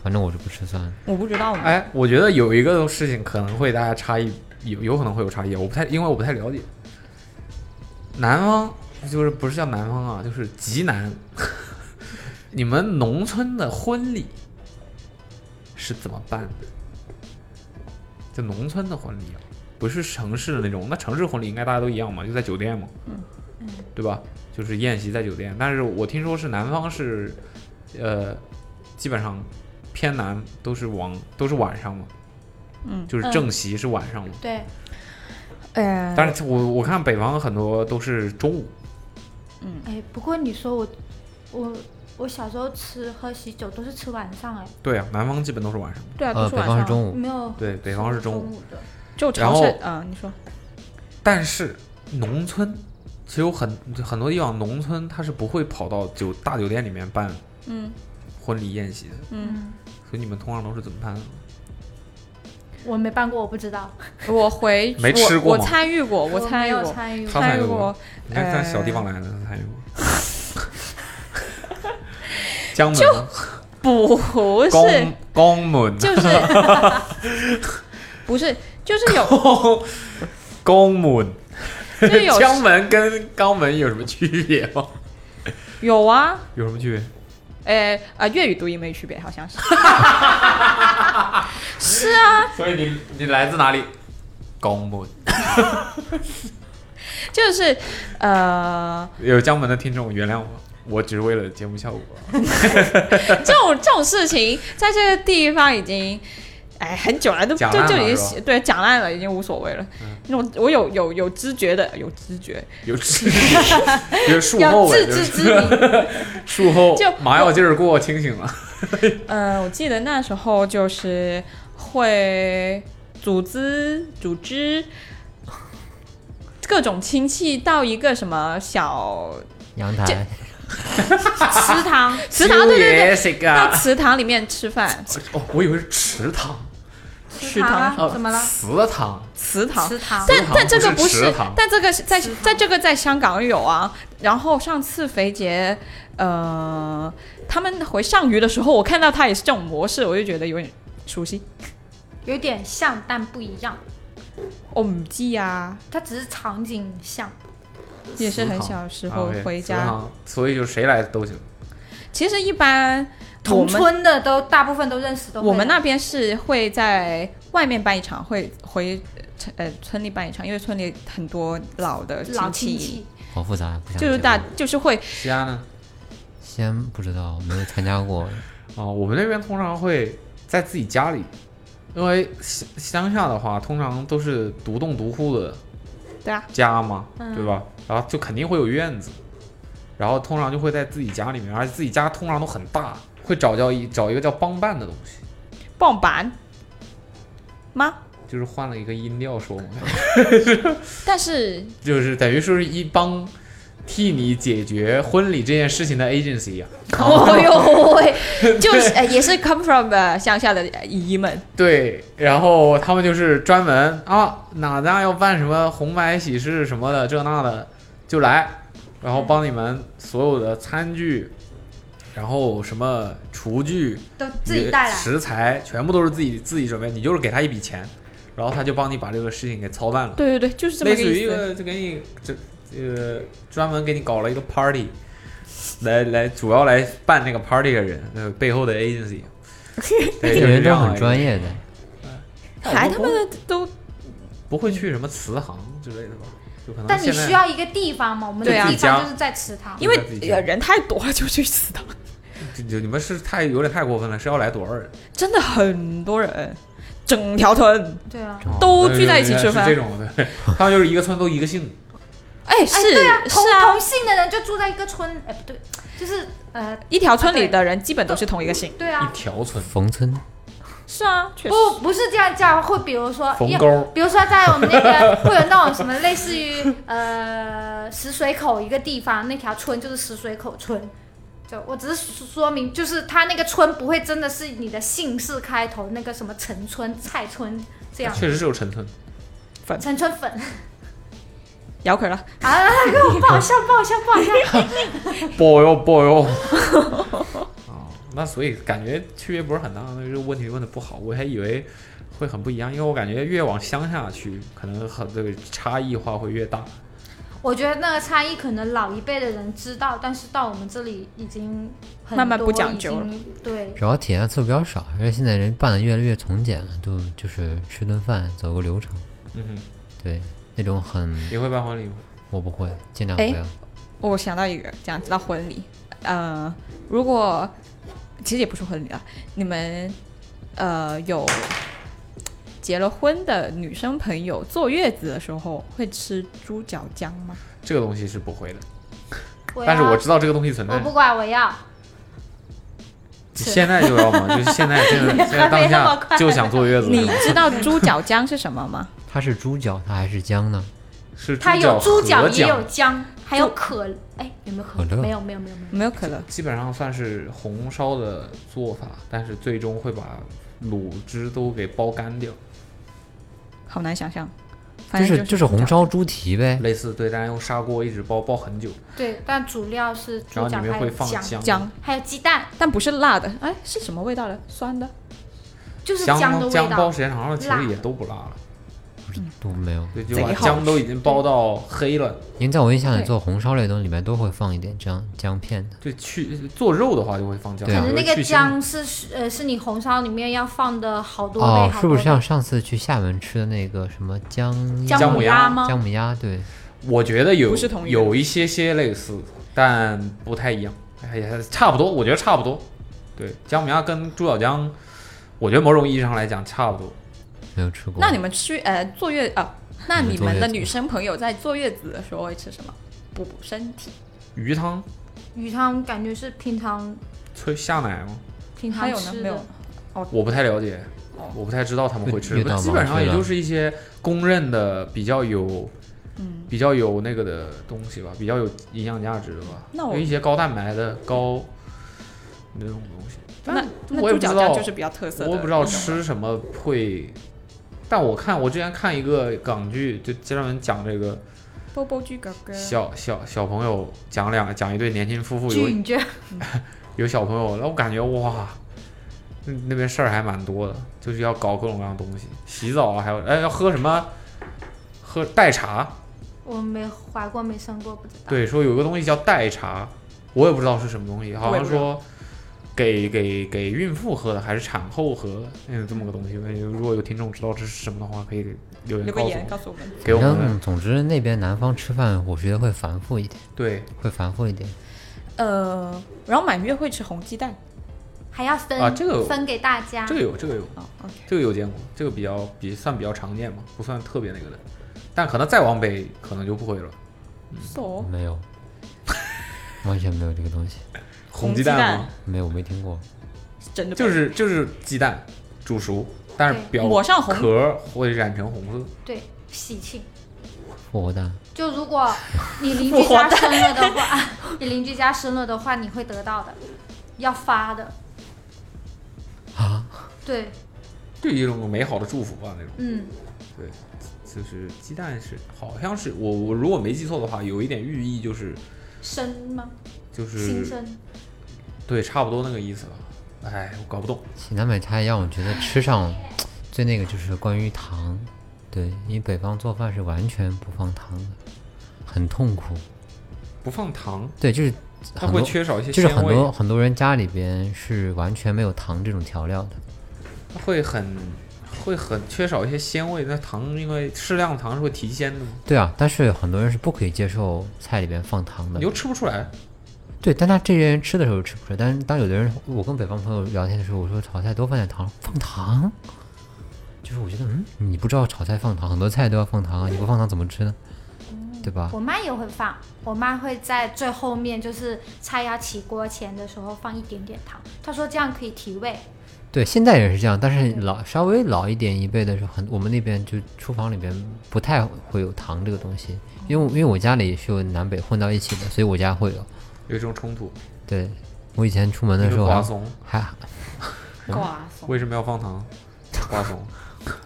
Speaker 5: 反正我是不吃蒜的。
Speaker 7: 我不知道嘛。
Speaker 2: 哎，我觉得有一个事情可能会大家差异，有有可能会有差异，我不太因为我不太了解。南方就是不是叫南方啊，就是极南。 你们农村的婚礼是怎么办的？就农村的婚礼啊，不是城市的那种。那城市婚礼应该大家都一样嘛，就在酒店嘛，嗯，对吧？就是宴席在酒店。但是我听说是南方是，呃，基本上偏南都是往都是晚上嘛，
Speaker 7: 嗯
Speaker 2: 就是正席是晚上嘛。
Speaker 4: 对，
Speaker 7: 呃，
Speaker 2: 但是我我看北方很多都是中午，
Speaker 4: 哎，不过你说我，我我小时候吃喝喜酒都是吃晚上，哎，
Speaker 2: 对啊，南方基本都是晚上。
Speaker 7: 对啊，都
Speaker 5: 呃，
Speaker 7: 是
Speaker 5: 北
Speaker 7: 晚
Speaker 5: 方
Speaker 7: 上
Speaker 5: 是
Speaker 7: 啊，
Speaker 5: 中午，
Speaker 4: 没有。
Speaker 2: 对，北方是中午。
Speaker 4: 的，
Speaker 7: 就
Speaker 2: 然
Speaker 7: 潮
Speaker 2: 后
Speaker 7: 汕啊、你说
Speaker 2: 但是农村其实有很很多地方，农村它是不会跑到酒大酒店里面办
Speaker 7: 嗯
Speaker 2: 婚礼宴席的。
Speaker 7: 嗯，
Speaker 2: 所以你们通常都是怎么判的？
Speaker 4: 我没办过，我不知道，
Speaker 7: 我回
Speaker 2: 没吃过
Speaker 7: 我，我
Speaker 2: 吗
Speaker 7: 参与过，我参
Speaker 4: 没
Speaker 7: 与
Speaker 4: 有
Speaker 7: 过，
Speaker 4: 参与过。
Speaker 2: 他参与
Speaker 7: 与
Speaker 2: 过
Speaker 7: 过，
Speaker 2: 你看，
Speaker 7: 呃
Speaker 2: 他小地方来的，他参与 过。江门吗、
Speaker 7: 不是
Speaker 2: 宫，宫门、
Speaker 7: 就是不是，就是有
Speaker 2: 宫宫门，
Speaker 7: 就是有
Speaker 2: 江门跟肛门有什么区别吗？
Speaker 7: 有啊，
Speaker 2: 有什么区别？
Speaker 7: 呃啊，粤语读音没区别，好像是。是啊，
Speaker 2: 所以你你来自哪里？宫门
Speaker 7: 就是呃，
Speaker 2: 有江门的听众原谅我，我只是为了节目 效果。
Speaker 7: 这种这种事情在这个地方已经。哎，很久了，都
Speaker 2: 讲
Speaker 7: 就
Speaker 2: 烂
Speaker 7: 就
Speaker 2: 了
Speaker 7: 已经
Speaker 2: 是吧嗯
Speaker 7: 习对讲烂了，已经无所谓了。那种我有有有知觉的，有知觉，
Speaker 2: 有知有术
Speaker 7: 要
Speaker 2: 后哎，
Speaker 7: 自
Speaker 2: 就
Speaker 7: 知
Speaker 2: 是
Speaker 7: 之明。
Speaker 2: 术后
Speaker 7: 就
Speaker 2: 麻药劲儿过，清醒了。
Speaker 7: 呃，我记得那时候就是会组织组织 各种亲戚到一个什么小
Speaker 5: 阳台
Speaker 4: 食堂
Speaker 7: 祠堂，对对对，
Speaker 2: 对对
Speaker 7: 到祠堂里面吃饭，
Speaker 2: 哦，我以为是池塘，
Speaker 4: 食堂啊，怎么了？
Speaker 2: 哦祠堂。
Speaker 7: 祠堂。
Speaker 4: 食堂
Speaker 7: 但
Speaker 2: 祠堂
Speaker 7: 但这个
Speaker 2: 不
Speaker 7: 不
Speaker 2: 是
Speaker 7: 是
Speaker 2: 祠堂，
Speaker 7: 但这个是在在这个在香港有啊。然后上次肥杰，呃，他们回上虞的时候，我看到他也是这种模式，我就觉得有点熟悉。
Speaker 4: 有点像，但不一样，
Speaker 7: 我唔知啊，
Speaker 4: 它只是场景像。
Speaker 7: 也是很
Speaker 2: 祠堂
Speaker 7: 小时候回家。
Speaker 2: 啊，OK，祠堂所以就谁来都行。
Speaker 7: 其实一般我
Speaker 4: 同
Speaker 7: 们
Speaker 4: 村的都大部分都认识，都会
Speaker 7: 我们那边是会在外面办一场，会回村呃村里办一场，因为村里很多老的
Speaker 4: 老
Speaker 7: 亲
Speaker 4: 亲，戚，
Speaker 5: 好复杂，不想
Speaker 7: 就是
Speaker 5: 讲
Speaker 7: 大就是会
Speaker 2: 西安呢？
Speaker 5: 先不知道，没有参加过，
Speaker 2: 哦，我们那边通常会在自己家里，因为乡乡下的话，通常都是独栋独户的
Speaker 7: 对啊，
Speaker 2: 家嘛，
Speaker 4: 嗯
Speaker 2: 对吧？然后就肯定会有院子，然后通常就会在自己家里面，而且自己家通常都很大，会找叫一找一个叫帮办的东西，
Speaker 7: 棒板吗？
Speaker 2: 就是换了一个音调说嘛，
Speaker 7: 但是
Speaker 2: 就是等于说是一帮替你解决婚礼这件事情的 agency 啊。
Speaker 7: 哦呦 喂，就是呃也是 come from 呃乡下的呃姨姨们，
Speaker 2: 对，然后他们就是专门啊哪家要办什么红白喜事什么的这那的就来，然后帮你们所有的餐具，然后什么厨具、
Speaker 4: 都自己带来。
Speaker 2: 食材全部都是自己自己准备，你就是给他一笔钱，然后他就帮你把这个事情给操办了，
Speaker 7: 对对对，就是这么
Speaker 2: 类
Speaker 7: 个
Speaker 2: 似于
Speaker 7: 意
Speaker 2: 一
Speaker 7: 思。
Speaker 2: 个就给你这呃专门给你搞了一个 party，来来主要来办那个 party 的人，呃背后的 agency，对， 就
Speaker 5: 这个
Speaker 2: 是
Speaker 5: 人
Speaker 2: 这
Speaker 5: 都
Speaker 2: 样的
Speaker 5: 很
Speaker 2: 一个
Speaker 5: 专业的。
Speaker 7: 还他妈的都
Speaker 2: 不会
Speaker 7: 嗯
Speaker 2: 去什么慈航之类的吧？就可能
Speaker 4: 但你
Speaker 2: 现在
Speaker 4: 需要一个地方嘛，我们的
Speaker 7: 对啊
Speaker 4: 地
Speaker 2: 自己家
Speaker 4: 方就是在池塘。
Speaker 7: 因为
Speaker 2: 自己家
Speaker 7: 呃人太多了，就去死的，
Speaker 2: 就就你们是太有点太过分了，是要来多少人？
Speaker 7: 真的很多人，整条村
Speaker 4: 对啊，
Speaker 7: 都聚在一起吃饭
Speaker 2: 呃是这。种的， 他们就是一个村都一个姓，
Speaker 7: 哎，
Speaker 4: 哎，
Speaker 7: 是
Speaker 4: 对啊，
Speaker 7: 是
Speaker 4: 同
Speaker 7: 啊
Speaker 4: 同，姓的人就住在一个村，哎，不对，就是呃，
Speaker 7: 一条村里的人基本都是同一个姓。
Speaker 4: 对
Speaker 2: 一
Speaker 4: 啊，
Speaker 2: 条村，
Speaker 5: 冯村
Speaker 7: 是啊，确实。
Speaker 4: 不不是这样叫，会比如说
Speaker 2: 冯沟，
Speaker 4: 比如说，在我们那边 会有那种什么类似于呃石水口一个地方，那条村就是石水口村。就我只是说明，就是它那个村不会真的是你的姓氏开头，那个什么陈村、蔡村这
Speaker 7: 啊
Speaker 4: 样，
Speaker 2: 确实是有陈村。
Speaker 4: 陈村粉
Speaker 7: 摇可了，
Speaker 4: 啊，给我爆笑爆笑爆笑！
Speaker 2: 包哟包 哟。哦，那所以感觉区别不是很大，那这个问题问的不好，我还以为会很不一样，因为我感觉越往乡下去，可能很这个差异化会越大。
Speaker 4: 我觉得那个差异可能老一辈的人知道，但是到我们这里已经很
Speaker 7: 慢慢不
Speaker 4: 多
Speaker 7: 讲
Speaker 4: 已
Speaker 7: 究了
Speaker 4: 经，对，
Speaker 5: 主要体验的次数比较少，而且现在人办的越来越从简了，都就是吃顿饭走个流程。
Speaker 2: 嗯哼，
Speaker 5: 对，那种很
Speaker 2: 你会办婚礼吗？
Speaker 5: 我不会，尽量不
Speaker 7: 哎
Speaker 5: 要。
Speaker 7: 我想到一个，讲到婚礼，呃，如果其实也不是婚礼了，啊你们呃有结了婚的女生朋友坐月子的时候会吃猪脚姜吗？
Speaker 2: 这个东西是不会的，
Speaker 7: 啊
Speaker 4: 我
Speaker 2: 但是
Speaker 4: 要
Speaker 2: 我知道这个东西存在
Speaker 4: 我。不管，我要
Speaker 2: 你现在就要吗？就是现在，现在现在当
Speaker 4: 还没那么
Speaker 2: 下
Speaker 4: 快
Speaker 2: 就想坐月子
Speaker 7: 你
Speaker 2: 是吗？
Speaker 7: 知道猪脚姜是什么吗？
Speaker 5: 它是猪脚，它还是姜呢？
Speaker 2: 是
Speaker 4: 它有猪
Speaker 2: 脚和
Speaker 4: 脚也有
Speaker 2: 姜，
Speaker 4: 姜，还有可哎有没有可
Speaker 5: 可乐
Speaker 4: 没有没有没有没有，
Speaker 7: 没有可乐，
Speaker 2: 基本上算是红烧的做法，但是最终会把卤汁都给包干掉，
Speaker 7: 好难想象。反
Speaker 5: 就
Speaker 7: 正
Speaker 5: 是
Speaker 7: 是
Speaker 5: 就是红烧猪蹄呗，
Speaker 2: 类似对，但用砂锅一直包包很久，
Speaker 4: 对，但主料是
Speaker 2: 然
Speaker 4: 猪
Speaker 2: 后
Speaker 4: 脚
Speaker 2: 里面
Speaker 4: 还
Speaker 2: 会
Speaker 4: 有
Speaker 2: 放
Speaker 4: 姜，
Speaker 2: 姜，
Speaker 7: 姜，
Speaker 4: 还有鸡蛋，
Speaker 7: 但不是辣的，哎，是什么味道的？酸的。
Speaker 4: 就是
Speaker 2: 姜
Speaker 4: 的味
Speaker 2: 姜包
Speaker 4: 道。
Speaker 2: 时间长了其
Speaker 4: 辣
Speaker 2: 实也都不辣了，
Speaker 5: 都没有。
Speaker 2: 对，就
Speaker 7: 贼
Speaker 2: 把
Speaker 7: 好
Speaker 2: 姜都已经包到黑了。
Speaker 5: 因为在我印象里，
Speaker 7: 对
Speaker 5: 做红烧类的东西里面都会放一点姜姜片的。
Speaker 2: 对，去做肉的话就会放姜，
Speaker 5: 对
Speaker 4: 可
Speaker 5: 啊
Speaker 4: 能那
Speaker 2: 就会
Speaker 4: 个
Speaker 2: 去腥
Speaker 4: 姜是呃是你红烧里面要放的好多倍
Speaker 5: 哦，
Speaker 4: 好
Speaker 5: 是
Speaker 4: 多
Speaker 5: 不是
Speaker 4: 倍
Speaker 5: 像上次去厦门吃的那个什么姜
Speaker 2: 姜
Speaker 4: 姜
Speaker 2: 母
Speaker 4: 母
Speaker 2: 鸭
Speaker 4: 鸭吗？
Speaker 5: 姜母鸭？对，
Speaker 2: 我觉得有
Speaker 7: 不是同一个
Speaker 2: 有一些些类似，但不太一样。哎呀，差不多，我觉得差不多。对，姜母鸭跟猪脚姜，我觉得某种意义上来讲差不多。
Speaker 5: 没有吃过。
Speaker 7: 那你们去呃坐月啊？那
Speaker 5: 你们
Speaker 7: 你
Speaker 5: 坐
Speaker 7: 们
Speaker 5: 月
Speaker 7: 的
Speaker 5: 子
Speaker 7: 女生朋友在坐月子的时候会吃什么？补补身体。
Speaker 2: 鱼汤
Speaker 4: 鱼汤感觉是平常
Speaker 2: 催下奶吗？
Speaker 4: 平常
Speaker 7: 还有呢？
Speaker 4: 吃
Speaker 7: 没有
Speaker 4: 的，。
Speaker 2: 我不太了解
Speaker 7: 哦，
Speaker 2: 我不太知道他们会吃
Speaker 5: 越
Speaker 2: 什么，
Speaker 5: 越到毛
Speaker 2: 基本上
Speaker 5: 去
Speaker 2: 也
Speaker 5: 了
Speaker 2: 就是一些公认的比较有。
Speaker 7: 嗯
Speaker 2: 比较有那个的东西吧，比较有营养价值的吧，
Speaker 7: 那我
Speaker 2: 有一些高蛋白的、高那种东西。但
Speaker 7: 那那
Speaker 2: 我也不
Speaker 7: 猪
Speaker 2: 知
Speaker 7: 脚
Speaker 2: 道
Speaker 7: 酱就是比较特色的。
Speaker 2: 我不知道。吃什么会，但我看我之前看一个港剧，就专门讲这个
Speaker 7: 波波猪哥哥。
Speaker 2: 小小小朋友讲两讲一对年轻夫妇有
Speaker 4: 菌卷
Speaker 2: 有小朋友，那我感觉哇，那那边事儿还蛮多的，就是要搞各种各样的东西，洗澡啊，还有哎要喝什么，喝代茶，
Speaker 4: 我没怀过没生过不知道。
Speaker 2: 对，说有个东西叫代茶，我也不知道是什么东西，好
Speaker 7: 我也
Speaker 2: 像
Speaker 7: 不知道
Speaker 2: 说给给给孕妇喝的，还是产后喝的，嗯，这么个东西。如果有听众知道这是什么的话，可以留言
Speaker 7: 留
Speaker 2: 告诉
Speaker 7: 个
Speaker 2: 我
Speaker 7: 言
Speaker 2: 们，
Speaker 7: 告诉我们。
Speaker 2: 给我
Speaker 5: 反
Speaker 2: 们
Speaker 5: 正总之那边南方吃饭，我觉得会繁复一点，
Speaker 2: 对
Speaker 5: 会繁复一点。
Speaker 7: 呃，然后满月会吃红鸡蛋。
Speaker 4: 还要分、
Speaker 2: 啊这个有
Speaker 4: 分给大家
Speaker 2: 这。个有这个有
Speaker 7: 哦，OK。
Speaker 2: 这个有见过，这个比较比算比较常见嘛，不算特别那个的，但可能再往北可能就不会了。哦
Speaker 7: So，
Speaker 5: 没有，完全没有这个东西，
Speaker 7: 红
Speaker 2: 鸡
Speaker 7: 鸡蛋
Speaker 2: 吗？
Speaker 5: 没有，我没听过。
Speaker 7: 真的不
Speaker 2: 就是就是鸡蛋煮熟，但是表
Speaker 7: 抹上红
Speaker 2: 壳会染成红色。
Speaker 4: 对，喜庆。
Speaker 5: 复活蛋，
Speaker 4: 就如果 你邻居家生了的话， 你邻居家生了的话，你会得到的，要发的。
Speaker 5: 啊？
Speaker 4: 对，
Speaker 2: 对一种美好的祝福啊吧，那种
Speaker 4: 嗯，
Speaker 2: 就是鸡蛋是好像是我我如果没记错的话，有一点寓意就是
Speaker 4: 生吗？
Speaker 2: 就
Speaker 4: 新
Speaker 2: 是
Speaker 4: 生。
Speaker 2: 对差不多那个意思吧。哎，我搞不懂，
Speaker 5: 西南北菜让我觉得吃上最那个就是关于糖，对，因为北方做饭是完全不放糖的，很痛苦。
Speaker 2: 不放糖，
Speaker 5: 对，就是
Speaker 2: 它
Speaker 5: 很
Speaker 2: 会
Speaker 5: 多，
Speaker 2: 缺少一些
Speaker 5: 就是
Speaker 2: 鲜
Speaker 5: 很
Speaker 2: 味，
Speaker 5: 多很多人家里边是完全没有糖这种调料的。
Speaker 2: 它会很会很缺少一些鲜味。那糖因为适量的糖是会提鲜的嘛，
Speaker 5: 对啊，但是很多人是不可以接受菜里边放糖的
Speaker 2: 你。又吃不出来。
Speaker 5: 对，但他这些人吃的时候吃不出来，但是当有的人，我跟北方朋友聊天的时候，我说炒菜多放点糖，放糖，就是我觉得，嗯，你不知道炒菜放糖，很多菜都要放糖啊，你不放糖怎么吃呢？对吧
Speaker 4: 嗯我？妈也会放，我妈会在最后面，就是菜要起锅前的时候放一点点糖。她说这样可以提味。
Speaker 5: 对，现在也是这样，但是老稍微老一点一辈的时候，很我们那边就厨房里边不太会有糖这个东西，因为因为我家里是有南北混到一起的，所以我家会有。
Speaker 2: 有一种冲突，
Speaker 5: 对，我以前出门
Speaker 2: 一
Speaker 5: 的时
Speaker 2: 个
Speaker 5: 候
Speaker 2: 瓜
Speaker 5: 还
Speaker 2: 怂
Speaker 5: 还
Speaker 3: 瓜怂。
Speaker 2: 为什么要放糖？瓜怂，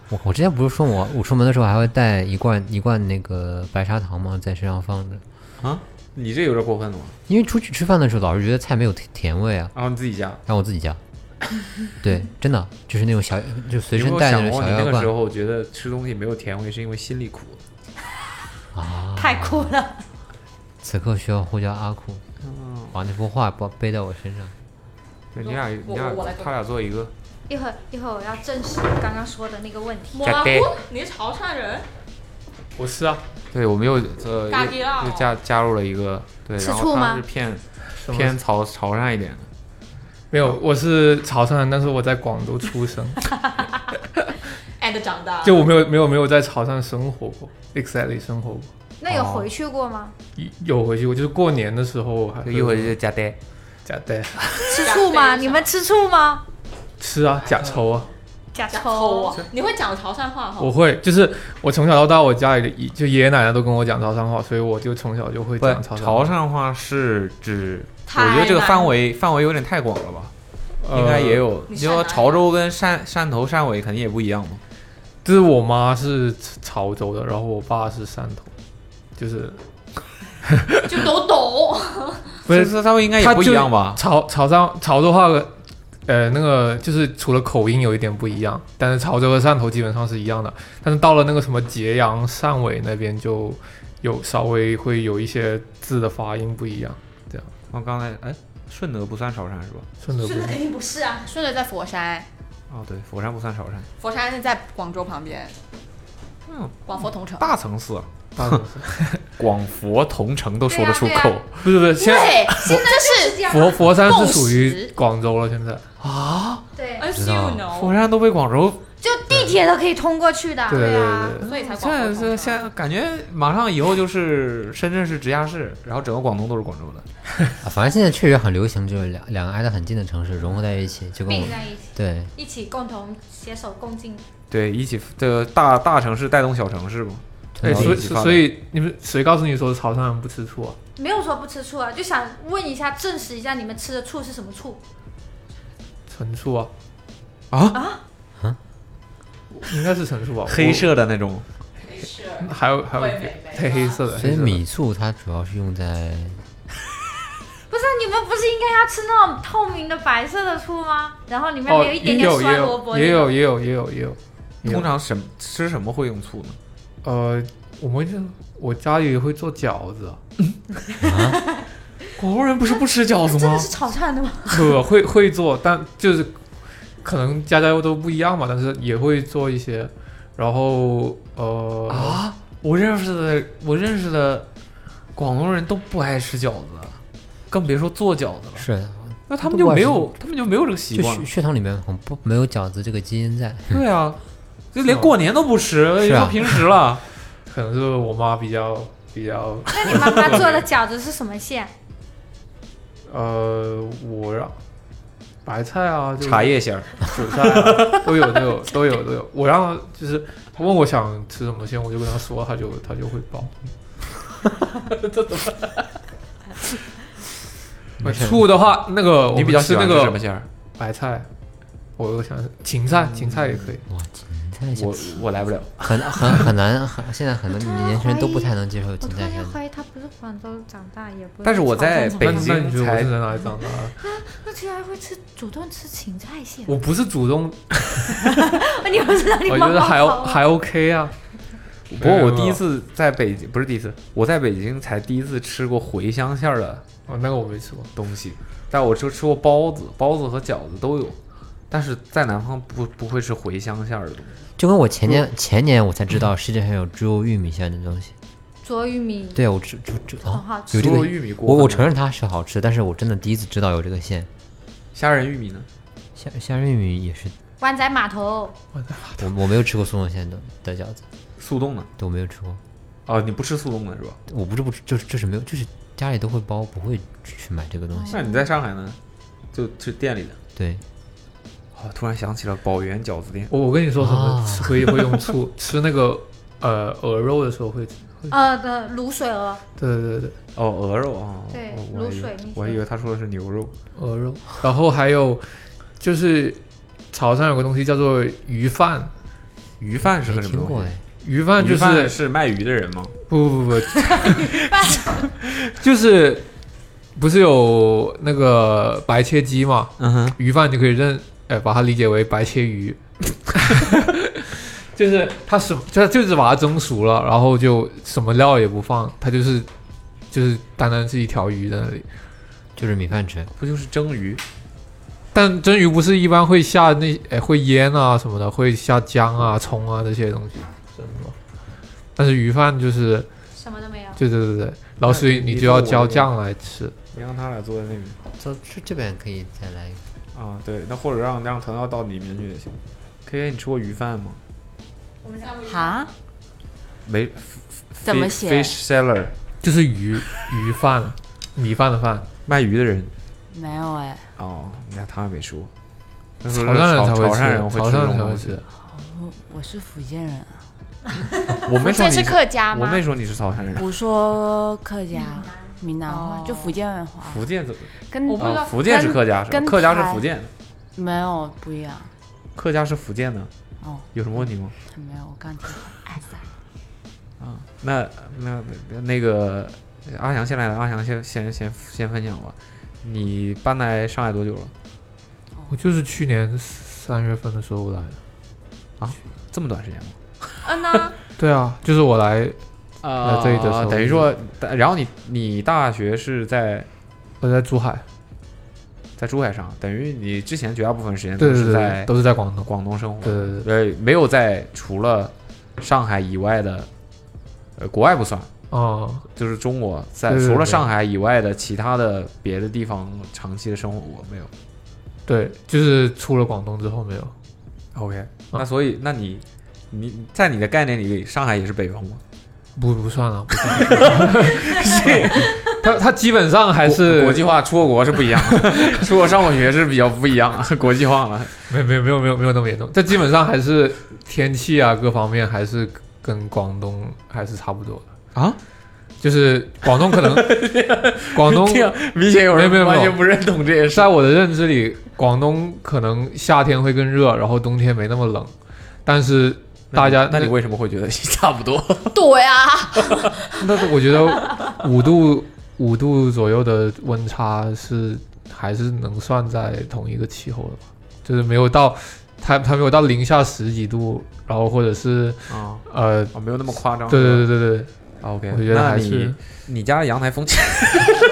Speaker 5: 我我之前不是说我我出门的时候还会带一罐一罐那个白砂糖吗？在身上放着，
Speaker 2: 你这有点过分了嘛？
Speaker 5: 因为出去吃饭的时候老是觉得菜没有甜甜味啊，
Speaker 2: 然后你自己加，
Speaker 5: 但我自己家，对，真的就是那种小就随
Speaker 2: 有没
Speaker 5: 身
Speaker 2: 有
Speaker 5: 带的
Speaker 2: 想
Speaker 5: 那种
Speaker 2: 过
Speaker 5: 小
Speaker 2: 你那
Speaker 5: 药
Speaker 2: 个时
Speaker 5: 罐
Speaker 2: 候觉得吃东西没有甜味，是因为心里苦？
Speaker 5: 啊。
Speaker 4: 太酷了！
Speaker 5: 此刻需要呼叫阿苦，
Speaker 2: 哦
Speaker 5: 把那幅画包背到我身上。
Speaker 2: 对你俩，你
Speaker 7: 我
Speaker 2: 俩
Speaker 7: 我来，做
Speaker 2: 他俩做一个。
Speaker 4: 一会儿一会儿我要证实刚刚说的那个问题。
Speaker 7: 莫
Speaker 2: 拉
Speaker 7: 拉
Speaker 2: 姑
Speaker 7: 姑，你是潮汕人？
Speaker 6: 我是啊，
Speaker 2: 对，我们又呃
Speaker 7: 嘎
Speaker 2: 又
Speaker 7: 迪拉
Speaker 2: 又
Speaker 7: 哦
Speaker 2: 加加入了一个对，
Speaker 4: 吃
Speaker 2: 然后
Speaker 4: 醋
Speaker 2: 他
Speaker 4: 吗
Speaker 2: 是偏
Speaker 6: 什么
Speaker 2: 偏潮潮汕一点的，
Speaker 6: 没有，我是潮汕人，但是我在广州出生，
Speaker 7: and 长大
Speaker 6: 就我没有没有没有在潮汕生活过，exactly 生活过。
Speaker 4: 那有回去过吗？
Speaker 6: 有回去过，就是过年的时候还
Speaker 2: 就
Speaker 6: 会
Speaker 2: 一会儿就加呆。
Speaker 6: 假带
Speaker 4: 啊吃醋吗？你们吃醋吗？
Speaker 6: 吃啊，假抽啊，
Speaker 4: 假
Speaker 7: 抽
Speaker 4: 抽
Speaker 7: 啊，！你会讲潮汕
Speaker 2: 哦
Speaker 7: 话哈？
Speaker 6: 我会，就是我从小到大，我家里的姨就爷爷奶奶都跟我讲潮汕话，所以我就从小就会
Speaker 2: 不
Speaker 6: 讲，潮汕话。
Speaker 2: 潮汕话是指，我
Speaker 7: 台
Speaker 2: 觉得这个
Speaker 7: 南
Speaker 2: 范围范围有点太广了吧？
Speaker 6: 呃
Speaker 2: 应该也，有，
Speaker 7: 你
Speaker 2: 你
Speaker 7: 汕
Speaker 2: 说
Speaker 7: 南
Speaker 2: 潮州跟汕汕头、汕尾肯定也不一样嘛。
Speaker 6: 就是我妈是潮州的，然后我爸是汕头，就是
Speaker 7: 就都 懂。
Speaker 6: 不是
Speaker 2: 是他们应该也
Speaker 6: 它
Speaker 2: 不一
Speaker 6: 就
Speaker 2: 样吧？
Speaker 6: 潮潮汕潮州话的，呃，那个就是除了口音有一点不一样，但是潮州和汕头基本上是一样的。但是到了那个什么揭阳、汕尾那边，就有稍微会有一些字的发音不一样。
Speaker 2: 我刚才哎，顺德不算潮汕是吧？
Speaker 6: 顺德不
Speaker 4: 顺
Speaker 6: 是
Speaker 4: 德肯定不是啊，
Speaker 7: 顺德在佛山，
Speaker 2: 哦，对，佛山不算潮汕，
Speaker 7: 佛山是在广州旁边，
Speaker 2: 嗯，
Speaker 7: 广佛同城。
Speaker 2: 大城市啊，
Speaker 6: 大城市，
Speaker 2: 广佛同城都说得出
Speaker 4: 对啊
Speaker 2: 口
Speaker 4: 对啊
Speaker 6: 不是不是，现在
Speaker 4: 对，现在就是这样
Speaker 6: 佛佛山
Speaker 7: 共
Speaker 6: 是属于
Speaker 7: 识
Speaker 6: 广州了，现在
Speaker 2: 啊！
Speaker 4: 对，
Speaker 7: As
Speaker 5: 知道
Speaker 7: you know，
Speaker 2: 佛山都被广州，
Speaker 4: 就地铁都可以通过去的，
Speaker 6: 对对
Speaker 4: 啊
Speaker 6: 对，对，
Speaker 7: 所以才广
Speaker 2: 现在
Speaker 7: 佛同
Speaker 2: 是
Speaker 7: 城。
Speaker 2: 现在感觉马上以后就是深圳是直辖市，然后整个广东都是广州的。
Speaker 5: 啊，反正现在确实很流行，就是两两个挨得很近的城市融合在一起，就跟我
Speaker 4: 并在一起，
Speaker 5: 对
Speaker 4: 一起共同携手共进。
Speaker 2: 对，一起这个大大城市带动小城市嘛。
Speaker 6: 哎，
Speaker 5: 然后
Speaker 6: 所以
Speaker 2: 一起发
Speaker 6: 所以你们谁告诉你说潮汕人不吃醋啊？
Speaker 4: 没有说不吃醋啊，就想问一下，证实一下你们吃的醋是什么醋？
Speaker 6: 陈醋啊，
Speaker 2: 啊，
Speaker 6: 应该是陈醋吧？
Speaker 2: 黑色的那种，
Speaker 6: 我，还有还有
Speaker 7: 会美
Speaker 6: 黑黑色的，
Speaker 5: 所以
Speaker 6: 黑色的
Speaker 5: 米醋它主要是用在
Speaker 4: 不是啊你们不是应该要吃那种透明的白色的醋吗？然后里面
Speaker 6: 哦，
Speaker 4: 还有一点点酸萝卜，
Speaker 6: 也有也有也有也有也有。也有
Speaker 2: 通常什么吃什么会用醋呢？
Speaker 6: 呃，我们这我家里会做饺子，
Speaker 2: 广东人不是不吃饺子
Speaker 4: 啊真
Speaker 2: 吗
Speaker 4: 的？是炒菜的吗？
Speaker 6: 可会会做，但就是可能家家都不一样嘛，但是也会做一些。然后呃，
Speaker 2: 啊，我认识的我认识的广东人都不爱吃饺子，更别说做饺子了。
Speaker 5: 是的
Speaker 2: 那他们
Speaker 5: 都
Speaker 2: 就
Speaker 5: 不爱
Speaker 2: 没
Speaker 5: 吃
Speaker 2: 有，他们就没有这个习
Speaker 5: 就
Speaker 2: 惯
Speaker 5: 血。血统里面很不没有饺子这个基因在。
Speaker 2: 对啊，就连过年都不吃，别
Speaker 5: 是啊
Speaker 2: 说平时了。
Speaker 6: 可能是我妈比较比较
Speaker 4: 那你妈妈做的饺子是什么馅？
Speaker 6: 呃，我让白菜啊，就是
Speaker 2: 叶馅儿，
Speaker 6: 韭菜、啊、都有都有都有都有。我让她就是她问我想吃什么先，我就跟她说，她就她就会包。 这怎么？醋的话，那个
Speaker 2: 你比较
Speaker 6: 是
Speaker 2: 喜
Speaker 6: 那
Speaker 2: 欢
Speaker 6: 个
Speaker 2: 吃什么馅儿？
Speaker 6: 白菜，我想芹菜，芹菜也可
Speaker 2: 嗯
Speaker 6: 以。
Speaker 5: 哇，芹菜馅
Speaker 2: 我我来不了。
Speaker 5: 很很很难，很现在很多年轻人都不太能接受
Speaker 4: 我
Speaker 5: 芹
Speaker 4: 突
Speaker 5: 菜
Speaker 4: 然
Speaker 5: 馅
Speaker 4: 间
Speaker 5: 的。
Speaker 4: 怀疑她不是广州长大，也不是。
Speaker 2: 但是我在北
Speaker 6: 那那
Speaker 2: 京
Speaker 6: 你觉得我
Speaker 2: 才
Speaker 6: 是在哪里长大的？
Speaker 4: 那居然会吃主动吃芹菜馅？
Speaker 6: 我不是主动，
Speaker 4: 你不知道你
Speaker 6: 我
Speaker 4: 妈妈
Speaker 6: 觉得还
Speaker 4: 包吗
Speaker 6: 还 OK 啊。
Speaker 2: 不过我第一次在北京，不是第一次，我在北京才第一次吃过茴香馅儿的
Speaker 6: 哦，那个我没吃过。
Speaker 2: 东西，但我就吃过包子，包子和饺子都有。但是在南方不不会吃茴香馅儿的东西，
Speaker 5: 就跟我前年前年我才知道世界上有猪肉玉米馅的东西。
Speaker 4: 煮玉米
Speaker 5: 对，我知知知
Speaker 4: 很
Speaker 5: 哦，
Speaker 4: 好吃。
Speaker 5: 有这
Speaker 2: 猪肉
Speaker 5: 个
Speaker 2: 玉米锅
Speaker 5: 我
Speaker 2: 很好。
Speaker 5: 我承认它是好吃，但是我真的第一次知道有这个馅。
Speaker 2: 虾仁玉米呢？
Speaker 5: 虾虾仁玉米也是，
Speaker 4: 湾仔码头
Speaker 5: 我我没有吃过速冻馅的的饺子，
Speaker 2: 速冻呢？
Speaker 5: 都没有吃过。
Speaker 2: 哦，你不吃速冻的是吧？
Speaker 5: 我不是不吃，就是就是没有，就是家里都会包，不会去买这个
Speaker 4: 嗯哦
Speaker 5: 东西。
Speaker 2: 那你在上海呢？就吃店里的。
Speaker 5: 对，
Speaker 2: 哦，突然想起了宝源饺子店，
Speaker 6: 我我跟你说什么
Speaker 2: 哦
Speaker 5: 啊
Speaker 6: 吃可以会用醋，吃那个呃鹅肉的时候会
Speaker 4: 呃的卤水鹅，
Speaker 6: 对对对对，
Speaker 2: 哦，鹅肉啊，哦
Speaker 4: 对
Speaker 2: 哦我还以
Speaker 4: 卤水
Speaker 2: 为
Speaker 4: 那些
Speaker 2: 我还以为他说的是牛肉。
Speaker 6: 鹅肉。然后还有就是潮汕有个东西叫做鱼饭，
Speaker 2: 鱼饭是
Speaker 5: 没
Speaker 2: 个什么
Speaker 5: 听过
Speaker 2: 东西？
Speaker 5: 哎。
Speaker 6: 鱼饭就
Speaker 2: 鱼饭
Speaker 6: 是
Speaker 2: 是卖鱼的人吗？
Speaker 6: 不不不不， 就是不是有那个白切鸡嘛？
Speaker 2: 嗯哼，
Speaker 6: 鱼饭就可以认，呃，把它理解为白切鱼， 就是它什么，它就是把它蒸熟了，然后就什么料也不放，它就是就是单单是一条鱼在那里。
Speaker 5: 就是米饭吃，
Speaker 2: 不就是蒸鱼？
Speaker 6: 但蒸鱼不是一般会下那哎会腌啊什么的，会下姜啊、葱啊这些东西，真的吗？但是鱼饭就是，
Speaker 4: 什么都没有。
Speaker 6: 对对对对，然后所以你就要浇酱来吃。
Speaker 2: 你让他俩坐在那边
Speaker 5: 这这这边可以再来一个。
Speaker 2: 啊？对，那或者让让腾耀到里面去也行。K K，你吃过鱼饭吗？
Speaker 7: 哈？
Speaker 2: 没，
Speaker 7: 怎么
Speaker 2: fi-
Speaker 7: 写
Speaker 2: ？Fish seller，
Speaker 6: 就是鱼鱼饭，米饭的饭。
Speaker 2: 卖鱼的人。
Speaker 7: 没有哎，
Speaker 2: 哦，那他没说。潮
Speaker 6: 潮汕人才
Speaker 2: 潮汕人会
Speaker 6: 会潮
Speaker 2: 吃
Speaker 6: 汕
Speaker 2: 这种
Speaker 6: 人才会
Speaker 2: 东
Speaker 6: 吃
Speaker 2: 西。。
Speaker 3: 我我是福建人，
Speaker 2: 我没说
Speaker 7: 现
Speaker 2: 你
Speaker 7: 在是客家
Speaker 2: 我
Speaker 7: 吗？
Speaker 2: 没说你是潮汕人。
Speaker 3: 不说客家，闽南话
Speaker 7: 哦
Speaker 3: 就福建话，
Speaker 2: 福建怎么？
Speaker 3: 跟
Speaker 7: 我不知道
Speaker 2: 啊，福建是客家是吧？
Speaker 3: 跟
Speaker 2: 客家
Speaker 3: 台
Speaker 2: 是福建的，
Speaker 3: 没有不一样。
Speaker 2: 客家是福建的。
Speaker 3: 哦，
Speaker 2: 有什么问题吗？
Speaker 3: 没有，我刚听过。
Speaker 2: 啊，那那那个阿翔先来，阿翔先先先先分享吧。你搬来上海多久了？
Speaker 6: 我就是去年三月份的时候来的。
Speaker 2: 这么短时间吗？
Speaker 7: 嗯呐，
Speaker 6: 对啊，就是我来，
Speaker 2: 啊
Speaker 6: 这里的时候
Speaker 2: 等于说，然后你你大学是在
Speaker 6: 我在珠海，
Speaker 2: 在珠海上，等于你之前绝大部分时间
Speaker 6: 对
Speaker 2: 都
Speaker 6: 对
Speaker 2: 是
Speaker 6: 对
Speaker 2: 在
Speaker 6: 对，都是在广东。
Speaker 2: 广东生活，
Speaker 6: 对对对，
Speaker 2: 呃，没有在除了上海以外的，呃，国外不算，
Speaker 6: 哦、
Speaker 2: 就是中国在
Speaker 6: 对对对
Speaker 2: 除了上海以外的其他的别的地方长期的生活过没有
Speaker 6: 对，就是出了广东之后没有，
Speaker 2: ？OK，那所以那你你在你的概念里，上海也是北方吗？
Speaker 6: 不不算了。不 算了他他基本上还是
Speaker 2: 国国际化，出过国是不一样 的，出国上过学是比较不一样的，国际化了。
Speaker 6: 没没有没有没有没有那么严重，这基本上还是天气啊各方面还是跟广东还是差不多的
Speaker 2: 啊。
Speaker 6: 就是广东 可能广东
Speaker 2: 这样明显有人
Speaker 6: 没有没有
Speaker 2: 完
Speaker 6: 没有
Speaker 2: 全不认同这件事
Speaker 6: 在。我的认知里，广东可能夏天会更热，然后冬天没那么冷，但是大家
Speaker 2: 那你为什么会觉得差不多？
Speaker 3: 对啊，
Speaker 6: 那那我觉得五度五度左右的温差是还是能算在同一个气候的吧，就是没有到它它没有到零下十几度，然后或者是
Speaker 2: 啊
Speaker 6: 呃
Speaker 2: 啊，没有那么夸张。啊
Speaker 6: 对对对对
Speaker 2: ，OK，
Speaker 6: 我觉得
Speaker 2: 那
Speaker 6: 还
Speaker 2: 你
Speaker 6: 是
Speaker 2: 你家的阳台封起来，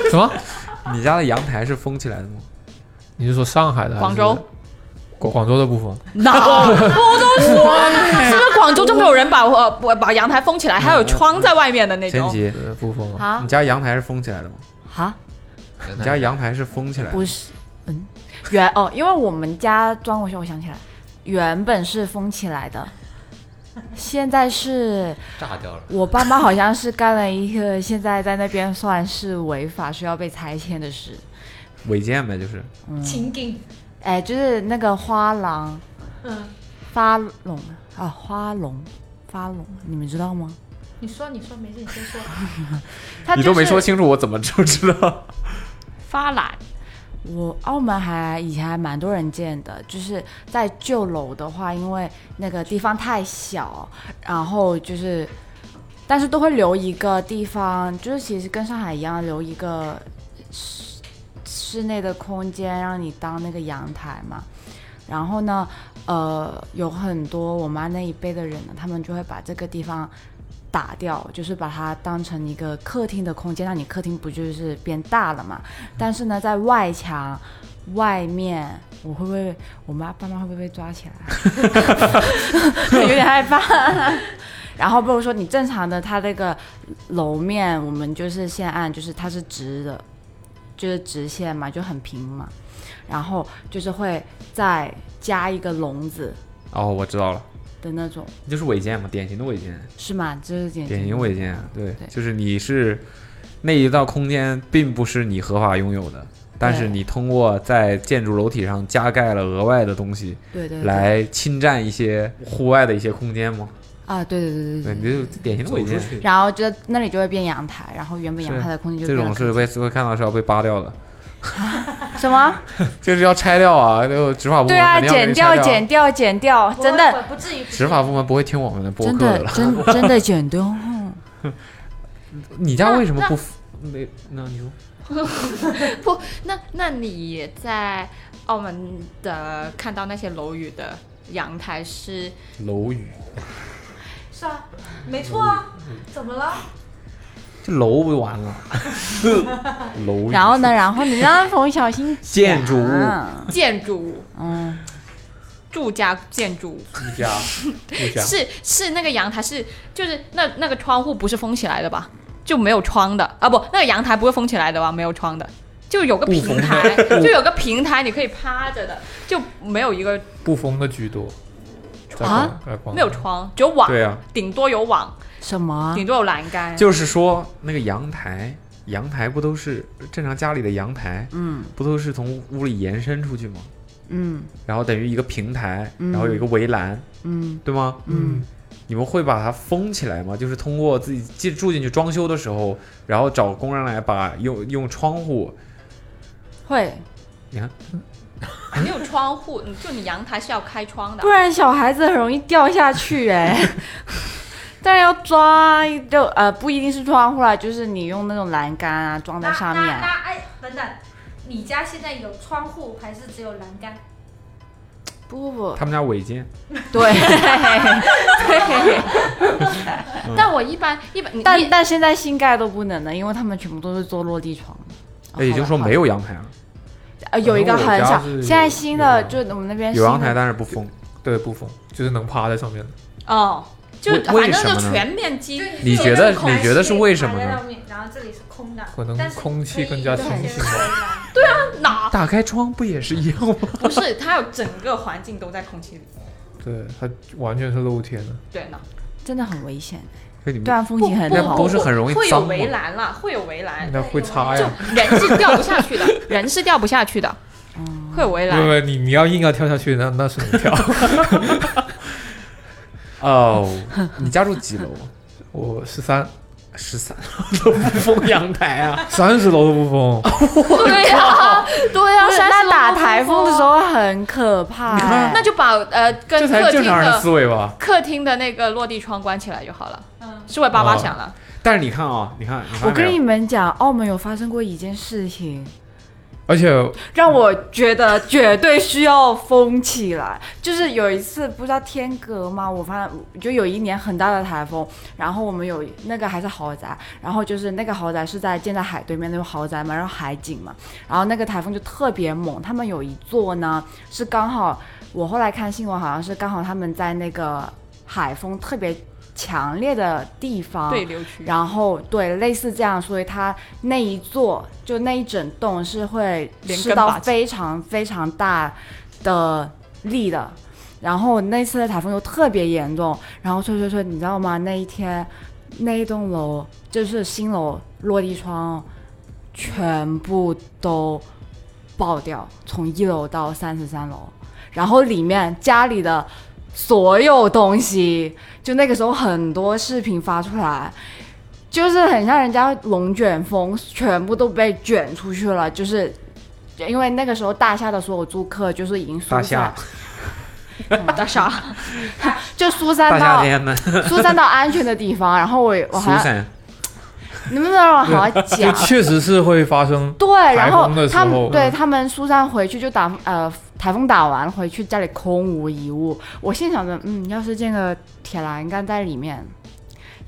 Speaker 6: 对，什么？
Speaker 2: 你家的阳台是封起来的吗？
Speaker 6: 你是说上海的还是
Speaker 7: 广州？
Speaker 6: 广广州的部 分，
Speaker 7: 那我都说，是不是广州就会有人把我把把阳台封起来，还有窗在外面的 那
Speaker 2: 前
Speaker 7: 种？
Speaker 2: 几，
Speaker 6: 对部分嘛，
Speaker 3: 啊
Speaker 2: 你家阳台是封起来的吗？
Speaker 3: 哈，
Speaker 2: 你家阳台是封起来的
Speaker 3: 不是，嗯，原哦，因为我们家装过修，我想起来，原本是封起来的，现在是
Speaker 5: 炸掉了。
Speaker 3: 我爸妈好像是干了一个现在在那边算是违法需要被拆迁的事，
Speaker 2: 违建呗，就是
Speaker 4: 情景
Speaker 3: 哎，就是那个花廊，
Speaker 4: 嗯，
Speaker 3: 发笼啊，花笼，发笼，你们知道吗？
Speaker 4: 你说你说没事，你 先说。
Speaker 3: 他
Speaker 2: 你
Speaker 3: 就
Speaker 2: 都没
Speaker 3: 是
Speaker 2: 说清楚，我怎么就知道？
Speaker 7: 发懒，
Speaker 3: 我澳门还以前还蛮多人建的，就是在旧楼的话，因为那个地方太小，然后就是，但是都会留一个地方，就是其实跟上海一样，留一个室室内的空间让你当那个阳台嘛。然后呢，呃，有很多我妈那一辈的人呢，他们就会把这个地方打掉，就是把它当成一个客厅的空间，那你客厅不就是变大了嘛？但是呢，在外墙外面，我会不会我妈爸妈会不会被抓起来？有点害怕。然后不如说你正常的，它那个楼面我们就是先按，就是它是直的，就是直线嘛，就很平嘛。然后就是会再加一个笼子
Speaker 2: 哦，我知道了，
Speaker 3: 的那种，
Speaker 2: 就是违建嘛，典型的违建，
Speaker 3: 是吗？这是典
Speaker 2: 典型违建，啊对
Speaker 3: 对，
Speaker 2: 就是你是那一道空间并不是你合法拥有的，但是
Speaker 3: 对
Speaker 2: 你通过在建筑楼体上加盖了额外的东西，
Speaker 3: 对对对
Speaker 2: 来侵占一些户外的一些空间吗？
Speaker 3: 啊，对对对
Speaker 2: 对，
Speaker 3: 对
Speaker 2: 你
Speaker 3: 对。
Speaker 2: 就典型的违建，啊
Speaker 3: 然后就那里就会变阳台，然后原本阳
Speaker 2: 是
Speaker 3: 台的空间就
Speaker 2: 这
Speaker 3: 变
Speaker 2: 种
Speaker 3: 了
Speaker 2: 是被会看到是要被扒掉的，
Speaker 3: 什么？
Speaker 2: 就是要拆掉啊！就执法部门
Speaker 3: 对啊，
Speaker 2: 肯定要给
Speaker 3: 剪
Speaker 2: 你拆掉啊
Speaker 3: 掉、剪掉、剪掉，真的、
Speaker 4: 不至于，不至于
Speaker 2: 执法部门不会听我们的播
Speaker 3: 真
Speaker 2: 客的
Speaker 3: 的、
Speaker 2: 了。
Speaker 3: 真 真的剪掉。嗯
Speaker 2: 你家为什么不付？那那你说
Speaker 7: 不，那那你在澳门的看到那些楼宇的阳台是
Speaker 2: 楼宇，
Speaker 4: 是啊，没错啊，怎么了？
Speaker 2: 这楼不就完了？ 楼宇，
Speaker 3: 然后呢？嗯然后你让冯小新 讲
Speaker 2: 建筑物
Speaker 7: 建筑物，
Speaker 3: 嗯，
Speaker 7: 住家建筑物
Speaker 6: 一家一家，
Speaker 7: 是是那个阳台是就是那那个窗户不是封起来的吧？就没有窗的啊，不，那个阳台不是封起来的吧？没有窗的，就有个平 台，就有个平台你可以趴着的，就没有一个
Speaker 6: 不封的居多。在
Speaker 3: 啊
Speaker 6: 广在广
Speaker 7: 没有
Speaker 6: 东
Speaker 7: 窗，只有网，
Speaker 2: 对啊，
Speaker 7: 顶多有网，
Speaker 3: 什么啊？
Speaker 7: 顶多有栏杆。
Speaker 2: 就是说那个阳台，阳台不都是正常家里的阳台，
Speaker 3: 嗯，
Speaker 2: 不都是从屋里延伸出去吗？
Speaker 3: 嗯
Speaker 2: 然后等于一个平台，
Speaker 3: 嗯
Speaker 2: 然后有一个围栏，
Speaker 3: 嗯
Speaker 2: 对吗？
Speaker 3: 嗯，
Speaker 2: 你们会把它封起来吗？就是通过自己进住进去装修的时候，然后找工人来把用用窗户，
Speaker 3: 会，
Speaker 7: 没有窗户，你就你阳台是要开窗的
Speaker 3: 不。然小孩子很容易掉下去哎、 当然要抓，就呃不一定是窗户啦，就是你用那种栏杆啊装在上面
Speaker 4: 那
Speaker 3: 啊。
Speaker 4: 那哎，等等，你家现在有窗户还是只有栏杆？
Speaker 3: 不不不，
Speaker 2: 他们家违建，
Speaker 3: 对，
Speaker 4: 嗯
Speaker 7: 但我一般一般，你
Speaker 3: 但
Speaker 7: 你
Speaker 3: 但现在新盖都不能了，因为他们全部都是做落地窗。哦
Speaker 2: 那也就是哎说没有阳台了，
Speaker 3: 呃，有一个很
Speaker 2: 然
Speaker 3: 小
Speaker 2: 后我家，是
Speaker 3: 现在新的
Speaker 6: 有
Speaker 3: 就我们那边
Speaker 2: 有阳
Speaker 3: 哎新的哦
Speaker 2: 台但是不封。
Speaker 6: 对，不封，就是能趴在上面的。
Speaker 7: 哦，就
Speaker 2: 为
Speaker 7: 反
Speaker 2: 为什
Speaker 7: 正
Speaker 2: 么
Speaker 7: 就
Speaker 2: 呢
Speaker 7: 全面积。
Speaker 2: 你觉得你觉得是为什么呢
Speaker 4: 呢？然后这里是空的，
Speaker 6: 可能
Speaker 4: 但是
Speaker 6: 空气
Speaker 4: 可以
Speaker 6: 更加
Speaker 4: 有
Speaker 6: 清
Speaker 4: 一些
Speaker 6: 新吧
Speaker 4: 空的
Speaker 7: 哪
Speaker 2: 打开窗不也是一样吗？
Speaker 7: 不是？它有整个环境都在空气里。
Speaker 6: 对，它完全是露天的。
Speaker 7: 对呢，
Speaker 3: 真的很危险，
Speaker 2: 所以你
Speaker 3: 对
Speaker 2: 们
Speaker 3: 啊岸风景很
Speaker 2: 那嗯
Speaker 3: 好，
Speaker 2: 不是很容易
Speaker 7: 会有
Speaker 2: 脏吗哎
Speaker 7: 围栏啦，会有围栏，
Speaker 6: 那会擦
Speaker 7: 哎就
Speaker 6: 呀，
Speaker 7: 人是掉不下 去的，人是掉不下去的， 会有围
Speaker 6: 不
Speaker 7: 栏。
Speaker 6: 不，你你要硬要跳下去，那那是你跳。
Speaker 2: 哦，你家住几 楼？
Speaker 6: 我十三，
Speaker 2: 十三楼都不封阳台 啊！
Speaker 6: 三十楼都不封，
Speaker 7: 对呀，对呀
Speaker 3: 不啊是，那打台风的时，候很可怕、哎
Speaker 2: 你看
Speaker 7: 那就把呃跟
Speaker 2: 这才
Speaker 7: 客
Speaker 2: 是正
Speaker 7: 厅
Speaker 2: 常人
Speaker 7: 的
Speaker 2: 思维吧？
Speaker 7: 客厅的那个落地窗关起来就好了。嗯，是为爸爸想了。
Speaker 2: 但是你看啊，你看，你看
Speaker 3: 我跟你们讲，澳门有发生过一件事情，
Speaker 6: 而且
Speaker 3: 让我觉得绝对需要封起来。就是有一次不知道天格嘛，我发现就有一年很大的台风，然后我们有那个还是豪宅，然后就是那个豪宅是在建在海对面那种豪宅嘛，然后海景嘛，然后那个台风就特别猛，他们有一座呢是刚好我后来看新闻好像是刚好他们在那个海风特别强烈的地
Speaker 2: 哦
Speaker 3: 方
Speaker 7: 对流区，
Speaker 3: 然后对，类似这样，所以它那一座就那一整栋是会
Speaker 7: 连
Speaker 3: 吃
Speaker 7: 根
Speaker 3: 到
Speaker 7: 拔起
Speaker 3: 非常非常大的力的。然后那次的台风又特别严重，然后吹吹吹，你知道吗？那一天那一栋楼就是新楼落地窗全部都爆掉，从一楼到三十三楼，然后里面家里的所有东西，就那个时候很多视频发出来，就是很像人家龙卷风，全部都被卷出去了，就是。因为那个时候大厦的所有租客就是已经疏
Speaker 2: 大
Speaker 3: 散
Speaker 2: 厦，
Speaker 7: 大傻，
Speaker 3: 就疏散
Speaker 2: 大夏
Speaker 3: 到
Speaker 2: 天的
Speaker 3: 疏散到安全的地方，然后我我还
Speaker 2: 苏
Speaker 3: 要
Speaker 2: 珊，
Speaker 3: 你们能不能让我好好
Speaker 6: 就
Speaker 3: 讲？啊
Speaker 6: 确实是会发 生。
Speaker 3: 对，然后
Speaker 6: 台风的时
Speaker 3: 他
Speaker 6: 候
Speaker 3: 们对
Speaker 6: 嗯
Speaker 3: 他们疏散回去就打呃台风打完回去家里空无一物，我现想着嗯，要是建个铁栏杆在里面。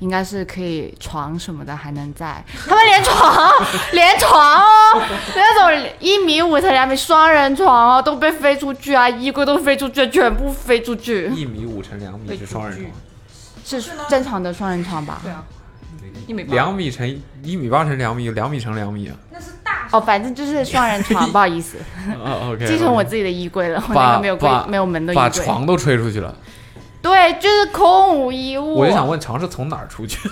Speaker 3: 应该是可以床什么的还能在，他们连床 连床哦，那种一米五才两米双人床哦都被飞出去啊，衣柜都飞出去，全部飞出去，
Speaker 2: 一米五乘两米是双人床，
Speaker 3: 是正常的双人床吧？
Speaker 7: 对啊，一米八
Speaker 2: 两米乘一米八乘两米，有两米乘两 米啊。
Speaker 4: 那是大
Speaker 3: 哦，反正就是双人床，不好 意思，
Speaker 2: 哦，OK，
Speaker 3: 继承我自己的衣柜了，我那
Speaker 2: 把
Speaker 3: 个没有柜
Speaker 2: 把
Speaker 3: 没有门的衣
Speaker 2: 把
Speaker 3: 柜。
Speaker 2: 床都吹出去了，
Speaker 3: 对，就是空无一物。
Speaker 2: 我就想问床是从哪儿出去？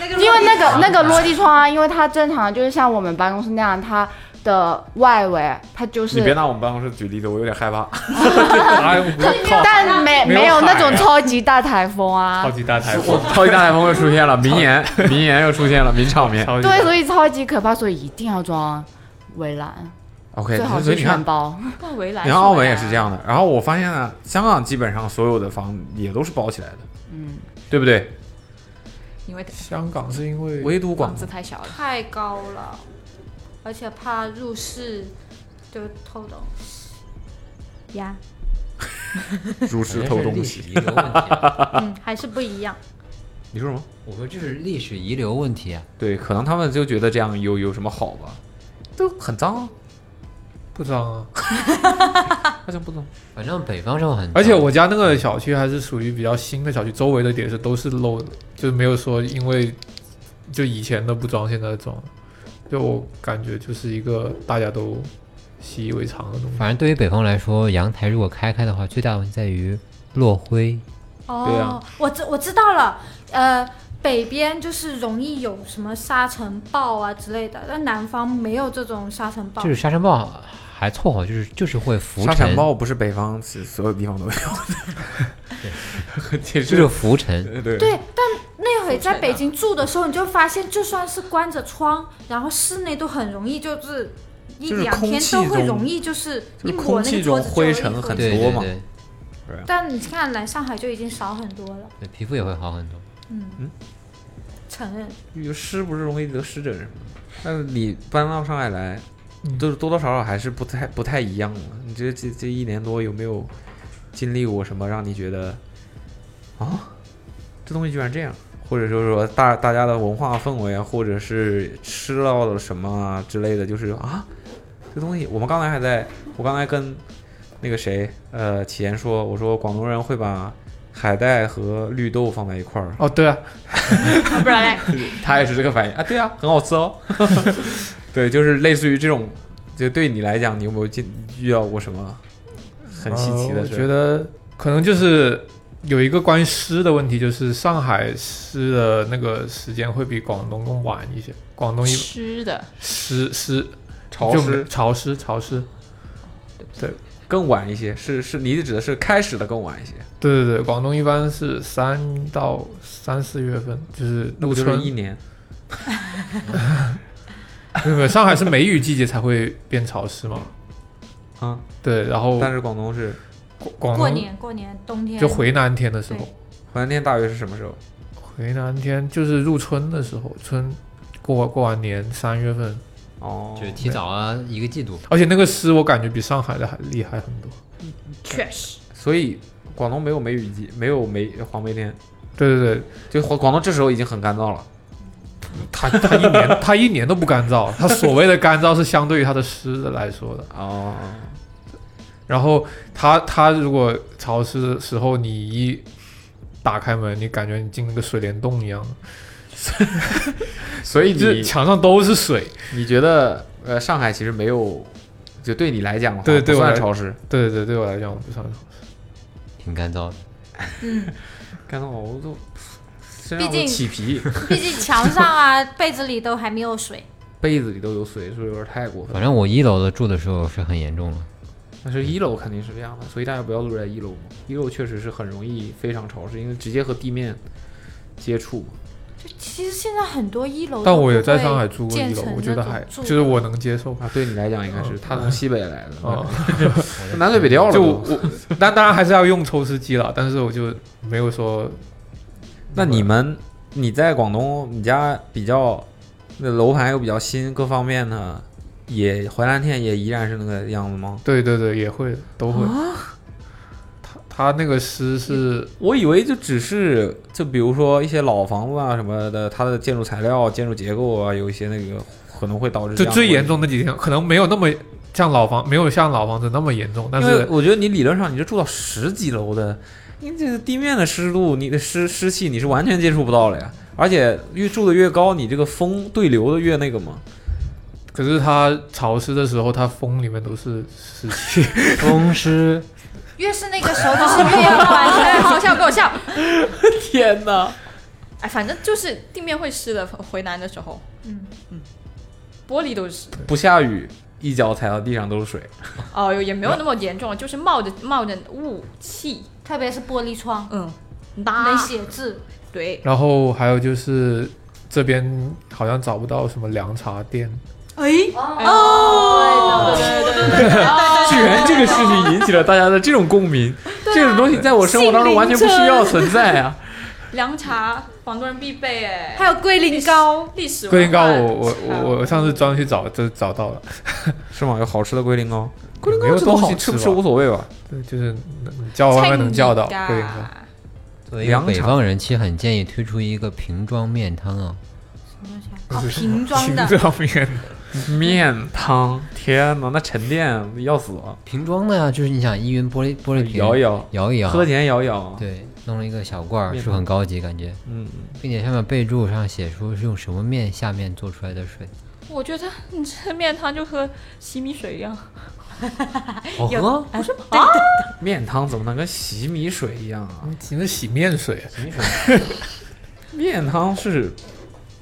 Speaker 4: 那个
Speaker 3: 因为那个那个落地窗啊，因为它正常就是像我们办公室那样，它的外围它就
Speaker 2: 你别
Speaker 3: 是，
Speaker 2: 拿我们办公室举例子，我有点害怕。哎我靠，
Speaker 3: 但没
Speaker 6: 没有
Speaker 3: 没有那
Speaker 6: 海
Speaker 3: 种
Speaker 6: 啊
Speaker 3: 超级大台风
Speaker 6: 超
Speaker 3: 啊。
Speaker 6: 级大台
Speaker 2: 我
Speaker 6: 风，
Speaker 2: 超级大台风又出现了，名 言名言又出现了，名场面。
Speaker 6: 超级
Speaker 3: 对，所以超级可怕，所以一定要装围栏，
Speaker 2: OK，
Speaker 3: 最好
Speaker 2: 所
Speaker 3: 是
Speaker 2: 以你看
Speaker 3: 全，包。
Speaker 7: 不围栏。啊
Speaker 2: 你看澳门也
Speaker 3: 啊
Speaker 2: 是这。样的。然后我发现呢，香港基本上所有的房也都是包起来的，
Speaker 3: 嗯，
Speaker 2: 对不对？
Speaker 7: 因为
Speaker 6: 香港是因为
Speaker 2: 唯独广
Speaker 7: 房
Speaker 2: 东
Speaker 7: 子太小了，
Speaker 4: 太高了，而且怕入室就偷东西呀，
Speaker 2: 入室偷东
Speaker 5: 历
Speaker 2: 西。
Speaker 5: 史遗留问题啊，
Speaker 4: 嗯，还是不一样。
Speaker 2: 你说什么？
Speaker 5: 我说这是历史遗留问题啊。
Speaker 2: 对，可能他们就觉得这样有有什么好吧？都很脏啊，
Speaker 6: 不脏啊，
Speaker 2: 好像不脏。
Speaker 5: 反正北方生活很，
Speaker 6: 而且我家那个小区还是属于比较新的小区，周围的也是都是漏的，就是没有说因为就以前的不装，现在的装，就我感觉就是一个大家都习以为常的东西。
Speaker 5: 反正对于北方来说，阳台如果开开的话，最大的问题在于落灰。
Speaker 2: 对
Speaker 4: 哦
Speaker 2: 啊，
Speaker 4: 我知我知道了，呃。北边就是容易有什么沙尘暴啊之类的，但南方没有这种沙尘暴
Speaker 5: 就。是沙尘暴还凑合，就是就是会浮
Speaker 2: 沙
Speaker 5: 沉
Speaker 2: 尘，暴不是北方是所有地方都有的，其
Speaker 5: 就
Speaker 2: 实
Speaker 5: 是浮沉。
Speaker 2: 对对
Speaker 4: 对，但那会在北京住的时候，你就发现，就算是关着窗，然后室内都很容易就是一
Speaker 2: 就是
Speaker 4: 两天
Speaker 2: 空气
Speaker 4: 都会
Speaker 2: 中
Speaker 4: 容易就是
Speaker 2: 就
Speaker 4: 一
Speaker 2: 是
Speaker 4: 抹
Speaker 2: 空
Speaker 4: 那个
Speaker 2: 气
Speaker 4: 桌
Speaker 2: 中
Speaker 4: 子就
Speaker 2: 灰
Speaker 4: 有一
Speaker 2: 尘
Speaker 4: 盒
Speaker 2: 很
Speaker 5: 对
Speaker 2: 多
Speaker 5: 对
Speaker 2: 嘛
Speaker 5: 对
Speaker 4: 但你看来上海就已经少很多了，
Speaker 5: 对，皮肤也会好很多。
Speaker 4: 承认。
Speaker 2: 有湿不是容易得湿疹什么的，但是你搬到上海来，都是多多少少还是不太不太一样的。你这这这一年多有没有经历过什么让你觉得啊，这东西居然这样？或者说说大大家的文化氛围啊，或者是吃到了什么啊之类的，就是啊，这东西我们刚才还在，我刚才跟那个谁呃启言说，我说广东人会把海带和绿豆放在一块儿，
Speaker 6: 哦，对啊，
Speaker 7: 啊不然 嘞，
Speaker 2: 他也是这个反应啊，对啊，很好吃哦。 对，就是类似于这种，就对你来讲，你有没有见遇到过什么很稀奇
Speaker 6: 呃
Speaker 2: 的
Speaker 6: 我
Speaker 2: 事？
Speaker 6: 觉得可能就是有一个关于诗的问题，就是上海诗的那个时间会比广东更晚一些。广东一
Speaker 7: 吃的
Speaker 6: 诗诗
Speaker 2: 潮
Speaker 6: 就
Speaker 2: 湿
Speaker 6: 潮湿潮湿，
Speaker 2: 更晚一些，是是，你指的是开始的更晚一些，
Speaker 6: 对对对，广东一般是三到三四月份，就是
Speaker 2: 那
Speaker 6: 入
Speaker 2: 不就是
Speaker 6: 春。
Speaker 2: 一年？
Speaker 6: 没有没有，上海是梅雨季节才会变潮湿嘛。
Speaker 2: 啊，
Speaker 6: 对，然后
Speaker 2: 但是广东是
Speaker 6: 广
Speaker 4: 过
Speaker 6: 东
Speaker 4: 年过年冬天
Speaker 6: 就回南天的时候
Speaker 4: 对，
Speaker 2: 怀南天大约是什么时候？
Speaker 6: 回南天就是入春的时候，春过过完年三月份，
Speaker 2: 哦，
Speaker 5: 就是提早啊一个季度，
Speaker 6: 而且那个诗我感觉比上海的还厉害很多。
Speaker 7: 确实
Speaker 2: 所以广东没有梅雨季，没有梅黄梅天，
Speaker 6: 对对对，
Speaker 2: 就广广东这时候已经很干燥了。
Speaker 6: 它它一 年它一年都不干燥，它所谓的干燥是相对于它的湿的来说的。
Speaker 2: 哦，
Speaker 6: 然后它它如果潮湿的时候，你一打开门，你感觉你进那个水帘洞一样，
Speaker 2: 所以
Speaker 6: 这
Speaker 2: 你
Speaker 6: 墙上都是水。
Speaker 2: 你觉得呃，上海其实没有，就对你来讲的话，
Speaker 6: 对对
Speaker 2: 不
Speaker 6: 我
Speaker 2: 算
Speaker 6: 来
Speaker 2: 潮湿。
Speaker 6: 对对对，对我来讲我不算潮湿。
Speaker 5: 挺干燥的。
Speaker 2: 干到我都身
Speaker 4: 毕
Speaker 2: 上都
Speaker 4: 竟
Speaker 2: 起皮，
Speaker 4: 毕 竟墙上啊、被子里都还没有水。
Speaker 2: 被子里都有水，是不是有点太过分
Speaker 5: 反
Speaker 2: 了？
Speaker 5: 正我一楼的住的时候是很严重的，
Speaker 2: 但是一楼肯定是这样的，所以大家不要住在一楼嘛。一楼确实是很容易非常潮湿，因为直接和地面接触嘛。
Speaker 4: 就其实现在很多一楼，
Speaker 6: 但我有在上海住过一楼，我觉得还
Speaker 4: 就
Speaker 6: 就是我能接受。
Speaker 2: 啊，对你来讲应该是他从西北来的，
Speaker 6: 啊、
Speaker 2: 南水北调了
Speaker 6: 就
Speaker 2: 都。
Speaker 6: 我， 但当然还是要用抽湿机了，但是我就没有说
Speaker 2: 那你们你在广东，你家比较那楼盘又比较新，各方面呢也淮南天也依然是那个样子吗？
Speaker 6: 对对对，也会都会。
Speaker 2: 啊
Speaker 6: 他他那个诗是
Speaker 2: 我以为就只是就比如说一些老房子啊什么的，它的建筑材料、建筑结构啊，有一些那个可能会导致
Speaker 6: 就
Speaker 2: 这样的
Speaker 6: 最严
Speaker 2: 问题。
Speaker 6: 重那几天，可能没有那么像老房，没有像老房子那么严重，但
Speaker 2: 因为
Speaker 6: 是
Speaker 2: 我觉得你理论上你就住到十几楼的，你这个地面的湿度、你的湿湿气你是完全接触不到了呀。而且越住的越高，你这个风对流的越那个嘛。
Speaker 6: 可是它潮湿的时候，它风里面都是湿气。
Speaker 5: 风湿
Speaker 4: 越是那个时候就是越要关
Speaker 7: 哎
Speaker 4: 心。
Speaker 7: 好笑，给我 笑。
Speaker 2: 天哪！
Speaker 7: 哎，反正就是地面会湿的，回南的时候，
Speaker 4: 嗯
Speaker 7: 玻璃都是。
Speaker 2: 不下雨，一脚踩到地上都是水。
Speaker 7: 哦，也没有那么严重，就是冒着冒着雾气，
Speaker 4: 特别是玻璃窗，
Speaker 7: 嗯，
Speaker 4: 能
Speaker 7: 那
Speaker 4: 写字。
Speaker 7: 对，
Speaker 6: 然后还有就是这边好像找不到什么凉茶店，
Speaker 4: 哎
Speaker 7: 哎
Speaker 4: 哦，
Speaker 7: 对对对对对
Speaker 2: 居然这个事情引起了大家的这种共鸣，
Speaker 6: 啊
Speaker 2: 这种东西在我生活当中完全不需要存在啊！
Speaker 7: 凉茶，广东人必备哎，
Speaker 4: 还有龟苓膏，
Speaker 7: 历史文化
Speaker 6: 龟苓膏我我我我上次专门去找，就找到了，
Speaker 2: 是吗？有好吃的龟苓膏，
Speaker 6: 啊龟苓
Speaker 2: 没有
Speaker 6: 这
Speaker 2: 东
Speaker 6: 东
Speaker 2: 西
Speaker 6: 西
Speaker 2: 吃
Speaker 6: 吃啊
Speaker 2: 不吃无所谓吧？
Speaker 6: 对，就是能叫外卖能叫到龟
Speaker 7: 菜
Speaker 6: 苓膏。
Speaker 7: 啊
Speaker 5: 作为一个北
Speaker 2: 凉茶
Speaker 5: 方人，其实很建议推出一个瓶装面汤啊，
Speaker 4: 哦，瓶装 的，
Speaker 6: 瓶装面嗯
Speaker 2: 面汤，天哪，那沉淀要死啊！
Speaker 5: 瓶装的呀，就是你想依云玻璃玻璃瓶
Speaker 2: 摇一摇，
Speaker 5: 摇一摇，
Speaker 2: 喝前摇一摇，
Speaker 5: 对，弄了一个小罐儿，
Speaker 2: 啊面
Speaker 5: 是不是很高级感觉，
Speaker 2: 嗯，
Speaker 5: 并且上面备注上写出是用什么面下面做出来的水，
Speaker 7: 我觉得你这面汤就和洗米水一样，
Speaker 5: 好
Speaker 2: 哦
Speaker 5: 喝。
Speaker 2: 面汤怎么能跟洗米水一样啊？
Speaker 6: 你那洗面水，
Speaker 2: 面汤是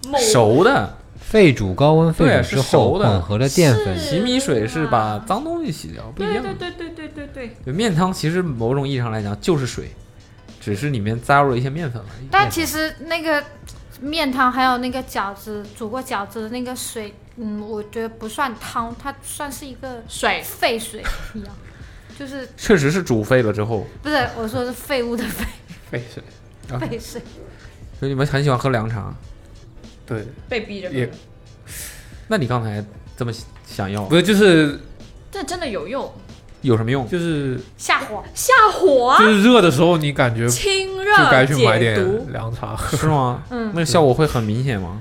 Speaker 7: 某
Speaker 2: 熟的，
Speaker 5: 沸煮高温沸
Speaker 2: 对
Speaker 5: 煮
Speaker 2: 是
Speaker 5: 之后
Speaker 2: 熟的
Speaker 5: 混合了淀粉，
Speaker 2: 洗米水是把脏东西洗掉，不一
Speaker 7: 对
Speaker 2: 样
Speaker 7: 对
Speaker 2: 的。
Speaker 7: 对对对对
Speaker 6: 嗯
Speaker 7: 对，
Speaker 2: 对面汤其实某种意义上来讲就是水，只是里面加入了一些面粉而已。
Speaker 4: 但其实那个面汤还有那个饺子煮过饺子的那个水，嗯，我觉得不算汤，它算是一个
Speaker 7: 水
Speaker 4: 废水一样，就是
Speaker 2: 确实是煮沸了之后，
Speaker 4: 不是我说是废物的 废
Speaker 6: 费事。
Speaker 2: 啊
Speaker 4: 废水，
Speaker 2: 所以你们很喜欢喝凉茶。
Speaker 6: 对，
Speaker 7: 被逼着喝
Speaker 6: 也
Speaker 7: 的，
Speaker 2: 那你刚才这么想要
Speaker 6: 不，是就是
Speaker 7: 这真的有用，
Speaker 2: 有什么 用？
Speaker 6: 就是
Speaker 4: 下火
Speaker 7: 下火啊，
Speaker 6: 就是热的时候，你感觉就
Speaker 7: 清热
Speaker 6: 该去买
Speaker 7: 解毒
Speaker 6: 点。凉茶喝。
Speaker 2: 是吗？
Speaker 4: 嗯
Speaker 2: 那个效果会很明显吗？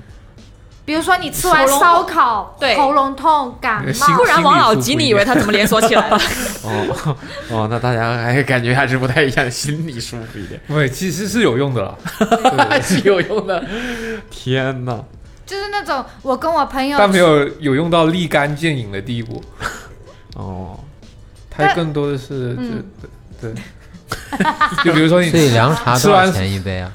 Speaker 4: 比如说你吃完
Speaker 7: 喉咙
Speaker 4: 烧烤，
Speaker 7: 对
Speaker 4: 喉咙痛、感
Speaker 6: 那个
Speaker 4: 冒
Speaker 6: 啊心，
Speaker 7: 不然王老吉，你以为他怎么连锁起 来了？
Speaker 2: 哦哦，那大家还感觉还是不太一样，心里舒服一点，
Speaker 6: 对，其实是有用的啦。对
Speaker 2: 是有用的。天哪！
Speaker 4: 就是那种我跟我朋友
Speaker 6: 但没有有用到立竿见影的地步，
Speaker 2: 哦，
Speaker 6: 它
Speaker 4: 但
Speaker 6: 更多的是就
Speaker 4: 嗯
Speaker 6: 对，就比如说你
Speaker 5: 所以凉茶
Speaker 6: 吃
Speaker 5: 多少
Speaker 6: 完
Speaker 5: 钱一杯啊？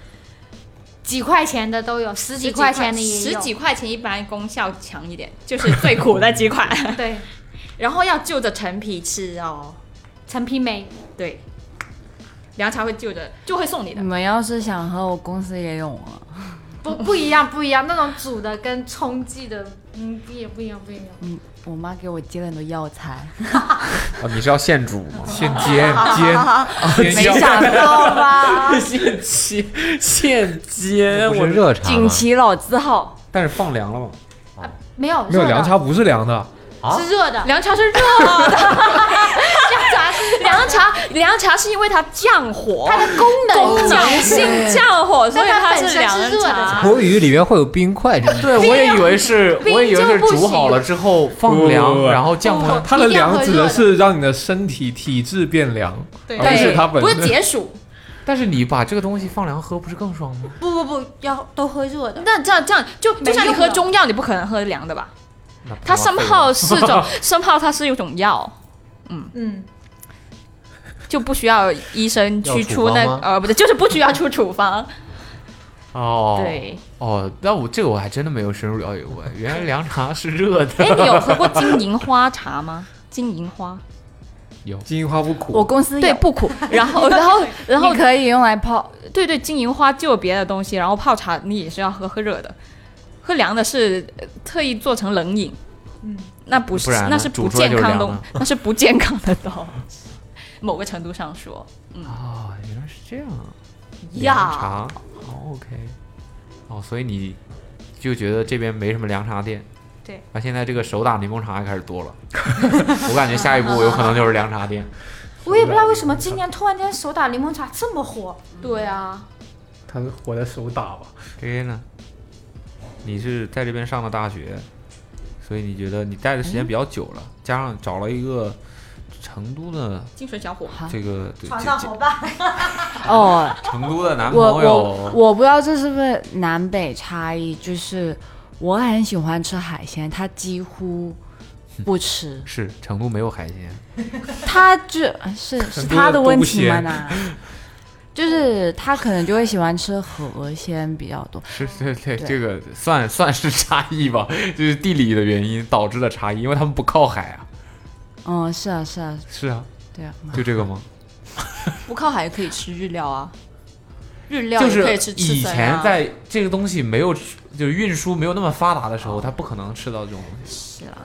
Speaker 4: 几块钱的都有，十几块钱的也
Speaker 7: 十
Speaker 4: 有，
Speaker 7: 几块钱一般功效强一点，就是最苦的几款，
Speaker 4: 对，
Speaker 7: 然后要就着陈皮吃哦。
Speaker 4: 陈皮梅
Speaker 7: 对，凉茶会就着，就会送你
Speaker 3: 你
Speaker 7: 的。
Speaker 3: 们要是想喝，我公司也有啊。
Speaker 4: 不不一样，不一样，那种煮的跟冲剂的，嗯，不一样，不一样，不一 样。
Speaker 3: 嗯，我妈给我接了很多药材，
Speaker 2: 哦，你是要现煮吗？
Speaker 6: 先煎煎
Speaker 3: 没
Speaker 6: 煎 药，
Speaker 3: 想到吧？
Speaker 2: 现切现煎
Speaker 5: 不是热茶
Speaker 3: 锦
Speaker 5: 吗？
Speaker 3: 旗老字号，
Speaker 2: 但是放凉了吗？
Speaker 4: 没有
Speaker 6: 没有
Speaker 4: 热的
Speaker 6: 凉茶不是凉的，
Speaker 5: 啊
Speaker 4: 是热的，
Speaker 7: 凉茶是热的，凉茶是 凉 茶，凉茶是因为它降火，
Speaker 4: 它的功能
Speaker 7: 讲性降火，所以
Speaker 4: 但它
Speaker 7: 它
Speaker 4: 本
Speaker 7: 是
Speaker 4: 身
Speaker 7: 凉
Speaker 4: 是热的
Speaker 6: 哦
Speaker 7: 茶。
Speaker 5: 口语里面会有冰块这种，
Speaker 2: 对，我也以为是，
Speaker 4: 冰
Speaker 2: 我也以为是
Speaker 4: 就不
Speaker 2: 煮好了
Speaker 4: 行
Speaker 2: 之后放
Speaker 6: 不不不
Speaker 2: 凉，
Speaker 6: 不
Speaker 2: 然后降
Speaker 4: 不
Speaker 2: 温。
Speaker 6: 它的凉指的
Speaker 4: 一定要喝
Speaker 6: 是让你的身体体质变凉，
Speaker 7: 对
Speaker 6: 而不是它本
Speaker 7: 不是
Speaker 6: 身。
Speaker 7: 解暑。
Speaker 2: 但是你把这个东西放凉喝，不是更爽吗？
Speaker 4: 不不不，要都喝热的。
Speaker 7: 那这样这样，就
Speaker 4: 没
Speaker 7: 就像你
Speaker 4: 用
Speaker 7: 喝
Speaker 4: 的
Speaker 7: 中药，你不可能喝凉的吧？
Speaker 2: 那
Speaker 7: 它
Speaker 2: 他妈
Speaker 7: 生
Speaker 2: 废
Speaker 7: 泡
Speaker 2: 了
Speaker 7: 是 种生泡，它是一种药，
Speaker 4: 嗯，
Speaker 7: 就不需要医生
Speaker 5: 要
Speaker 7: 去
Speaker 5: 处
Speaker 7: 出那
Speaker 5: 方吗
Speaker 7: 呃，不对，就是不需要出处 方。
Speaker 2: 哦，
Speaker 7: 对，
Speaker 2: 哦，那我这个我还真的没有深入了解过，原来凉茶是热的。
Speaker 7: 哎，你有喝过金银花茶吗？ 金银花，
Speaker 6: 金银花不
Speaker 3: 我
Speaker 6: 苦，
Speaker 3: 公司有
Speaker 7: 对，，不苦。 然后，然后，然后
Speaker 3: 你可以用来泡。
Speaker 7: 对对，金银花就有别的东西，然后泡茶你也是要喝喝热的，喝凉的是呃特意做成冷饮，
Speaker 4: 嗯，
Speaker 7: 那不是
Speaker 2: 不然呢
Speaker 7: 那是
Speaker 2: 煮
Speaker 7: 不
Speaker 2: 出来
Speaker 7: 健
Speaker 2: 就是
Speaker 7: 康
Speaker 2: 凉
Speaker 7: 的
Speaker 2: 的，
Speaker 7: 那是不健康的东西。某个程度上说，
Speaker 2: 哦，原来是这样啊。凉
Speaker 7: 呀，
Speaker 2: 茶、o k 哦，所以你就觉得这边没什么凉茶店。
Speaker 4: 对，
Speaker 2: 那现在这个手打柠檬茶也开始多了， 我感觉下一步有可能就是凉茶 店。
Speaker 4: 我也不知道为什么今年突然间手打柠檬茶这么火。
Speaker 7: 对啊，
Speaker 6: 它是火的手打吧？
Speaker 2: J 呢？你是在这边上的大学，所以你觉得你待的时间比较久了，加上找了一个成都的
Speaker 7: 清水小伙，
Speaker 2: 这个对
Speaker 4: 床
Speaker 2: 这
Speaker 4: 上
Speaker 2: 这
Speaker 4: 伙伴，
Speaker 3: 哦，
Speaker 2: 成都的男
Speaker 3: 我
Speaker 2: 朋
Speaker 3: 我
Speaker 2: 友，，
Speaker 3: 我不知道这是不是南北差异，就是我很喜欢吃海鲜，他几乎不吃
Speaker 2: 是成都没有海鲜，
Speaker 3: 他就是是他的问题吗？那就是他可能就会喜欢吃河鲜比较多，
Speaker 2: 是对对，
Speaker 3: 对
Speaker 2: 这个算算是差异吧，就是地理的原因导致的差异，因为他们不靠海啊。
Speaker 3: 嗯，是啊是啊，
Speaker 2: 是啊，
Speaker 3: 对啊，
Speaker 2: 就这个吗？
Speaker 7: 不靠海可以吃日料啊，日料
Speaker 2: 就
Speaker 7: 也
Speaker 2: 是
Speaker 7: 可以吃刺
Speaker 2: 以
Speaker 7: 身
Speaker 2: 前
Speaker 7: 啊。
Speaker 2: 在这个东西没有，就是运输没有那么发达的时候，他不可能吃到这种东西。
Speaker 7: 是啊，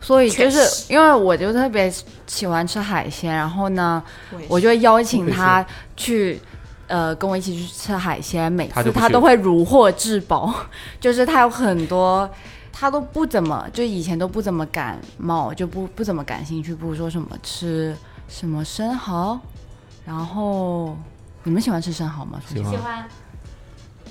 Speaker 3: 所以就
Speaker 7: 确
Speaker 3: 是因为我就特别喜欢吃海鲜，然后呢，我就邀请他去，呃，跟我一起去吃海鲜，每
Speaker 2: 他就
Speaker 3: 次
Speaker 2: 不去
Speaker 3: 他都会如获至宝， 就是他有很多，他都不怎么，就以前都不怎么感冒，就不不怎么感兴趣，不如说什么吃什么生蚝，然后你们喜欢吃生蚝吗？
Speaker 2: 喜欢
Speaker 4: 喜欢，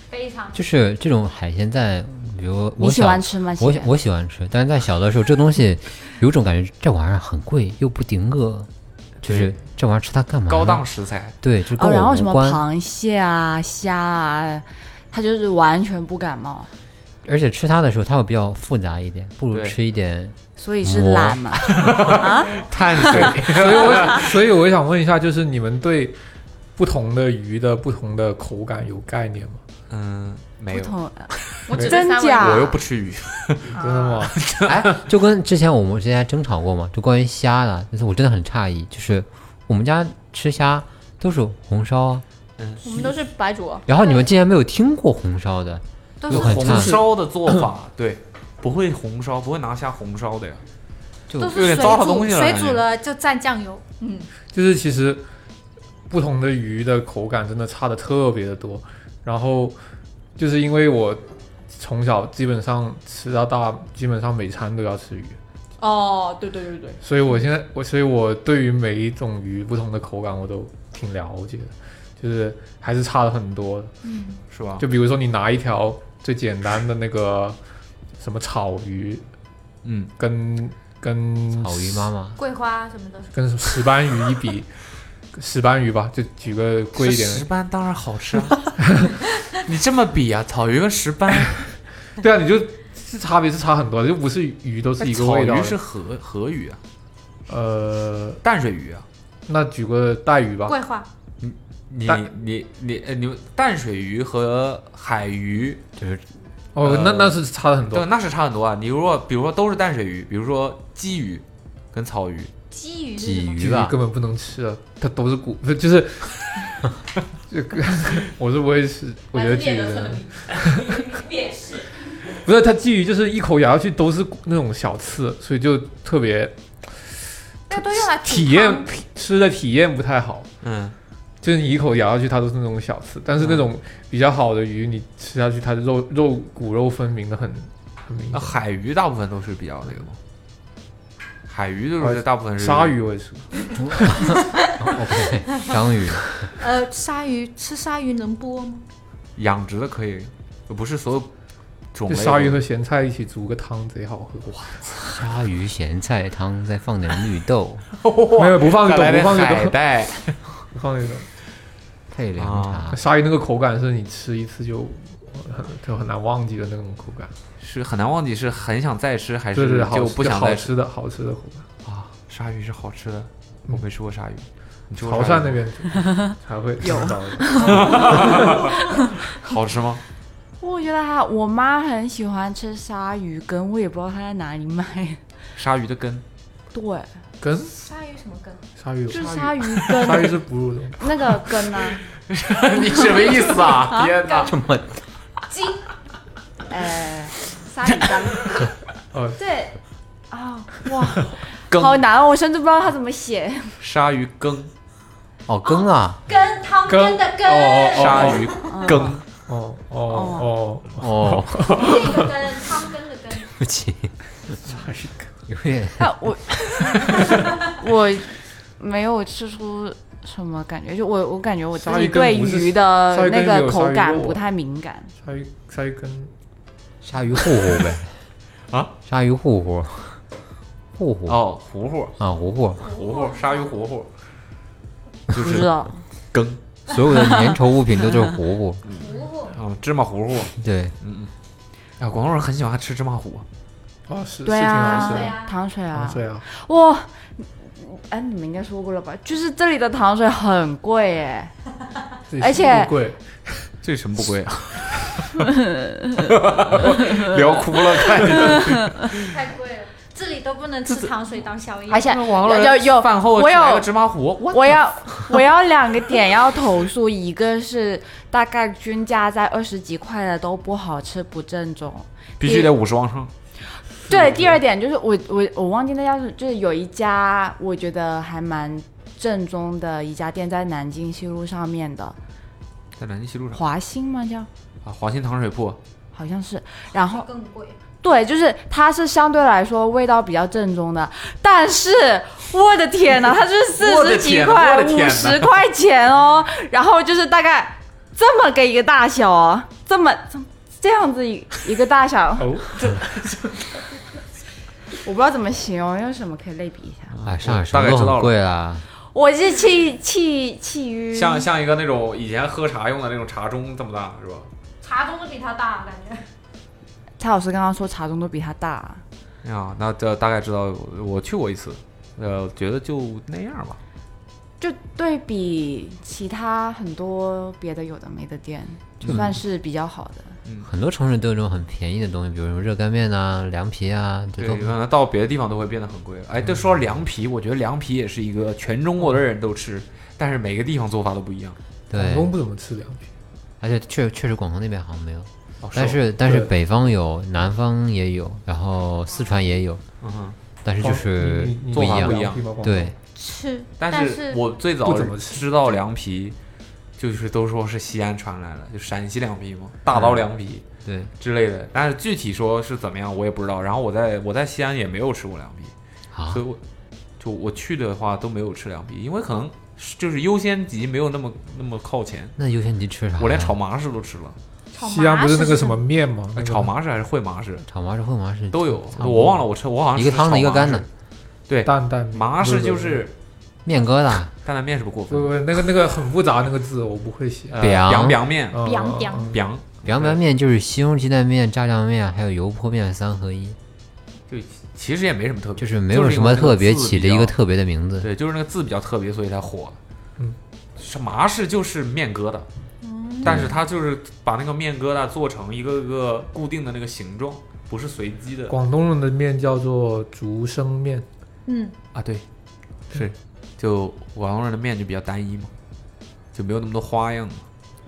Speaker 4: 非常。
Speaker 5: 就是这种海鲜在，比如
Speaker 3: 你
Speaker 5: 我
Speaker 3: 喜
Speaker 5: 小
Speaker 3: 欢吃吗？
Speaker 5: 我
Speaker 3: 喜
Speaker 5: 我喜欢吃，但是在小的时候，这东西有种感觉，这玩意儿很贵又不顶饿，就是这玩意儿吃它
Speaker 6: 啊
Speaker 5: 干嘛？
Speaker 2: 高档，食材，
Speaker 5: 对，就跟
Speaker 3: 哦，然
Speaker 5: 我
Speaker 3: 后什
Speaker 5: 无
Speaker 3: 么
Speaker 5: 关。
Speaker 3: 螃蟹啊、虾啊，他就是完全不感冒，
Speaker 5: 而且吃它的时候，它会比较复杂一点，不如
Speaker 2: 对
Speaker 5: 吃一点。
Speaker 3: 所以是
Speaker 5: 我
Speaker 3: 懒嘛。
Speaker 2: 碳 水
Speaker 6: 所以我所以我想问一下，就是你们对不同的鱼的不同的口感有概念吗？
Speaker 2: 嗯没
Speaker 3: 不
Speaker 2: 有，
Speaker 3: 同，
Speaker 7: 我只吃
Speaker 3: 真
Speaker 7: 三文鱼
Speaker 3: 假
Speaker 2: 我又不吃鱼，
Speaker 6: 真的吗？
Speaker 5: 哎，就跟之前我们之前还争吵过嘛，就关于虾的，但是我真的很诧异，就是我们家吃虾都是红烧啊，
Speaker 6: 嗯
Speaker 7: 我们都是白灼。
Speaker 5: 然后你们竟然没有听过红烧的，
Speaker 4: 都
Speaker 5: 就是很
Speaker 2: 红
Speaker 5: 差，
Speaker 2: 烧的做法 对，不会红烧，不会拿虾红烧的呀。
Speaker 5: 就
Speaker 4: 都
Speaker 2: 有
Speaker 4: 是水
Speaker 2: 点
Speaker 4: 煮
Speaker 2: 糟蹋东西了
Speaker 4: 水
Speaker 2: 感觉
Speaker 4: 煮了就蘸酱油，
Speaker 6: 就是其实不同的鱼的口感真的差的特别的多。然后就是因为我从小基本上吃到大，基本上每餐都要吃鱼，
Speaker 7: 哦，对对对对，
Speaker 6: 所以我现在我所以我对于每一种鱼不同的口感我都挺了解的，就是还是差了很多的。
Speaker 2: 是吧？
Speaker 6: 就比如说你拿一条最简单的那个什么草鱼，
Speaker 2: 嗯，
Speaker 6: 跟跟
Speaker 5: 草鱼妈妈，
Speaker 4: 桂花什么的。
Speaker 6: 跟石斑鱼一比，石斑鱼吧，就举个贵一点
Speaker 2: 石
Speaker 6: 的，
Speaker 2: 斑当然好 吃啊。 你这么比啊，草鱼跟石斑，
Speaker 6: 对啊，你就是差别是差很多的，就不是鱼都是一个
Speaker 2: 草
Speaker 6: 味道
Speaker 2: 鱼
Speaker 6: 的。
Speaker 2: 是河河鱼啊，
Speaker 6: 呃，
Speaker 2: 淡水鱼啊。
Speaker 6: 那举个带鱼吧，
Speaker 4: 桂花，
Speaker 2: 你
Speaker 6: 淡
Speaker 2: 你你呃你们淡水鱼和海鱼，
Speaker 5: 就是
Speaker 6: 哦，
Speaker 2: 呃
Speaker 6: 那那是差了很
Speaker 2: 对，
Speaker 6: 多。
Speaker 2: 那是差很多啊。你如果比如说都是淡水鱼，比如说鲫鱼跟草鱼，
Speaker 7: 鲫鱼是什
Speaker 5: 鲫
Speaker 7: 么？
Speaker 5: 鱼
Speaker 6: 鲫
Speaker 5: 吧
Speaker 6: 鱼，根本不能吃啊，它都是骨，不就是这个 我是不会吃，我觉得鲫鱼真的。
Speaker 7: 也是。
Speaker 6: 不是它鲫鱼就是一口咬下去都是那种小刺，所以就特别
Speaker 4: 那都用来煮
Speaker 6: 体
Speaker 4: 汤
Speaker 6: 验吃的体验不太好。
Speaker 2: 嗯，
Speaker 6: 就是你一口咬下去，它都是那种小刺，但是那种比较好的鱼，你吃下去，它的肉肉骨肉分明的很很明
Speaker 2: 那
Speaker 6: 显。
Speaker 2: 海鱼大部分都是比较那个嘛，海鱼就是
Speaker 6: 呃
Speaker 2: 大部分是
Speaker 6: 鲨鱼我也吃过，
Speaker 5: OK，章鱼，
Speaker 4: 呃，鲨鱼吃鲨鱼能播吗？
Speaker 2: 养殖的可以，不是所有种
Speaker 6: 就
Speaker 2: 类。
Speaker 6: 鲨鱼和咸菜一起煮个汤贼好喝。
Speaker 5: 鲨鱼咸菜汤，再放点绿豆，
Speaker 6: 没有不放
Speaker 2: 再
Speaker 6: 酒，
Speaker 2: 来
Speaker 6: 不
Speaker 2: 点
Speaker 6: 放
Speaker 2: 海
Speaker 6: 酒，
Speaker 2: 带，
Speaker 6: 不放酒。
Speaker 5: 配凉茶，
Speaker 6: 鲨鱼那个口感是你吃一次就很就很难忘记的那种口感，
Speaker 2: 是很难忘记，是很想再吃还
Speaker 6: 对
Speaker 2: 是
Speaker 6: 对，好
Speaker 2: 就
Speaker 6: 吃
Speaker 2: 不想
Speaker 6: 好
Speaker 2: 再吃
Speaker 6: 吃的好吃的口感。
Speaker 2: 啊？嗯鲨鱼是好吃的，我没吃过鲨鱼。你吃过
Speaker 6: 潮
Speaker 2: 鲨
Speaker 6: 汕
Speaker 2: 鱼
Speaker 6: 那
Speaker 2: 吗
Speaker 6: 边 才会有。
Speaker 2: 好吃吗？
Speaker 3: 我觉得还我妈很喜欢吃鲨鱼羹，我也不知道她在哪里买。
Speaker 2: 鲨鱼的根，
Speaker 3: 对，
Speaker 6: 跟
Speaker 4: 鲨鱼什么羹？
Speaker 6: 鲨鱼有
Speaker 3: 就是
Speaker 6: 鲨
Speaker 3: 鲨
Speaker 6: 鱼，
Speaker 3: 鱼
Speaker 6: 鲨
Speaker 3: 羹
Speaker 6: 鱼是哺乳动物。
Speaker 3: 那个羹啊，
Speaker 2: 你什么意思 啊？天哪！这么
Speaker 3: 呃，
Speaker 4: 鲨鱼羹。
Speaker 6: 哦，
Speaker 4: 对，
Speaker 3: 啊、哇，
Speaker 2: 羹
Speaker 3: 好难哦，我甚至不知道它怎么写。
Speaker 2: 鲨鱼羹，
Speaker 5: 哦羹 啊，
Speaker 4: 羹汤
Speaker 6: 羹
Speaker 4: 羹的
Speaker 6: 哦哦
Speaker 4: 羹，
Speaker 6: 哦
Speaker 2: 鲨鱼羹，
Speaker 6: 哦哦 哦，
Speaker 5: 哦，
Speaker 4: 那个羹，汤羹的羹。
Speaker 5: 对不起，有点
Speaker 3: 啊，我 我没有吃出什么感觉，就我我感觉我自
Speaker 6: 鲨鱼
Speaker 3: 己
Speaker 6: 羹
Speaker 3: 对
Speaker 6: 不是
Speaker 3: 鱼的
Speaker 6: 鲨鱼
Speaker 3: 那
Speaker 6: 羹
Speaker 3: 个
Speaker 6: 有鲨
Speaker 3: 口
Speaker 6: 鱼
Speaker 3: 感
Speaker 6: 肉
Speaker 3: 不
Speaker 6: 啊
Speaker 3: 太敏感。
Speaker 6: 鲨鱼鲨鱼羹，
Speaker 5: 鲨鱼糊糊 呗，
Speaker 2: 啊，
Speaker 5: 鲨鱼糊糊，糊
Speaker 3: 嗯
Speaker 5: 糊
Speaker 2: 哦，糊糊
Speaker 5: 啊糊糊，
Speaker 6: 哦
Speaker 2: 糊糊，鲨鱼糊糊，就
Speaker 3: 不知
Speaker 2: 是
Speaker 3: 道，
Speaker 2: 羹，
Speaker 5: 所有的粘稠物品都是 糊糊，
Speaker 2: 嗯，芝麻糊糊。
Speaker 5: 对，
Speaker 2: 啊，广东人很喜欢吃芝麻糊，
Speaker 6: 哦是是
Speaker 3: 对
Speaker 6: 挺好吃的，
Speaker 3: 啊，糖水啊，
Speaker 6: 对啊，
Speaker 3: 哇，哎，你们应该说过了吧？就是这里的糖水很贵哎，
Speaker 6: 自己
Speaker 3: 而
Speaker 6: 吃
Speaker 3: 且
Speaker 6: 不贵，
Speaker 2: 这什么不 贵啊？聊哭了，看 你。
Speaker 4: 太贵了，这里都不能吃糖水当宵夜。
Speaker 3: 而且
Speaker 2: 王老
Speaker 3: 有
Speaker 2: 师
Speaker 3: 有
Speaker 2: 饭后
Speaker 3: 我
Speaker 2: 吃了
Speaker 3: 有
Speaker 2: 个芝麻糊，我
Speaker 3: 我要我要两个点要投诉，一个是大概均价在二十几块的都不好吃不正宗。
Speaker 2: 必须得五十往上。
Speaker 3: 对，第二点就是我我我忘记那家是就是有一家我觉得还蛮正宗的一家店，在南京西路上面的
Speaker 2: 在南京西路上
Speaker 3: 华兴吗？叫
Speaker 2: 啊，华兴糖水铺，
Speaker 3: 好像是，然后
Speaker 4: 更贵，
Speaker 3: 对，就是它是相对来说味道比较正宗的，但是我的天 呐，它就是
Speaker 2: 我的
Speaker 3: 四十几
Speaker 2: 天呐
Speaker 3: 块、
Speaker 2: 我的天
Speaker 3: 五
Speaker 2: 呐
Speaker 3: 十块钱哦，然后就是大概这么个一个大小哦，这么这么这样子一一个大小，
Speaker 6: 哦，
Speaker 3: 我不知道怎么形容，用什么可以类比一下？
Speaker 5: 啊上海
Speaker 2: 我
Speaker 5: 什么
Speaker 2: 大概
Speaker 5: 都
Speaker 2: 知道
Speaker 5: 很
Speaker 2: 了
Speaker 5: 贵啊啦，
Speaker 3: 我是气气气晕，
Speaker 2: 像像一个那种以前喝茶用的那种茶盅这么大是吧？
Speaker 4: 茶盅都比它大，感觉。
Speaker 3: 蔡老师刚刚说茶盅都比它大，
Speaker 2: 啊，那这大概知道，我去过一次，呃，觉得就那样吧。
Speaker 3: 就对比其他很多别的有的没的店，就
Speaker 5: 嗯
Speaker 3: 算是比较好的。
Speaker 5: 很多城市都有这种很便宜的东西，比如什么热干面啊、凉皮啊，这
Speaker 2: 对，
Speaker 5: 都
Speaker 2: 可能到别的地方都会变得很贵了。哎，都说到凉皮，我觉得凉皮也是一个全中国的人都吃，但是每个地方做法都不一样。
Speaker 5: 对
Speaker 6: 广，东不怎么吃凉皮，
Speaker 5: 而且确确实广东那边好像没有，
Speaker 2: 哦
Speaker 5: 但是但是
Speaker 6: 对
Speaker 5: 北方有，南方也有，然后四川也有，
Speaker 2: 嗯哼，
Speaker 5: 但是
Speaker 2: 哦
Speaker 5: 就是
Speaker 6: 你你
Speaker 5: 不一
Speaker 2: 做法不
Speaker 5: 样
Speaker 2: 一。样
Speaker 6: 你吃凉皮吗广东
Speaker 5: 对，
Speaker 4: 吃，
Speaker 2: 但
Speaker 4: 是
Speaker 2: 我最早
Speaker 6: 不怎么吃
Speaker 2: 知道凉皮，就是都说是西安传来的，就陕西凉皮嘛，大刀凉皮
Speaker 5: 对，
Speaker 2: 之类的。但是具体说是怎么样，我也不知道。然后我在我在西安也没有吃过凉皮，
Speaker 5: 好
Speaker 2: 所以，我就我去的话都没有吃凉皮，因为可能是就是优先级没有那么那么靠前。
Speaker 5: 那优先级吃啥呀？
Speaker 2: 我连炒麻食都吃了，
Speaker 4: 炒
Speaker 6: 西安不是那个什么
Speaker 4: 麻
Speaker 6: 面吗？
Speaker 5: 嗯
Speaker 6: 那
Speaker 2: 哎
Speaker 6: 个
Speaker 2: 炒麻食还是烩麻食
Speaker 5: 炒麻是混麻是
Speaker 2: 都有，
Speaker 5: 差不多
Speaker 2: 我忘了我吃我好像
Speaker 5: 啊一个
Speaker 2: 吃
Speaker 5: 汤的
Speaker 2: 炒
Speaker 5: 一个
Speaker 2: 麻
Speaker 5: 干
Speaker 2: 食
Speaker 5: 的，
Speaker 2: 对，
Speaker 6: 担担
Speaker 2: 麻食就是
Speaker 5: 面疙瘩，
Speaker 2: 担担面是不过
Speaker 6: 不不
Speaker 2: 分，
Speaker 6: 不，那个那个很复杂，那个字我不会写。
Speaker 2: 呃
Speaker 5: 饼
Speaker 2: 凉凉面，
Speaker 6: 嗯
Speaker 4: 凉凉
Speaker 2: 凉
Speaker 5: 凉拌面就是西红柿鸡蛋面、炸酱面还有油泼面三合一，
Speaker 2: 就其实也没什么特别，
Speaker 5: 就是没有
Speaker 2: 因为
Speaker 5: 什么
Speaker 2: 那个
Speaker 5: 特别
Speaker 2: 字
Speaker 5: 起
Speaker 2: 比
Speaker 5: 的一
Speaker 2: 较
Speaker 5: 个特别的名字。
Speaker 2: 对，就是那个字比较特别，所以才火。
Speaker 6: 嗯，
Speaker 2: 是麻式就是面疙瘩，但是它就是把那个面疙瘩做成一个个固定的那个形状，不是随机的
Speaker 6: 广东人的面叫做竹升面，
Speaker 4: 嗯，
Speaker 2: 啊。对，是，就广东人的面就比较单一嘛，就没有那么多花样嘛，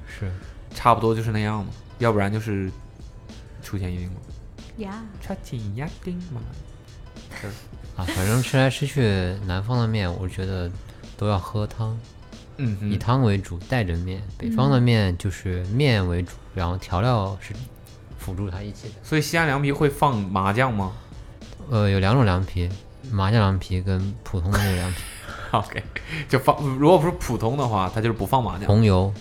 Speaker 5: 是，
Speaker 2: 差不多就是那样嘛，要不然就是出钱一丁嘛，
Speaker 4: 呀，
Speaker 2: 出钱一丁嘛。
Speaker 5: 啊，反正吃来吃去，南方的面我觉得都要喝汤，
Speaker 2: 嗯
Speaker 5: 以
Speaker 2: 哼，
Speaker 5: 汤为主，带着面；北方的面就是面为主，然后调料是辅助它一起的。
Speaker 2: 所以西安凉皮会放麻酱吗
Speaker 5: 呃，有两种凉皮，麻酱凉皮跟普通的那个 凉皮，
Speaker 2: ？OK，就嗯放，如果不是普通的话，它就是不放麻酱。
Speaker 5: 红油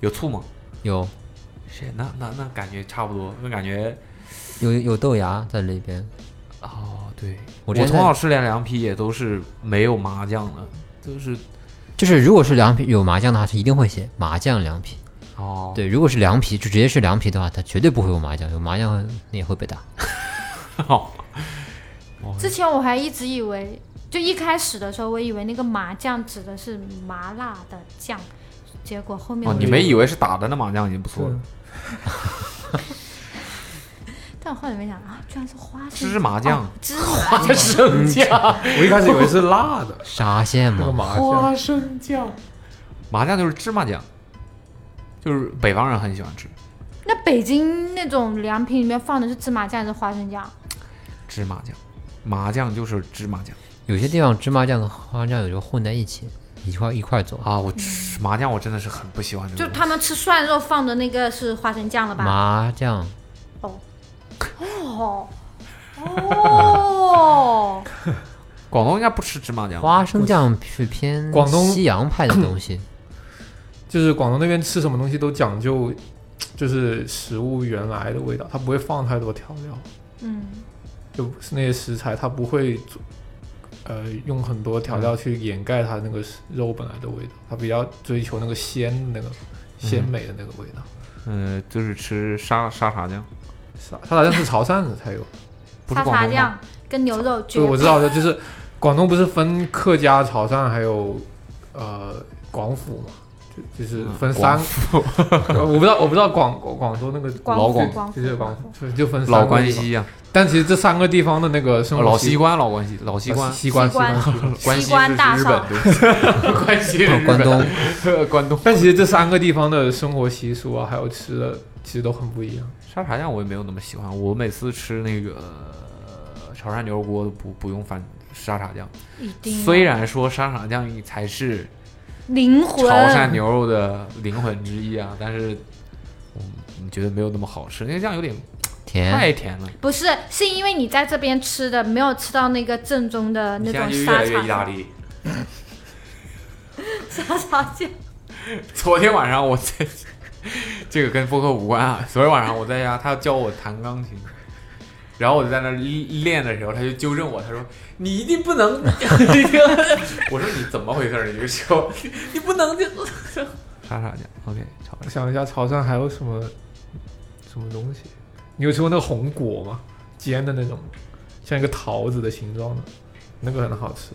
Speaker 2: 有醋吗？
Speaker 5: 有
Speaker 2: 是，那那那感觉差不多，那感觉
Speaker 5: 有有豆芽在里边。
Speaker 2: 哦，对
Speaker 5: 我
Speaker 2: 我
Speaker 5: 之前
Speaker 2: 从
Speaker 5: 在
Speaker 2: 小吃连凉皮也都是没有麻酱的，就是
Speaker 5: 就是如果是凉皮有麻酱的话，是一定会写麻酱凉皮。
Speaker 2: 哦，
Speaker 5: 对，如果是凉皮，就直接是凉皮的话，它绝对不会有麻酱，有麻酱会你也会被打。
Speaker 4: 之前我还一直以为，就一开始的时候，我以为那个麻酱指的是麻辣的酱，结果后面
Speaker 2: 哦
Speaker 4: 我，
Speaker 2: 你
Speaker 4: 就
Speaker 2: 们以为是打的那麻酱已经不错了，
Speaker 4: 但我后来没想啊，居然是花生
Speaker 2: 芝麻酱
Speaker 4: 哦芝麻酱，
Speaker 2: 生酱，
Speaker 6: 我一开始以为是辣 的
Speaker 5: 沙县
Speaker 6: 那个
Speaker 5: 嘛，
Speaker 6: 麻酱，
Speaker 2: 生酱，麻酱就是芝麻酱，就是北方人很喜欢吃
Speaker 4: 那北京那种凉皮里面放的是芝麻酱还是花生酱？
Speaker 2: 芝麻酱，麻酱就是芝麻酱
Speaker 5: 有些地方芝麻酱和花酱有时候混在一起，一块一块做。
Speaker 2: 啊，我吃麻酱我真的是很不喜欢这
Speaker 4: 就
Speaker 2: 个东西，
Speaker 4: 他们吃涮肉放的那个是花生酱了吧？
Speaker 5: 麻酱
Speaker 4: 哦哦，
Speaker 2: 广东应该不吃芝麻酱，
Speaker 5: 花生酱是偏
Speaker 6: 广东
Speaker 5: 西洋派的东 西，
Speaker 6: 就是广东那边吃什么东西都讲究，就是食物原来的味道，它不会放太多调料，
Speaker 4: 嗯，
Speaker 6: 就是那些食材它不会做，呃，用很多调
Speaker 2: 嗯
Speaker 6: 料去掩盖它那个肉本来的味道，它比较追求那个鲜那个鲜美的那个味道。
Speaker 2: 嗯、就是吃沙沙茶酱，
Speaker 6: 沙沙茶酱是潮汕的才有，
Speaker 2: 不是
Speaker 4: 沙
Speaker 2: 广
Speaker 4: 茶
Speaker 2: 东吗？
Speaker 4: 酱跟牛肉绝
Speaker 6: 对，我知道的，就是广东不是分客家、潮汕还有呃广府嘛，就就是
Speaker 2: 嗯
Speaker 6: 分三个。呃 我不知道，我不知道广广广州那个
Speaker 4: 广
Speaker 2: 老
Speaker 4: 府
Speaker 2: 广
Speaker 4: 广府
Speaker 6: 就是广府，就就分三
Speaker 2: 老
Speaker 6: 个
Speaker 2: 关
Speaker 6: 地方
Speaker 2: 西。呀、
Speaker 6: 但其实这三个地方的那个生活
Speaker 2: 老
Speaker 6: 习
Speaker 2: 西关，老关西，老西关，
Speaker 6: 习惯习惯
Speaker 4: 关。
Speaker 2: 关
Speaker 4: 西
Speaker 2: 西
Speaker 4: 关
Speaker 2: 是
Speaker 4: 大
Speaker 2: 日
Speaker 4: 少
Speaker 2: 本， 对哦关西是日
Speaker 5: 关
Speaker 2: 本
Speaker 5: 东
Speaker 2: 关东
Speaker 6: 但其实这三个地方的生活习俗啊，还有吃的，其实都很不一样。
Speaker 2: 沙茶酱我也没有那么喜欢，我每次吃那个呃潮汕牛肉锅都不不用翻沙茶酱，
Speaker 4: 一定要
Speaker 2: 虽然说沙茶酱才是
Speaker 4: 灵
Speaker 2: 潮
Speaker 4: 魂
Speaker 2: 汕牛肉的灵魂之一啊，但是我我觉得没有那么好吃，那个酱有点
Speaker 5: 甜。
Speaker 2: 太甜了。
Speaker 4: 不是，是因为你在这边吃的没有吃到那个正宗的那
Speaker 2: 你现在
Speaker 4: 种
Speaker 2: 就越
Speaker 4: 沙
Speaker 2: 来越意大
Speaker 4: 茶
Speaker 2: 利。
Speaker 4: 沙茶酱，
Speaker 2: 昨天晚上我在， 这个跟播客无关啊。昨天晚上我在家，他教我弹钢琴，然后我就在那儿练的时候，他就纠正我，他说：“你一定不能。” 我说：“你怎么回事儿？”你就说：“你不能就 啥啥去。”OK，吵
Speaker 6: 我想一下，潮汕还有什么什么东西？你有吃过那个红果吗？煎的那种，像一个桃子的形状的，那个很好吃。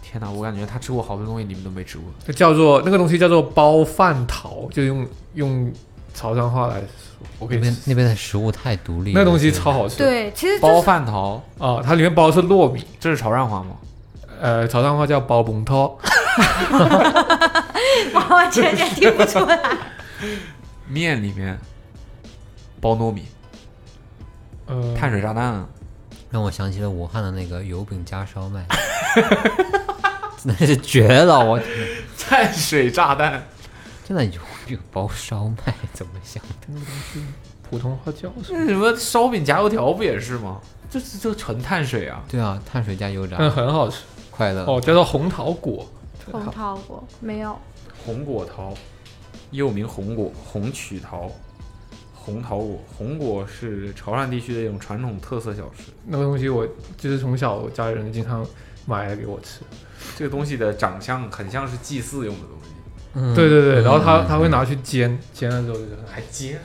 Speaker 2: 天哪，我感觉他吃过好多东西，你们都没吃过。
Speaker 6: 它叫做那个东西叫做包饭桃，就用用潮汕话来说，我给
Speaker 5: 那
Speaker 6: 你
Speaker 5: 边那边的食物太独立了，
Speaker 6: 那东西
Speaker 5: 对
Speaker 6: 超好吃。
Speaker 4: 对，其实就
Speaker 2: 包
Speaker 4: 是
Speaker 2: 饭桃，
Speaker 6: 啊、它里面包的是糯米，
Speaker 2: 这是潮汕话吗？
Speaker 6: 呃，潮汕话叫包崩桃，
Speaker 4: 完完全全听不出来。
Speaker 2: 面里面包糯米、
Speaker 6: 呃，
Speaker 2: 碳水炸弹，啊
Speaker 5: 让我想起了武汉的那个油饼加烧麦， 真的是绝了！我天
Speaker 2: 碳水炸弹。
Speaker 5: 真的油饼包烧麦怎么想的？
Speaker 6: 普通话叫什么？
Speaker 2: 那什么烧饼夹油条不也是吗？这这这纯碳水啊！
Speaker 5: 对啊，嗯碳水加油炸，
Speaker 6: 嗯，很好吃
Speaker 5: 快乐。
Speaker 6: 哦，叫做红桃果，
Speaker 4: 红桃果没有，
Speaker 2: 红果桃，又名红果、红曲桃、红桃果。红果是潮汕地区的一种传统特色小吃。
Speaker 6: 那个东西我就是从小我家里人经常买来给我吃。
Speaker 2: 这个东西的长相很像是祭祀用的东西，
Speaker 5: 嗯
Speaker 6: 对对对，然后他
Speaker 5: 嗯
Speaker 6: 他会拿去煎，煎了之后就是
Speaker 2: 还煎。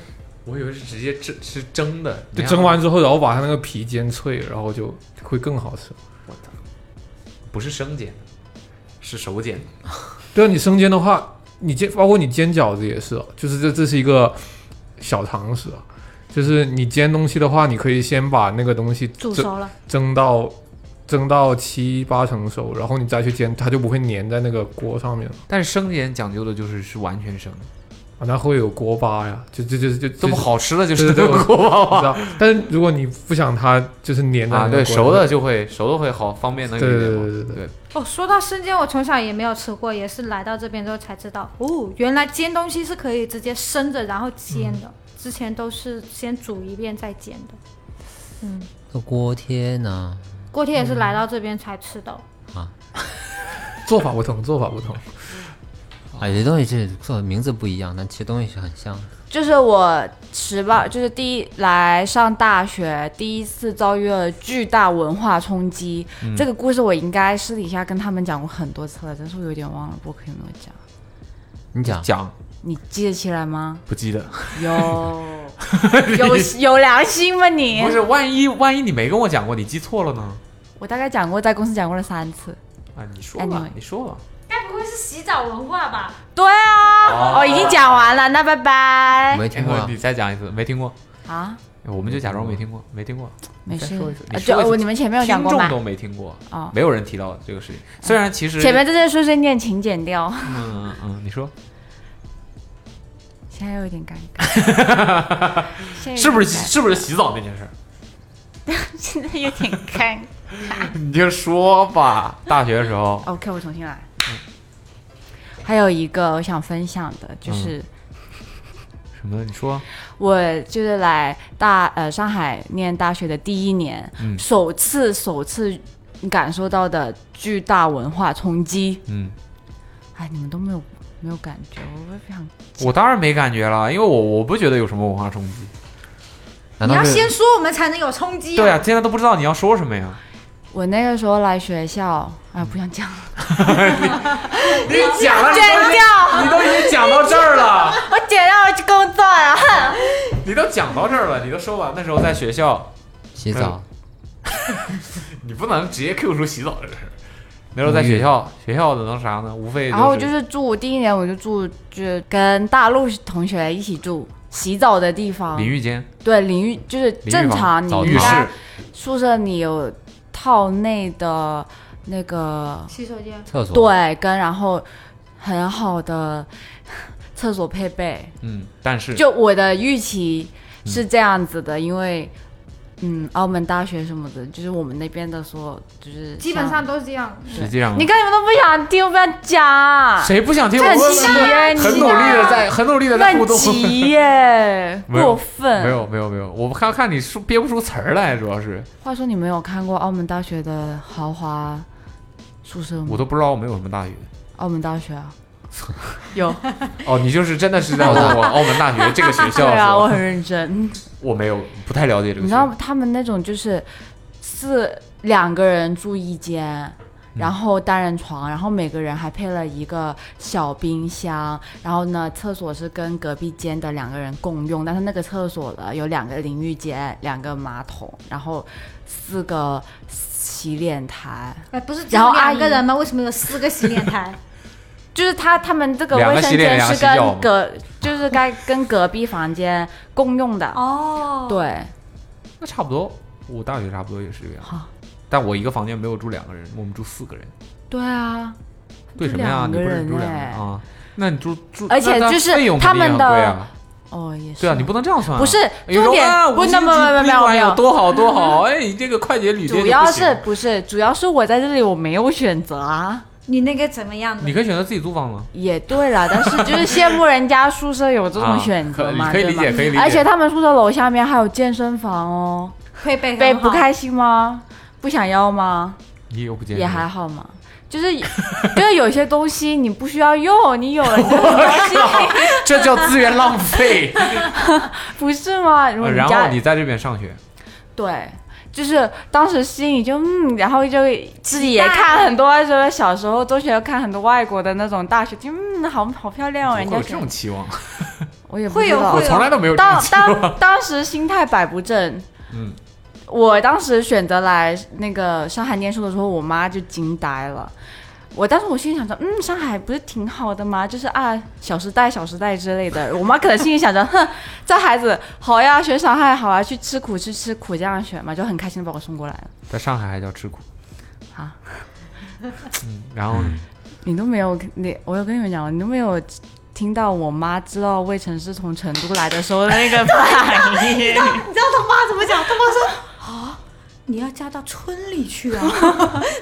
Speaker 2: 我以为是直接蒸，是蒸的，
Speaker 6: 就蒸完之后，然后把它那个皮煎脆，然后就会更好吃。
Speaker 2: 不是生煎的，是手煎的。
Speaker 6: 对啊，你生煎的话，你煎包括你煎饺子也是哦，就是这这是一个小常识啊，就是你煎东西的话，你可以先把那个东西
Speaker 4: 煮
Speaker 6: 蒸
Speaker 4: 熟了，
Speaker 6: 蒸到蒸到七八成熟，然后你再去煎，它就不会粘在那个锅上面了
Speaker 2: 但是生煎讲究的就是是完全生，
Speaker 6: 啊，那会有锅巴呀，就就就就
Speaker 2: 这不，好吃的就
Speaker 6: 对
Speaker 2: 是
Speaker 6: 对对
Speaker 2: 锅啊巴
Speaker 6: 就我知道。但是如果你不想它就是粘在
Speaker 2: 啊，
Speaker 6: 那
Speaker 2: 对，
Speaker 6: 个锅
Speaker 2: 熟
Speaker 6: 上
Speaker 2: 的就会熟的会好方便那个一点嘛
Speaker 6: 对对对对
Speaker 2: 对
Speaker 4: 哦，说到生煎，我从小也没有吃过，也是来到这边之后才知道，哦，原来煎东西是可以直接生着然后煎的，之前都是先煮一遍再煎的。嗯，
Speaker 5: 那锅贴呢？
Speaker 4: 锅贴也是来到这边才吃的。哦
Speaker 6: 做法不同，做法不同。
Speaker 5: 啊，有些东西是做名字不一样，但其实东西是很像的。
Speaker 3: 就是我十八，就是第一来上大学，第一次遭遇了巨大文化冲击。
Speaker 2: 嗯
Speaker 3: 这个故事我应该私底下跟他们讲过很多次了，但是我有点忘了，播客有没有讲？
Speaker 5: 你讲，
Speaker 2: 讲
Speaker 3: 你记得起来吗？
Speaker 2: 不记得，
Speaker 3: 有有有良心吗你
Speaker 2: 不？是，万一万一你没跟我讲过，你记错了呢？
Speaker 3: 我大概讲过，在公司讲过了三次。
Speaker 2: 啊，你说吧
Speaker 3: Anyway，
Speaker 2: 你说吧，
Speaker 4: 该不会是洗澡文化吧？
Speaker 3: 对
Speaker 2: 哦
Speaker 3: 啊，我、已经讲完了，那拜拜
Speaker 5: 没听过啊
Speaker 2: 你再讲一次，没听过，
Speaker 3: 啊，
Speaker 2: 我们就假装没听过，没听过，
Speaker 3: 没事
Speaker 2: 再说一次，
Speaker 3: 啊
Speaker 2: 你说一次
Speaker 3: 就我你们前面有讲
Speaker 2: 听
Speaker 3: 过
Speaker 2: 众
Speaker 3: 吗？
Speaker 2: 都没听过，
Speaker 3: 哦，
Speaker 2: 没有人提到这个事情。虽然其实
Speaker 3: 前面这件碎碎念请剪掉，
Speaker 2: 嗯嗯嗯，你说
Speaker 3: 现在有点尴 尬，现在有点
Speaker 2: 是不是
Speaker 3: 尴尬
Speaker 2: 是不是洗澡那件事儿？
Speaker 3: 现在有点尴尬。
Speaker 2: 你就说吧，大学的时候
Speaker 3: OK，我重新来。还有一个我想分享的，就是
Speaker 2: 什么？你说
Speaker 3: 我就是来大呃上海念大学的第一年，
Speaker 2: 嗯
Speaker 3: 首次首次感受到的巨大文化冲击。
Speaker 2: 嗯。
Speaker 3: 哎，你们都没有没有感觉，我也不想。
Speaker 2: 我当然没感觉了，因为我我不觉得有什么文化冲击。
Speaker 5: 难
Speaker 4: 你
Speaker 5: 道
Speaker 4: 要
Speaker 5: 是
Speaker 4: 先说，我们才能有冲击、
Speaker 2: 对啊，，现在都不知道你要说什么呀。
Speaker 3: 我那个时候来学校，哎，不想讲，
Speaker 2: 你讲了，
Speaker 3: 剪掉，
Speaker 2: 你都已经讲到这儿了，
Speaker 3: 我剪掉，我去工作了。
Speaker 2: 你都讲到这儿了，你都说完。那时候在学校，嗯
Speaker 5: 洗澡？
Speaker 2: 你不能直接 Q 出洗澡这个事儿。那时候在学校，学校的能啥呢？无非
Speaker 3: 然后我就是住第一年，我就住就是跟大陆同学一起住洗澡的地方，
Speaker 2: 淋浴间、
Speaker 3: 对淋浴就是
Speaker 2: 淋浴
Speaker 3: 正常，
Speaker 2: 房、
Speaker 3: 你
Speaker 2: 浴
Speaker 3: 应该
Speaker 2: 室，
Speaker 3: 宿舍你有套内的那个
Speaker 4: 洗手间
Speaker 5: 厕所？，
Speaker 3: 对，跟然后很好的 厕所配备。
Speaker 2: 嗯，但是
Speaker 3: 就我的预期是这样子的，因为嗯，澳门大学什么的，就是我们那边的所有就是
Speaker 4: 基本
Speaker 3: 像
Speaker 4: 上都是这样。
Speaker 2: 实际上
Speaker 3: 你看你们都不想听，不想讲，
Speaker 2: 谁不想听？
Speaker 3: 这很
Speaker 2: 我
Speaker 3: 奇耶，你啊
Speaker 2: 很努力的在，很努力的在互
Speaker 3: 乱
Speaker 2: 动。
Speaker 3: 急耶
Speaker 2: ，没有
Speaker 3: 过分。
Speaker 2: 没有没有没有，我看看你说憋不出词儿来，主要是
Speaker 3: 话说你没有看过澳门大学的豪华宿舍
Speaker 2: 我
Speaker 3: 吗？
Speaker 2: 都不知道我们有什么大学。
Speaker 3: 澳门大学啊，有
Speaker 2: 哦，你就是真的是 在问我澳门大学这个学
Speaker 3: 对
Speaker 2: 校是
Speaker 3: 啊， 我
Speaker 2: 吧？
Speaker 3: 很认 真。
Speaker 2: 我没有不太了解这个
Speaker 3: 你
Speaker 2: 学
Speaker 3: 知道
Speaker 2: 校。
Speaker 3: 他们那种就是四两个人住一间，
Speaker 2: 嗯
Speaker 3: 然后单人床，然后每个人还配了一个小冰箱，然后呢，厕所是跟隔壁间的两个人共用，但是那个厕所呢有两个淋浴间、两个马桶，然后四个洗脸台，
Speaker 2: 啊
Speaker 4: 哎，不是只
Speaker 3: 然后
Speaker 4: 有
Speaker 3: 阿
Speaker 4: 两个
Speaker 3: 姨
Speaker 4: 人吗？为什么有四个洗脸 台？
Speaker 3: 就是他他们这个
Speaker 2: 两个
Speaker 3: 卫生
Speaker 2: 洗脸
Speaker 3: 间
Speaker 2: 两个
Speaker 3: 是
Speaker 2: 洗脚
Speaker 3: 跟隔就是该跟隔壁房间共用的，
Speaker 4: 哦，
Speaker 3: 对，
Speaker 2: 那差不多，我大学差不多也是这个样子
Speaker 3: 好。
Speaker 2: 但我一个房间没有住两个人，我们住四个人。
Speaker 3: 对啊，
Speaker 2: 对什么呀？
Speaker 3: 两
Speaker 2: 你
Speaker 3: 个
Speaker 2: 不
Speaker 3: 人
Speaker 2: 能住两个人
Speaker 3: 哎
Speaker 2: 啊？那你住住，
Speaker 3: 而且
Speaker 2: 那那
Speaker 3: 就是
Speaker 2: 费用
Speaker 3: 他
Speaker 2: 肯定
Speaker 3: 们
Speaker 2: 很贵
Speaker 3: 的
Speaker 2: 啊
Speaker 3: 哦也是，
Speaker 2: 对啊，你不能这样算啊。
Speaker 3: 不是
Speaker 2: 有时
Speaker 3: 重
Speaker 2: 候
Speaker 3: 点
Speaker 2: 啊，
Speaker 3: 不
Speaker 2: 五星
Speaker 3: 那么
Speaker 2: 级
Speaker 3: 没有
Speaker 2: 宾
Speaker 3: 没有
Speaker 2: 馆
Speaker 3: 没
Speaker 2: 有
Speaker 3: 有
Speaker 2: 多好多 好，哎，你这个快捷旅店
Speaker 3: 主
Speaker 2: 就
Speaker 3: 要
Speaker 2: 不行
Speaker 3: 是不是主要是我在这里我没有选择啊，
Speaker 4: 你那个怎么样的
Speaker 2: 你？可以选择自己租房吗？
Speaker 3: 也对 了，但是就是羡慕人家宿舍有这
Speaker 2: 啊
Speaker 3: 种选择
Speaker 2: 可
Speaker 3: 嘛，
Speaker 2: 可以
Speaker 3: 对
Speaker 2: 理
Speaker 3: 吗
Speaker 2: 解，？可以理解。
Speaker 3: 而且他们宿舍楼下面还有健身房哦，
Speaker 4: 配备
Speaker 3: 被
Speaker 4: 很好
Speaker 3: 不开心吗？不想要吗？
Speaker 2: 你又不接，
Speaker 3: 也还好嘛，就是就是有些东西你不需要用，你有了你就 很高兴，
Speaker 2: 这叫资源浪费。呃
Speaker 3: 不是吗？ 如果
Speaker 2: 然
Speaker 3: 家
Speaker 2: 后你在这边上学，
Speaker 3: 对，就是当时心里就嗯，然后就自己也
Speaker 4: 期待
Speaker 3: 看很多，就是小时候中学看很多外国的那种大学，就嗯，好好漂亮
Speaker 2: 怎
Speaker 3: 哦，
Speaker 2: 么会有
Speaker 3: 人家
Speaker 2: 这种期望？
Speaker 3: 我也不
Speaker 4: 会
Speaker 3: 知
Speaker 4: 有
Speaker 3: 道
Speaker 2: 我
Speaker 4: 会
Speaker 2: 从来都没有这种
Speaker 3: 当
Speaker 2: 期望。
Speaker 3: 当当时心态摆不正，
Speaker 2: 嗯，
Speaker 3: 我当时选择来那个上海念书的时候，我妈就惊呆了。我当时我心里想着，嗯，上海不是挺好的吗？就是啊，《小时代》《小时代》之类的。我妈可能心里想着， 哼，这孩子好呀，学上海好啊，去吃苦去吃苦，这样选嘛，就很开心的把我送过来了。
Speaker 2: 在上海还叫 吃苦
Speaker 3: 啊。
Speaker 2: 嗯，然后呢
Speaker 3: 你都没有，你我有跟你们讲过，你都没有听到我妈知道魏晨是从成都来的时候的 那个反应。
Speaker 4: 你知道他妈怎么讲？他妈说啊，你要嫁到村里去 啊，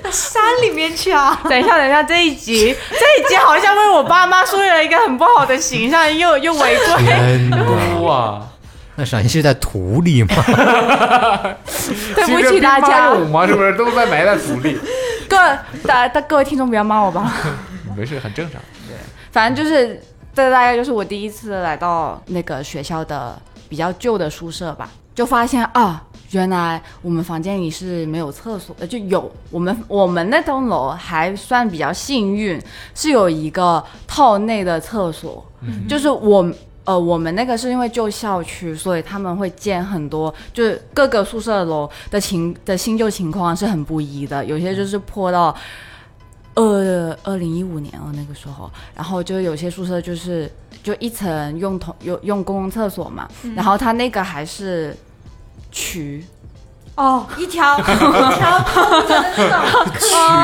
Speaker 4: 到山里面去啊。
Speaker 3: 等一下，等一下，这一集，这一集好像为我爸妈树立了一个很不好的形象，又又违规。
Speaker 5: 天哪，
Speaker 2: 哇，
Speaker 5: 那陕西是在土里吗？
Speaker 3: 对不起大家
Speaker 2: 有吗？是不是都在埋在土里？
Speaker 3: 各大大各位听众不要骂我吧，
Speaker 2: 没事，很正 常。
Speaker 3: 反正就是这大概就是我第一次来到那个学校的比较旧的宿舍吧，就发现啊。原来我们房间里是没有厕所，呃，就有我们我们那栋楼还算比较幸运，是有一个套内的厕所，就是我呃，我们那个是因为旧校区，所以他们会建很多，就是各个宿舍楼的情的新旧情况是很不一的，有些就是破到。呃，二零一五年啊，那个时候，然后就有些宿舍就是就一层用同用用公共厕所嘛，然后它那个还是渠，
Speaker 4: 哦，一条 一条通着的那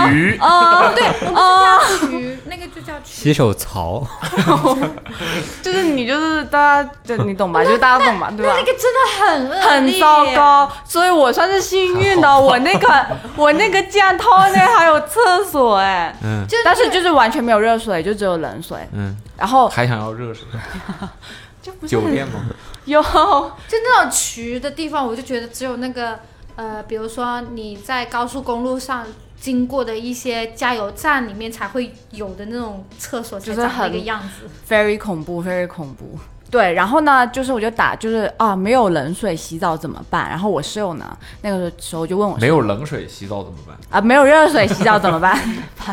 Speaker 4: 种
Speaker 2: 鱼
Speaker 4: 哦，对，我们是叫
Speaker 3: 哦
Speaker 4: 渠，那个就叫渠。
Speaker 5: 洗手槽，
Speaker 3: 就是你就是大家就你懂吧，就是大家懂吧，对吧？
Speaker 4: 那个真的很恶
Speaker 3: 很
Speaker 4: 劣
Speaker 3: 糟，糕，所以我算是幸运的。 我那个我那个酱汤内还有厕所哎，
Speaker 2: 嗯
Speaker 4: 就
Speaker 3: 但是就是完全没有热水，就只有冷水。
Speaker 2: 嗯，
Speaker 3: 然后
Speaker 2: 还想要热水？
Speaker 3: 就不是
Speaker 2: 酒店
Speaker 3: 很
Speaker 2: 吗？
Speaker 3: 有
Speaker 4: 就那种渠的地方，我就觉得只有那个呃，比如说你在高速公路上。经过的一些加油站里面才会有的那种厕所，
Speaker 3: 就是
Speaker 4: 才长那
Speaker 3: 很
Speaker 4: 个样子。
Speaker 3: very 恐怖，very 恐怖。对，然后呢，就是我就打，就是啊，没有冷水洗澡怎么办？然后我室友呢，那个时候就问我
Speaker 2: 没有冷水洗澡怎么办？
Speaker 3: 啊，没有热水洗澡怎么办？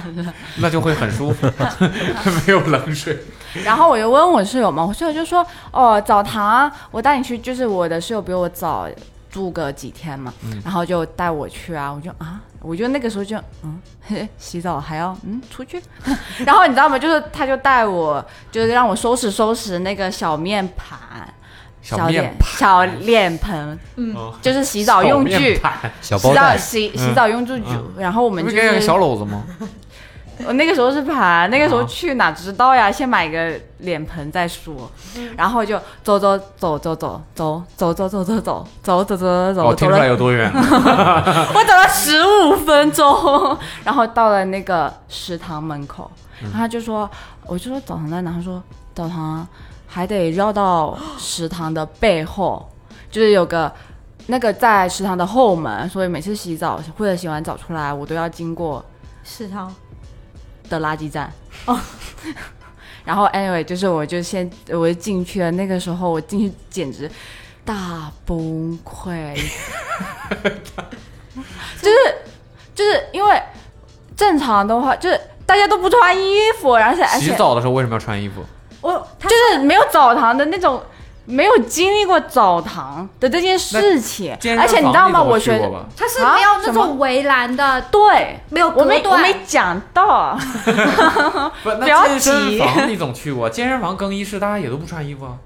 Speaker 2: 那就会很舒服， 没有冷水。
Speaker 3: 然后我就问我室友嘛，我室友就说，哦，澡堂啊，我带你去，就是我的室友比我早住个几天嘛，然后就带我去啊，我就啊，我就那个时候就嗯， 嘿洗澡还要嗯出去， 然后你知道吗？就是他就带我，就是让我收拾收拾那个小面盘。
Speaker 2: 小面
Speaker 3: 脸小脸盆，
Speaker 4: 嗯
Speaker 2: 哦
Speaker 3: 就是洗澡用具，
Speaker 5: 小包
Speaker 3: 洗澡
Speaker 5: 袋，
Speaker 3: 洗洗
Speaker 2: 嗯
Speaker 3: 澡用具，
Speaker 2: 嗯
Speaker 3: 然后我们
Speaker 2: 不
Speaker 3: 就是
Speaker 2: 该有个
Speaker 3: 是
Speaker 2: 小篓子吗？
Speaker 3: 我那个时候是盘，那个时候
Speaker 2: 啊
Speaker 3: 去哪知道呀？先买个脸盆再说，然后就走走走走走走走走走走走走走走走
Speaker 2: 哦，
Speaker 3: 走
Speaker 2: 听
Speaker 3: 走
Speaker 2: 出来
Speaker 3: 了，
Speaker 2: 有多远？
Speaker 3: 我走了十五分钟，然后到了那个食堂门口，然后他就说，我就说澡堂在哪？他说澡堂还得绕到食堂的背后，就是有个。那个在食堂的后门，所以每次洗澡或者洗完澡出来，我都要经过
Speaker 4: 食堂
Speaker 3: 的垃圾站哦。 然后 anyway，就是我就先我就进去了，那个时候我进去简直大崩溃，就是就是因为正常的话就是大家都不穿衣服，而且 而
Speaker 2: 洗
Speaker 3: 且
Speaker 2: 澡的时候为什么要穿衣服？
Speaker 4: 我他
Speaker 3: 就是没有澡堂的那种，没有经历过澡堂的这件事情
Speaker 2: 健，身
Speaker 3: 而且你知道
Speaker 2: 房
Speaker 3: 吗？
Speaker 2: 总
Speaker 3: 我
Speaker 2: 去
Speaker 3: 学
Speaker 2: 过吧
Speaker 4: 他是
Speaker 3: 啊
Speaker 4: 没有那
Speaker 3: 什么
Speaker 4: 种围栏的，
Speaker 3: 对。
Speaker 4: 没有
Speaker 3: 我
Speaker 4: 隔
Speaker 3: 没我
Speaker 4: 断，
Speaker 3: 没讲 到，
Speaker 2: 不，那
Speaker 3: 不要
Speaker 2: 健身
Speaker 3: 急
Speaker 2: 房你总去过，健身房更衣室大家也都不穿衣服啊。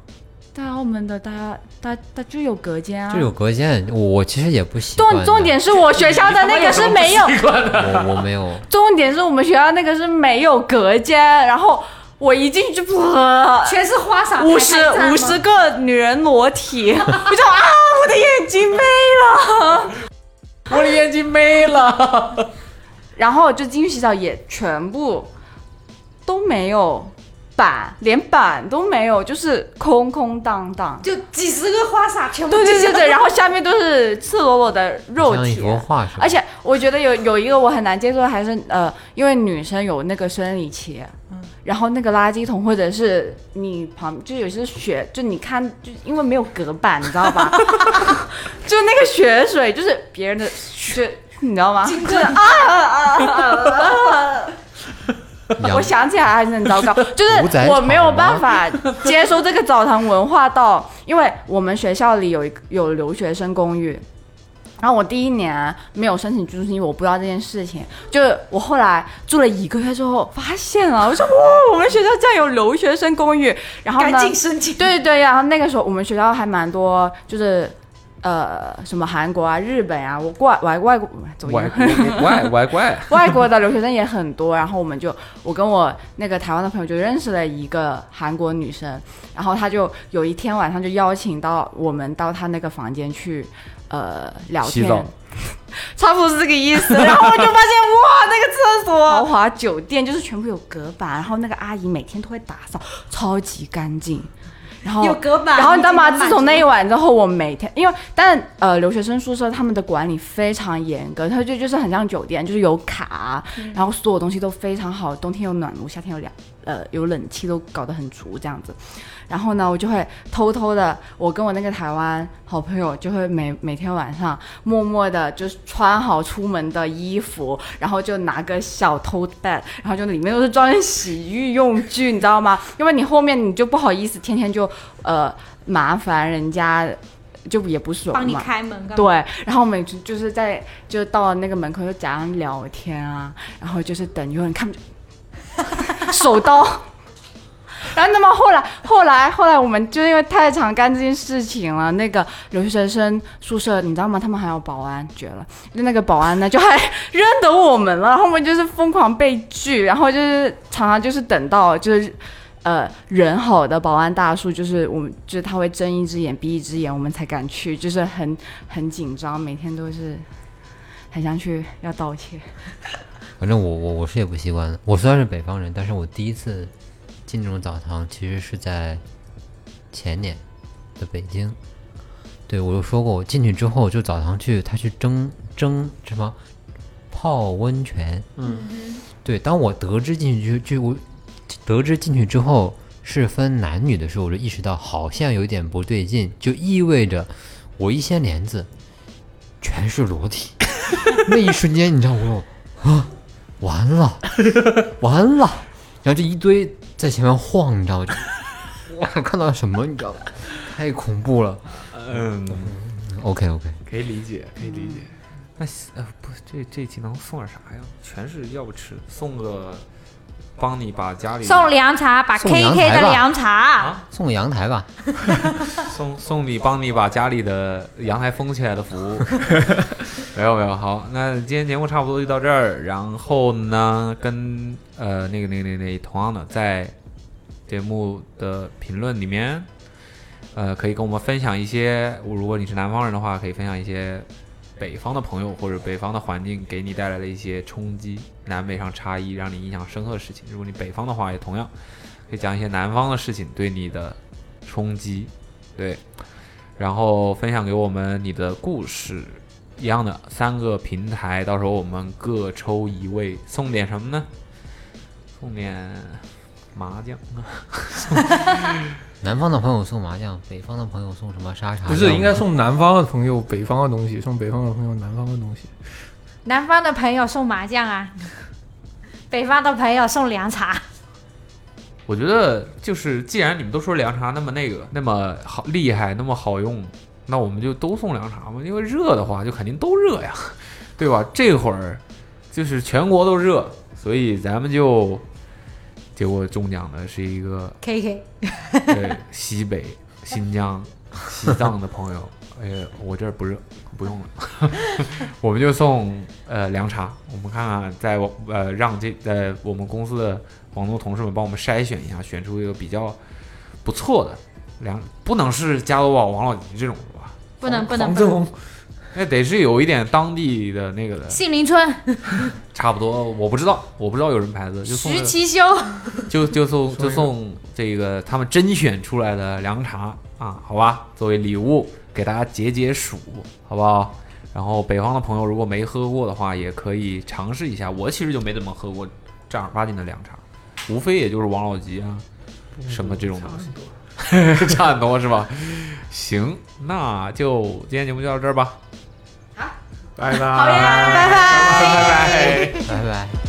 Speaker 3: 但澳门的大家，大大就有隔间 啊
Speaker 5: 就。有隔间，我我其实也不习惯
Speaker 3: 重
Speaker 5: 的。
Speaker 3: 重点是我学校的那个是没有，
Speaker 5: 我我没有，
Speaker 3: 重点是我们学校那个是没有隔间，然后我一进 去，噗
Speaker 4: 全是花洒，
Speaker 3: 五十
Speaker 4: 还在吗
Speaker 3: 五十个女人裸体，我就啊，我的眼睛没了，
Speaker 2: 我的眼睛没了。
Speaker 3: 然后就进去洗澡也全部都没有板，连板都没有，就是空空荡荡。
Speaker 4: 就几十个花洒全部
Speaker 3: 对对
Speaker 4: 进
Speaker 3: 对
Speaker 4: 去
Speaker 3: 对，然后下面都是赤裸裸的 肉
Speaker 5: 像一
Speaker 3: 体，
Speaker 5: 幅画是吧？
Speaker 3: 而且我觉得有有一个我很难接受的，还是呃，因为女生有那个生理期，然后那个垃圾桶或者是你旁就有些血，就你看就因为没有隔板，你知道吧？就那个血水就是别人的血，你知道吗？就是啊啊啊啊啊啊！
Speaker 5: 养
Speaker 3: 我想起来还是很糟 糕，就
Speaker 5: 屠宰
Speaker 3: 是
Speaker 5: 场
Speaker 3: 我没有办法接受这个澡堂文化到，因为我们学校里有一个有留学生公寓，然后我第一年没有申请居住信，我不知道这件事情，就是我后来住了一个月之后发现了， 我说哇，我们学校竟然有留学生公寓，然后呢
Speaker 7: 赶，紧申请。
Speaker 3: 对对对，然后那个时候我们学校还蛮多就是。呃，什么韩国啊、日本啊，我外外外国怎么
Speaker 2: 歪
Speaker 3: 样？
Speaker 2: 歪歪怪，
Speaker 3: 外国的留学生也很多，然后我们就我跟我那个台湾的朋友就认识了一个韩国女生，然后她就有一天晚上就邀请到我们到她那个房间去，呃，聊
Speaker 2: 洗
Speaker 3: 天
Speaker 2: 澡，
Speaker 3: 差不多是这个意思。然后我就发现哇，那个厕所豪华酒店就是全部有隔板，然后那个阿姨每天都会打扫，超级干净。然后
Speaker 4: 有隔板，
Speaker 3: 然后你知道吗？
Speaker 4: 已经
Speaker 3: 自从那一晚之后，我每天因为但呃，留学生宿舍他们的管理非常严格，它就就是很像酒店，就是有卡，啊然后所有东西都非常好，冬天有暖炉，夏天有凉呃有冷气，都搞得很足这样子。然后呢，我就会偷偷的，我跟我那个台湾好朋友就会每每天晚上默默的，就是穿好出门的衣服，然后就拿个小 tote bag，然后就里面都是装洗浴用具，你知道吗？因为你后面你就不好意思，天天就呃麻烦人家，就也不爽嘛。
Speaker 4: 帮你开门干嘛？
Speaker 3: 对，然后我们就就是在就到了那个门口就假装聊天啊，然后就是等有人看，手刀。 然后那么后来后来后来我们就因为太常干这件事情了，那个留学生宿舍你知道吗？他们还有保安，绝了。就那个保安呢，就还 认得我们了，然后我们就是疯狂被拒，然后就是常常就是等到就是。呃，人好的保安大叔就是我们，就是他会睁一只眼闭一只眼，我们才敢去，就是很很紧张，每天都是很想去要道歉。
Speaker 5: 反正我我我是也不习惯的。我虽然是北方人，但是我第一次进这种澡堂其实是在前年的北京。对我就说过，我进去之后就澡堂去，他去蒸蒸什么泡温泉。嗯，对。当我得知进去就就我得知进去之后是分男女的时候，我就意识到好像有点不对劲，就意味着我一掀帘子全是裸体。 那一瞬间，你知道我有。完 了，完了，然后这一堆在前面晃，你知道吗？就哇，看到什么，你知道吗？太恐怖了。
Speaker 2: 嗯，
Speaker 5: OK OK，
Speaker 2: 可以理解，可以理解。
Speaker 4: 嗯
Speaker 2: 那呃，不，这这期能送点啥呀？全是要不吃，送个帮你把家里
Speaker 4: 送凉茶，把
Speaker 5: 送
Speaker 4: KK
Speaker 5: 凉台吧
Speaker 4: 的凉茶，
Speaker 5: 送阳台吧，
Speaker 2: 送送你帮你把家里的阳台封起来的服务。没有没有，好，那今天节目差不多就到这儿。然后呢，跟呃那个那个那个那个同样的，在节目的评论里面，呃，可以跟我们分享一些，如果你是南方人的话，可以分享一些北方的朋友或者北方的环境给你带来的一些冲击，南北上差异让你印象深刻的事情。如果你北方的话，也同样可以讲一些南方的事情对你的冲击，对，然后分享给我们你的故事。一样的三个平台，到时候我们各抽一位，送点什么呢？送点麻将啊？
Speaker 5: 南方的朋友送麻将，北方的朋友送什么沙茶？
Speaker 6: 不是应该送南方的朋友北方的东西，送北方的朋友南方的东西。
Speaker 4: 南方的朋友送麻将啊，北方的朋友送凉茶，
Speaker 2: 我觉得就是，既然你们都说凉茶那么那个那么好厉害，那么好用，那我们就都送凉茶嘛。因为热的话，就肯定都热呀， 对吧？这会儿就是全国都热，所以咱们就结果中奖的是一个
Speaker 4: K K，
Speaker 2: 呃西北、新疆、西藏的朋友。 哎呀，我这儿不热，不用了， 我们就送呃凉茶。我们看看在，我呃让这呃我们公司的广东同事们帮我们筛选一下，选出一个比较不错的凉，不能是加多宝、王老吉这种的吧？
Speaker 4: 不能不能
Speaker 5: 黄
Speaker 4: 不
Speaker 5: 正
Speaker 4: 能，
Speaker 5: 红，
Speaker 2: 那得是有一点当地的那个的，
Speaker 4: 杏林村
Speaker 2: 差不多。我不知道，我不知道有什么牌子，就送
Speaker 4: 徐
Speaker 2: 了
Speaker 4: 其修，
Speaker 2: 就就送
Speaker 6: 送一
Speaker 2: 就
Speaker 6: 个
Speaker 2: 送这个他们甄选出来的凉茶啊，好吧，作为礼物给大家解解暑，好不好？然后北方的朋友如果没喝过的话，也可以尝试一下。我其实就没怎么喝过正儿八经的凉茶，无非也就是王老吉啊
Speaker 6: 嗯
Speaker 2: 什么这种东西， 差很多是吧？行，那就今天节目就到这儿吧，
Speaker 6: 拜拜，
Speaker 4: 好呀，拜拜。
Speaker 2: 拜拜。
Speaker 5: 拜拜。